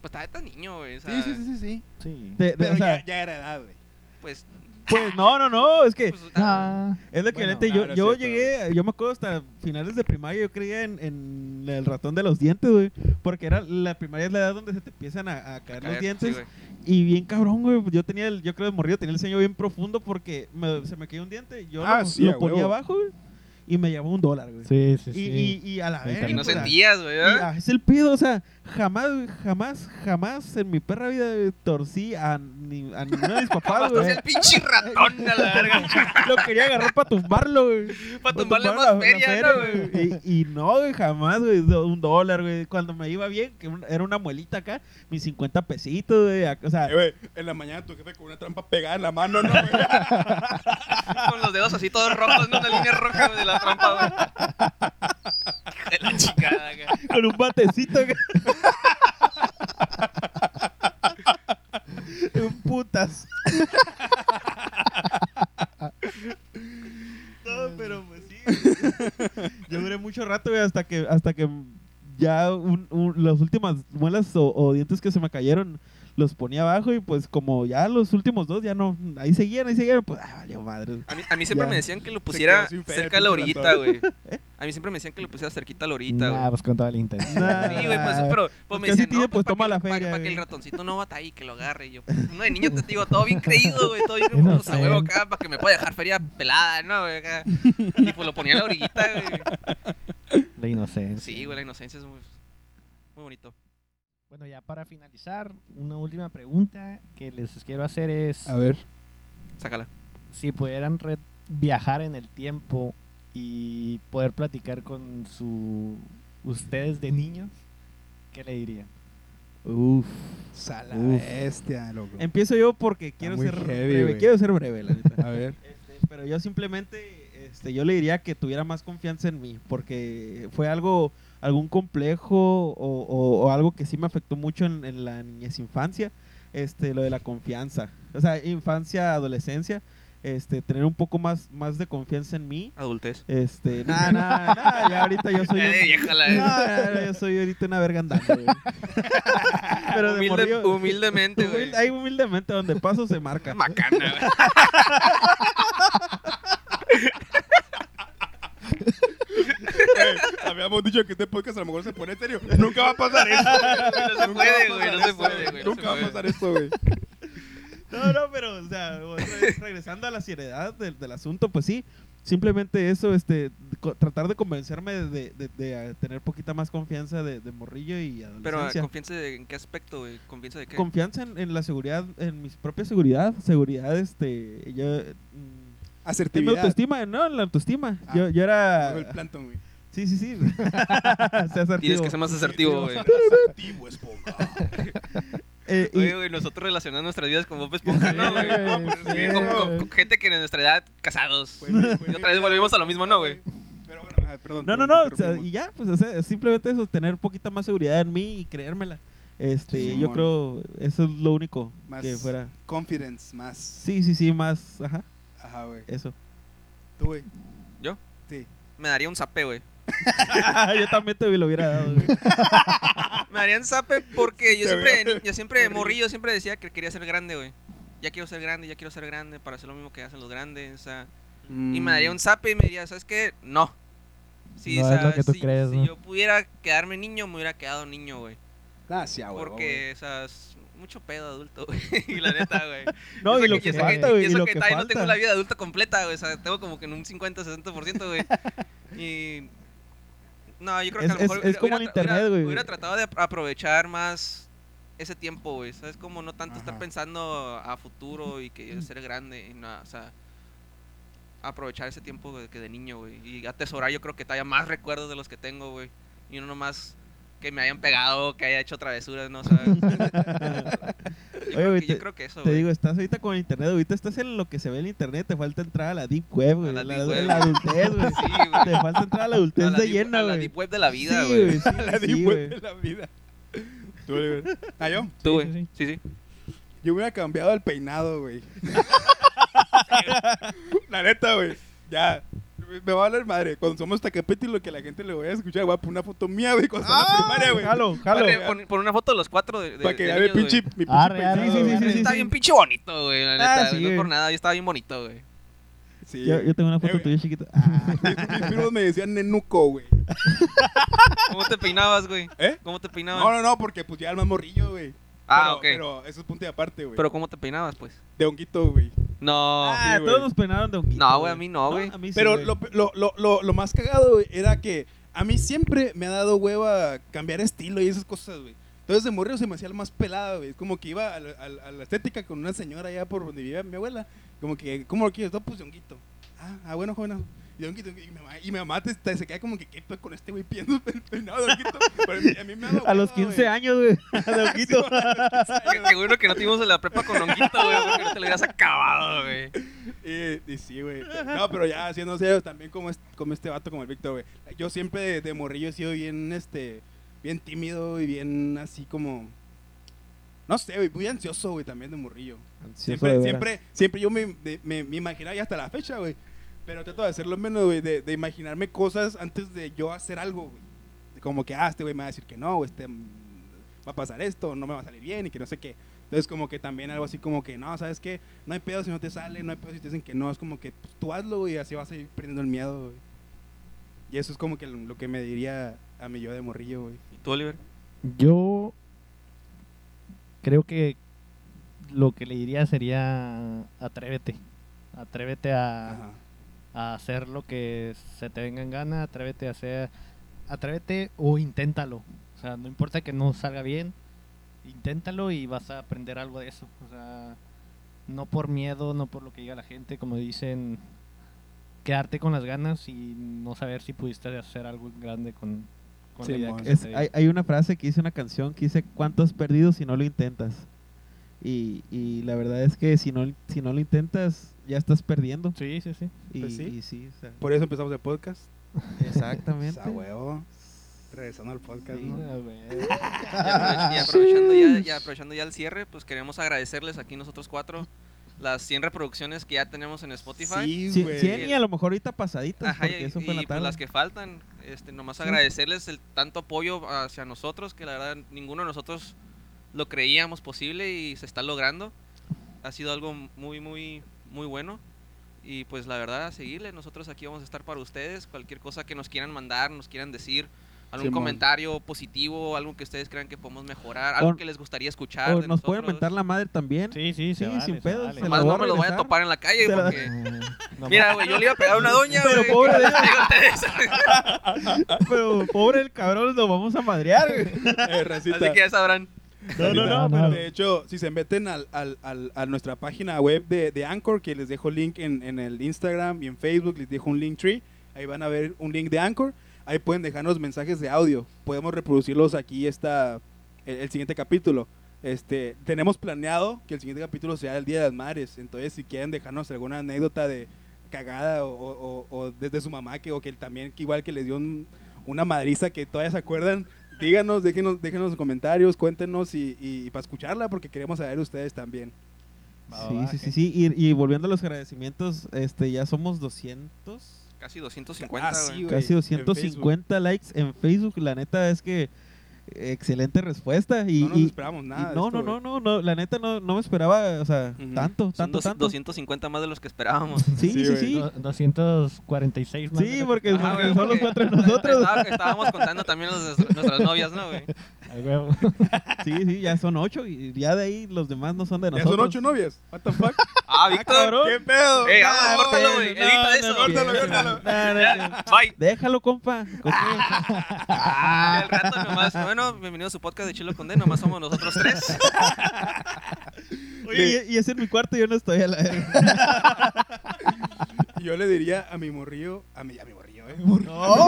Speaker 3: estaba tan niño, güey. o
Speaker 2: Sí,
Speaker 3: sea,
Speaker 2: sí, sí, sí, sí.
Speaker 4: sí.
Speaker 1: De- de-
Speaker 2: Pero
Speaker 1: o sea,
Speaker 2: ya, ya era edad, güey.
Speaker 3: Pues,
Speaker 1: pues no, no, no, es que
Speaker 3: pues, estaba-
Speaker 4: Ah,
Speaker 1: es lo que
Speaker 4: Bueno,
Speaker 1: neta,
Speaker 2: ah,
Speaker 1: yo,
Speaker 2: no es
Speaker 1: yo
Speaker 2: cierto.
Speaker 1: llegué, yo me acuerdo hasta finales de primaria, yo creía en, en el ratón de los dientes, güey, porque era la primaria es la edad donde se te empiezan a, a caer los
Speaker 3: caer,
Speaker 1: dientes
Speaker 3: sí, güey.
Speaker 1: y bien cabrón, güey, pues yo tenía el, yo creo de morrido tenía el ceño bien profundo porque me- se me cayó un diente, yo
Speaker 2: Ah,
Speaker 1: lo,
Speaker 2: sí,
Speaker 1: lo
Speaker 2: a
Speaker 1: ponía
Speaker 2: huevo.
Speaker 1: abajo, güey, y me llamó un dólar, güey.
Speaker 4: sí, sí,
Speaker 1: Y,
Speaker 4: sí.
Speaker 1: y- y a la
Speaker 4: Sí,
Speaker 1: vez.
Speaker 4: también.
Speaker 3: Y no
Speaker 4: pues,
Speaker 3: sentías, güey. ¿verdad?
Speaker 1: Y, ah, es el pido, o sea, jamás, güey, jamás, jamás en mi perra vida güey, torcí a, ni, a ninguno de mis papás,
Speaker 3: Es
Speaker 1: güey.
Speaker 3: el pinche ratón a la verga.
Speaker 1: Lo quería agarrar para tumbarlo, güey.
Speaker 3: Para
Speaker 1: Pa'
Speaker 3: tumbarle
Speaker 1: tumbar
Speaker 3: más
Speaker 1: la- la
Speaker 3: feria,
Speaker 1: feria,
Speaker 3: ¿no, güey?
Speaker 1: güey. Y, y no, güey, jamás, güey, do- un dólar, güey. Cuando me iba bien, que un- era una muelita acá, mis 50 pesitos, güey. ac- O sea,
Speaker 2: Eh, güey, en la mañana tu jefe con una trampa pegada en la mano, ¿no, güey?
Speaker 3: Con los dedos así todos rojos, ¿no? una línea roja güey, de la trampa, güey. Hija de la chingada, güey.
Speaker 1: con un batecito. güey. un putas. no, pero pues sí. güey. Yo duré mucho rato, güey, hasta que, hasta que ya un- un- las últimas muelas o, o dientes que se me cayeron los ponía abajo y pues como ya los últimos dos ya no, ahí seguían, ahí seguían, pues, ah, valió madre.
Speaker 3: A mí, a mí siempre
Speaker 1: Ya.
Speaker 3: me decían que lo pusiera
Speaker 2: quedó sin feria,
Speaker 3: cerca de la
Speaker 2: pinche
Speaker 3: orillita,
Speaker 2: ratón.
Speaker 3: güey. A mí siempre me decían que lo pusiera cerquita a la orillita, güey.
Speaker 4: Nah, pues con toda la intención.
Speaker 1: Nah.
Speaker 3: Sí, güey, pues, pero pues
Speaker 1: Pues
Speaker 3: me
Speaker 1: casi
Speaker 3: decían,
Speaker 1: tiene, pues,
Speaker 3: no, pues, para
Speaker 1: toma
Speaker 3: que-
Speaker 1: la
Speaker 3: para-
Speaker 1: feria,
Speaker 3: para que el
Speaker 1: güey.
Speaker 3: ratoncito no batalle y que lo agarre. Y yo, pues, uno de niño te digo, todo bien creído, güey, todo bien
Speaker 4: Inocente.
Speaker 3: pues, a huevo acá, para que me pueda dejar feria pelada, ¿no? güey, acá. Y pues lo ponía en la orillita, güey.
Speaker 4: La inocencia.
Speaker 3: Sí, güey, la inocencia es muy, muy bonito.
Speaker 4: Bueno, ya para finalizar, una última pregunta que les quiero hacer es
Speaker 2: ver.
Speaker 3: Sácala.
Speaker 4: si pudieran re- viajar en el tiempo y poder platicar con su ustedes de niños, ¿qué le dirían?
Speaker 1: Uf.
Speaker 2: Sala
Speaker 3: eh.
Speaker 1: Uf. Em,
Speaker 2: bestia, loco.
Speaker 1: Empiezo yo porque quiero
Speaker 2: muy
Speaker 1: ser
Speaker 2: heavy,
Speaker 1: breve,
Speaker 2: güey.
Speaker 1: quiero ser breve, la neta.
Speaker 2: A ver.
Speaker 1: Este, pero yo simplemente, este, yo le diría que tuviera más confianza en mí, porque fue algo, algún complejo o, o- o algo que sí me afectó mucho en, en la niñez infancia, este, lo de la confianza, o sea, infancia, adolescencia, este, tener un poco más, más de confianza en mí,
Speaker 3: Adultez.
Speaker 1: este, nada, nada, nada, ya ahorita yo soy,
Speaker 3: Eh,
Speaker 1: un- Ah,
Speaker 3: vieja la-
Speaker 1: nah, nah, nah, yo soy ahorita una verga andando, güey. pero de
Speaker 3: Humilde-
Speaker 1: morrillo-
Speaker 3: humildemente, güey.
Speaker 1: humilde- ahí humildemente donde paso se marca.
Speaker 3: Macana, güey.
Speaker 2: Eh, habíamos dicho que este podcast a lo mejor se pone en serio. Nunca va a pasar
Speaker 3: No
Speaker 2: esto.
Speaker 3: se
Speaker 2: Nunca va a
Speaker 3: puede,
Speaker 2: pasar
Speaker 3: güey, no
Speaker 2: esto,
Speaker 3: se puede, güey, no
Speaker 2: Nunca
Speaker 3: se
Speaker 2: va a
Speaker 3: puede.
Speaker 2: pasar esto, güey.
Speaker 1: No, no, pero, o sea, otra vez, regresando a la seriedad del, del asunto, pues sí, simplemente eso, este, co- tratar de convencerme de, de- de, eh, tener poquita más confianza de, de morrillo y
Speaker 3: Pero ah,
Speaker 1: adolescencia.
Speaker 3: confianza de- en qué aspecto, güey. Confianza de qué.
Speaker 1: confianza en, en la seguridad, en mi propia seguridad, seguridad, este, yo, mm, en mi
Speaker 2: Asertividad.
Speaker 1: autoestima, no, en la autoestima.
Speaker 2: Ah.
Speaker 1: yo, yo
Speaker 2: Como el
Speaker 1: era,
Speaker 2: plantón, güey.
Speaker 1: sí, sí, sí, Se asertivo.
Speaker 3: Tienes que ser más asertivo, güey.
Speaker 2: Asertivo, esponja.
Speaker 1: Eh, y-
Speaker 3: Oye, güey, nosotros relacionamos nuestras vidas con Bob Esponja, ¿no, güey?
Speaker 4: Sí,
Speaker 3: No, pues,
Speaker 4: sí,
Speaker 3: sí, con, con-
Speaker 4: güey.
Speaker 3: con gente que en nuestra edad casados.
Speaker 1: pues,
Speaker 2: Fue- fue-
Speaker 3: Y otra vez volvimos a lo mismo, ¿no, güey?
Speaker 2: Pero bueno, ah, perdón.
Speaker 1: No, no,
Speaker 2: perdón,
Speaker 1: no,
Speaker 2: te
Speaker 1: o sea,
Speaker 2: interrumpimos.
Speaker 1: y ya, pues o sea, simplemente eso, tener poquita más seguridad en mí y creérmela. Este, yo
Speaker 2: Simón.
Speaker 1: creo, eso es lo único
Speaker 2: Más-
Speaker 1: que fuera.
Speaker 2: Confidence más.
Speaker 1: Sí, sí, sí, más, ajá,
Speaker 2: Ajá, güey.
Speaker 1: eso.
Speaker 2: Tú, güey.
Speaker 3: ¿Yo?
Speaker 2: Sí.
Speaker 3: Me daría un zape, güey.
Speaker 1: yo también te lo hubiera dado, güey.
Speaker 3: Me daría un zape porque yo
Speaker 2: Te
Speaker 3: siempre,
Speaker 2: veo.
Speaker 3: yo siempre de morrillo, siempre decía que quería ser grande, güey. Ya quiero ser grande, ya quiero ser grande para hacer lo mismo que hacen los grandes, o sea. Mm. Y me daría un zape y me diría, ¿sabes qué? No. Si,
Speaker 4: Mm. No
Speaker 3: o
Speaker 4: es
Speaker 3: sea,
Speaker 4: lo que tú
Speaker 3: si-
Speaker 4: crees,
Speaker 3: si
Speaker 4: ¿no?
Speaker 3: yo pudiera quedarme niño, me hubiera quedado niño, güey.
Speaker 2: Gracias, güey.
Speaker 3: Porque, o sea, es mucho pedo adulto, güey. Y la neta, güey.
Speaker 1: No,
Speaker 3: Eso
Speaker 1: y lo
Speaker 3: que-
Speaker 1: que
Speaker 3: eso
Speaker 1: falta,
Speaker 3: que-
Speaker 1: güey, y
Speaker 3: eso
Speaker 1: lo
Speaker 3: que
Speaker 1: que
Speaker 3: todavía no tengo la
Speaker 1: falta.
Speaker 3: vida adulta completa, güey. O sea, tengo como que en un 50-60%, güey. Y. No, yo creo que a
Speaker 1: Es-
Speaker 3: lo mejor.
Speaker 1: es- es como el internet,
Speaker 3: hubiera-
Speaker 1: güey.
Speaker 3: Hubiera tratado de ap- aprovechar más ese tiempo, güey. ¿Sabes? Como no tanto estar
Speaker 2: Ajá.
Speaker 3: pensando a futuro y que yo ser grande. Y nada, o sea. aprovechar ese tiempo güey, que de niño, güey. Y atesorar yo creo que todavía más recuerdos de los que tengo, güey. Y no nomás que me hayan pegado, que haya hecho travesuras, ¿no? O sea, yo, creo
Speaker 1: güey,
Speaker 3: que, yo creo que eso,
Speaker 1: Te
Speaker 3: güey.
Speaker 1: digo, estás ahorita con el internet, ahorita estás en lo que se ve en el internet, te falta entrar a la deep web, güey.
Speaker 3: la
Speaker 1: La,
Speaker 3: deep web.
Speaker 1: la adultez, güey.
Speaker 3: Sí, güey.
Speaker 1: Te falta entrar a la
Speaker 3: A
Speaker 1: adultez
Speaker 3: la
Speaker 1: de
Speaker 3: deep-
Speaker 1: lleno,
Speaker 3: a la
Speaker 1: güey.
Speaker 3: deep web de la vida,
Speaker 1: Sí,
Speaker 3: güey.
Speaker 1: sí,
Speaker 2: La
Speaker 1: sí, güey.
Speaker 2: di vuelta en la vida. Tú, güey. Ah, yo.
Speaker 3: Tú,
Speaker 4: Sí,
Speaker 3: güey. Sí,
Speaker 4: sí,
Speaker 3: sí.
Speaker 2: Yo hubiera cambiado el peinado, güey. la neta, güey. Ya. Me va a valer madre. Cuando somos Tacapete y lo que la gente le voy a escuchar, voy a poner una foto mía, güey, cuando estaba en primaria, güey.
Speaker 1: Jalo, jalo.
Speaker 3: Arre, pon, pon una foto de los cuatro de, de-
Speaker 2: Para que
Speaker 3: Ah, de
Speaker 2: vea mi
Speaker 3: niños,
Speaker 2: pinche,
Speaker 3: güey.
Speaker 2: mi pinche
Speaker 4: Arre,
Speaker 2: peinado,
Speaker 4: arre,
Speaker 1: Ah, sí, sí,
Speaker 2: güey.
Speaker 1: sí, sí,
Speaker 3: Está
Speaker 1: sí.
Speaker 3: bien pinche bonito, güey. La neta,
Speaker 1: sí,
Speaker 3: güey, no
Speaker 1: güey.
Speaker 3: es por nada, yo estaba bien bonito, güey.
Speaker 2: Sí.
Speaker 1: Yo, yo tengo una foto
Speaker 2: Eh, güey.
Speaker 1: tuya chiquita.
Speaker 2: Mis, mis primos me decían nenuco, güey.
Speaker 3: ¿Cómo te peinabas, güey?
Speaker 2: ¿Eh?
Speaker 3: ¿Cómo te peinabas?
Speaker 2: No, no, no, porque pues ya era el más morrillo, güey. pero,
Speaker 3: ah, ok. Pero,
Speaker 2: Pero eso es punto y aparte, güey.
Speaker 3: ¿cómo te peinabas, pues?
Speaker 2: De honguito, güey.
Speaker 3: No.
Speaker 1: Ah,
Speaker 2: sí, güey.
Speaker 1: todos nos peinaron de honguito.
Speaker 3: No, güey, a mí no, güey.
Speaker 1: a mí sí,
Speaker 2: Pero
Speaker 1: güey.
Speaker 2: lo, lo, lo, lo, lo más cagado, güey, era que a mí siempre me ha dado hueva cambiar estilo y esas cosas, güey. Entonces de morrillo se me hacía el más pelado, güey. Es Como que iba a, la- a la- a la estética con una señora allá por donde vivía mi abuela. Como que, ¿cómo lo quieres? No, pues de honguito. Ah, ah, bueno, joven. ah, de honguito. Y mi mamá, y mi mamá te- te- se queda como que, ¿qué pedo con este güey pidiendo el peinado de honguito? Pero a mí- a mí me ha dado
Speaker 1: A los
Speaker 2: hueva,
Speaker 1: 15
Speaker 2: güey.
Speaker 1: años, güey. De honguito.
Speaker 3: Te- Seguro que no te íbamos en la prepa con honguito, güey, porque no te lo hubieras acabado, güey.
Speaker 2: Y, y sí, güey. No, pero ya siendo serios, también como, es- como este vato, como el Víctor, güey. Yo siempre de, de morrillo he sido bien, este, bien tímido y bien así como... No sé, güey, muy ansioso, güey, también de morrillo.
Speaker 1: Sí,
Speaker 2: Siempre,
Speaker 1: güey,
Speaker 2: siempre, siempre yo me, de- me, me imaginaba y hasta la fecha, güey. Pero trato de hacerlo menos, güey, de, de imaginarme cosas antes de yo hacer algo, güey. Como que, ah, este güey me va a decir que no, este mm, va a pasar esto, no me va a salir bien y que no sé qué. Entonces, como que también algo así como que, no, ¿sabes qué? No hay pedo si no te sale, no hay pedo si te dicen que no. Es como que pues, tú hazlo, güey, y así vas a ir perdiendo el miedo, güey. Y eso es como que lo, lo que me diría a mí yo de morrillo, güey.
Speaker 3: ¿Y tú, Oliver?
Speaker 4: Yo creo que lo que le diría sería atrévete. Atrévete a,
Speaker 1: Ah.
Speaker 2: Ajá.
Speaker 4: a hacer lo que se te venga en gana, atrévete a hacer atrévete o inténtalo. O sea, no importa que no salga bien, inténtalo y vas a aprender algo de eso. O sea, no por miedo, no por lo que diga la gente, como dicen, quedarte con las ganas y no saber si pudiste hacer algo grande con, con la idea
Speaker 2: Simón.
Speaker 4: que se
Speaker 1: Es-
Speaker 4: te dio.
Speaker 1: hay, hay una frase que hice una canción que dice cuánto has perdido si no lo intentas. Y, y la verdad es que si no, si no lo intentas, ya estás perdiendo.
Speaker 4: Sí, sí, sí.
Speaker 1: Y,
Speaker 2: Pues sí.
Speaker 1: y sí, o sea,
Speaker 2: Por eso empezamos el podcast.
Speaker 1: exactamente.
Speaker 2: Sa huevo. Regresando al podcast,
Speaker 1: Sí,
Speaker 2: ¿no?
Speaker 1: güey.
Speaker 3: Y, aprove- y aprovechando ya, y aprovechando ya el cierre, pues queremos agradecerles aquí nosotros cuatro las 100 reproducciones que ya tenemos en Spotify.
Speaker 1: Cien-
Speaker 2: Sí, ¿eh? güey.
Speaker 1: cien y a lo mejor ahorita pasaditas,
Speaker 3: Ajá,
Speaker 1: porque
Speaker 3: y,
Speaker 1: eso fue en
Speaker 3: y,
Speaker 1: la
Speaker 3: pues,
Speaker 1: tarde.
Speaker 3: las que faltan, este, nomás agradecerles el tanto apoyo hacia nosotros, que la verdad ninguno de nosotros lo creíamos posible y se está logrando. Ha sido algo muy, muy, muy bueno. Y pues la verdad, a seguirle, nosotros aquí vamos a estar para ustedes. Cualquier cosa que nos quieran mandar, nos quieran decir, algún
Speaker 2: Simón.
Speaker 3: comentario positivo, algo que ustedes crean que podemos mejorar, algo
Speaker 1: O-
Speaker 3: que les gustaría escuchar.
Speaker 1: O
Speaker 3: de
Speaker 1: nos pueden
Speaker 3: nosotros.
Speaker 1: mentar la madre también.
Speaker 4: Sí,
Speaker 1: Sí,
Speaker 4: sí, se vale,
Speaker 1: sin
Speaker 4: se
Speaker 1: pedos,
Speaker 4: vale.
Speaker 1: se la
Speaker 3: Nomás
Speaker 1: voy
Speaker 3: no
Speaker 1: a
Speaker 3: me lo voy a
Speaker 1: regresar.
Speaker 3: topar en la calle
Speaker 1: Se la-
Speaker 3: porque...
Speaker 4: No
Speaker 3: Mira,
Speaker 4: más.
Speaker 3: güey, yo le iba a pegar a una doña,
Speaker 1: Pero
Speaker 3: güey. que
Speaker 1: pobre de
Speaker 3: les digo a ustedes.
Speaker 1: Pero pobre el cabrón, lo vamos a madrear. güey.
Speaker 2: Eh, racita.
Speaker 3: Así que ya sabrán.
Speaker 2: No, no, no,
Speaker 4: No,
Speaker 2: pero
Speaker 4: no.
Speaker 2: de hecho, si se meten al, al- al- a nuestra página web de, de Anchor, que les dejo link en, en el Instagram y en Facebook, les dejo un link tree, ahí van a ver un link de Anchor, ahí pueden dejarnos mensajes de audio, podemos reproducirlos aquí esta, el, el siguiente capítulo. Este, tenemos planeado que el siguiente capítulo sea el Día de las Madres, entonces si quieren dejarnos alguna anécdota de cagada o, o- o- o desde su mamá, que, o que también que igual que les dio un- una madriza que todavía se acuerdan, Díganos, déjenos, déjenos comentarios, cuéntenos y, y, para escucharla porque queremos saber ustedes también.
Speaker 4: Va,
Speaker 1: Sí,
Speaker 4: va,
Speaker 1: sí, sí,
Speaker 4: que-
Speaker 1: sí. Y, y volviendo a los agradecimientos, este ya somos 200.
Speaker 3: Casi 250,
Speaker 2: Ah, sí,
Speaker 3: güey.
Speaker 2: güey.
Speaker 1: Casi
Speaker 2: en
Speaker 1: 250 likes en Facebook. La neta es que eh, excelente respuesta. Y,
Speaker 2: no nos
Speaker 1: y-
Speaker 2: esperamos
Speaker 1: y
Speaker 2: nada. de
Speaker 1: no,
Speaker 2: esto,
Speaker 1: no, no,
Speaker 2: güey.
Speaker 1: no, no, la neta no, no me esperaba, o sea,
Speaker 2: Ujú.
Speaker 1: tanto,
Speaker 3: Son
Speaker 1: tanto,
Speaker 3: dos-
Speaker 1: tanto.
Speaker 3: 250 más de los que esperábamos.
Speaker 1: Sí,
Speaker 2: Sí,
Speaker 1: sí,
Speaker 2: güey.
Speaker 1: sí.
Speaker 4: Do- 246 más.
Speaker 1: Sí,
Speaker 4: de lo que
Speaker 1: porque-
Speaker 4: estaba.
Speaker 1: Ajá,
Speaker 3: Ah, güey,
Speaker 1: son los
Speaker 3: porque
Speaker 1: cuatro de
Speaker 3: pensaba
Speaker 1: nosotros.
Speaker 3: que estábamos contando también los de nuestras novias, ¿no, güey?
Speaker 1: Ah,
Speaker 4: Ay, huevo.
Speaker 1: Sí, sí, ya son ocho y ya de ahí los demás no son de
Speaker 2: Ya
Speaker 1: nosotros.
Speaker 2: son ocho novias. What the fuck?
Speaker 3: Ah,
Speaker 2: Ah,
Speaker 3: Víctor.
Speaker 2: cabrón. ¿Qué pedo?
Speaker 3: Eh,
Speaker 2: No,
Speaker 3: ah,
Speaker 2: no,
Speaker 3: córtalo, güey. Edita eso.
Speaker 2: Córtalo, córtalo.
Speaker 1: no, no, no.
Speaker 3: Bye.
Speaker 1: Déjalo, compa. Compa.
Speaker 3: Y al rato nomás. Bueno, bienvenido a su podcast de Chilo Condé. Nomás somos nosotros tres.
Speaker 1: Oye, y, y es en mi cuarto, yo no estoy a la verga.
Speaker 2: Yo, yo le diría a mi morrillo, a mi, a mi morrillo, eh.
Speaker 5: No,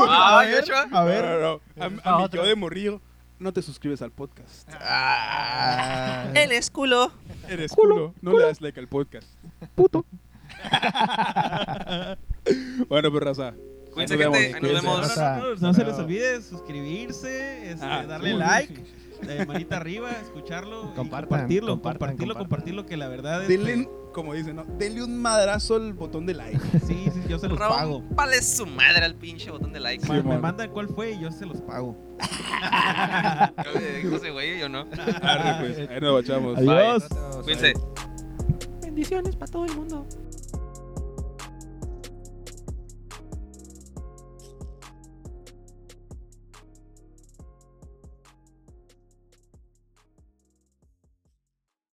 Speaker 3: Ah,
Speaker 5: a ver,
Speaker 3: Joshua.
Speaker 5: a
Speaker 2: No,
Speaker 5: ver.
Speaker 2: no, no. A,
Speaker 4: Esa
Speaker 2: a mi
Speaker 4: otra.
Speaker 2: yo de morrillo, no te suscribes al podcast.
Speaker 5: Ah.
Speaker 3: Él es culo.
Speaker 2: Eres culo, no le das like al podcast.
Speaker 1: Puto.
Speaker 2: Bueno, pues raza.
Speaker 3: Cuídense,
Speaker 2: Ahí nos
Speaker 3: gente. Ahí nos
Speaker 2: cuídense.
Speaker 1: No,
Speaker 3: vemos.
Speaker 1: no, no, no se les olvide suscribirse, este,
Speaker 2: Ah,
Speaker 1: darle
Speaker 2: sí,
Speaker 1: like, eh, manita arriba, escucharlo, y
Speaker 4: Compartan,
Speaker 1: compartirlo,
Speaker 4: compartan,
Speaker 1: compartirlo,
Speaker 4: compartan.
Speaker 1: compartirlo, que la verdad es
Speaker 2: Denle, como dicen, ¿no? Denle un madrazo al botón de like.
Speaker 1: sí, sí, yo se los pago.
Speaker 3: Raúl, vale su madre al pinche botón de like.
Speaker 1: Ma- me
Speaker 2: Simón.
Speaker 1: mandan cuál fue y yo se los pago.
Speaker 3: Dijo ese eh, güey, yo no.
Speaker 2: Arre, pues. Ahí nos bachamos.
Speaker 1: Adiós.
Speaker 3: Cuídense.
Speaker 5: Bendiciones para todo el mundo.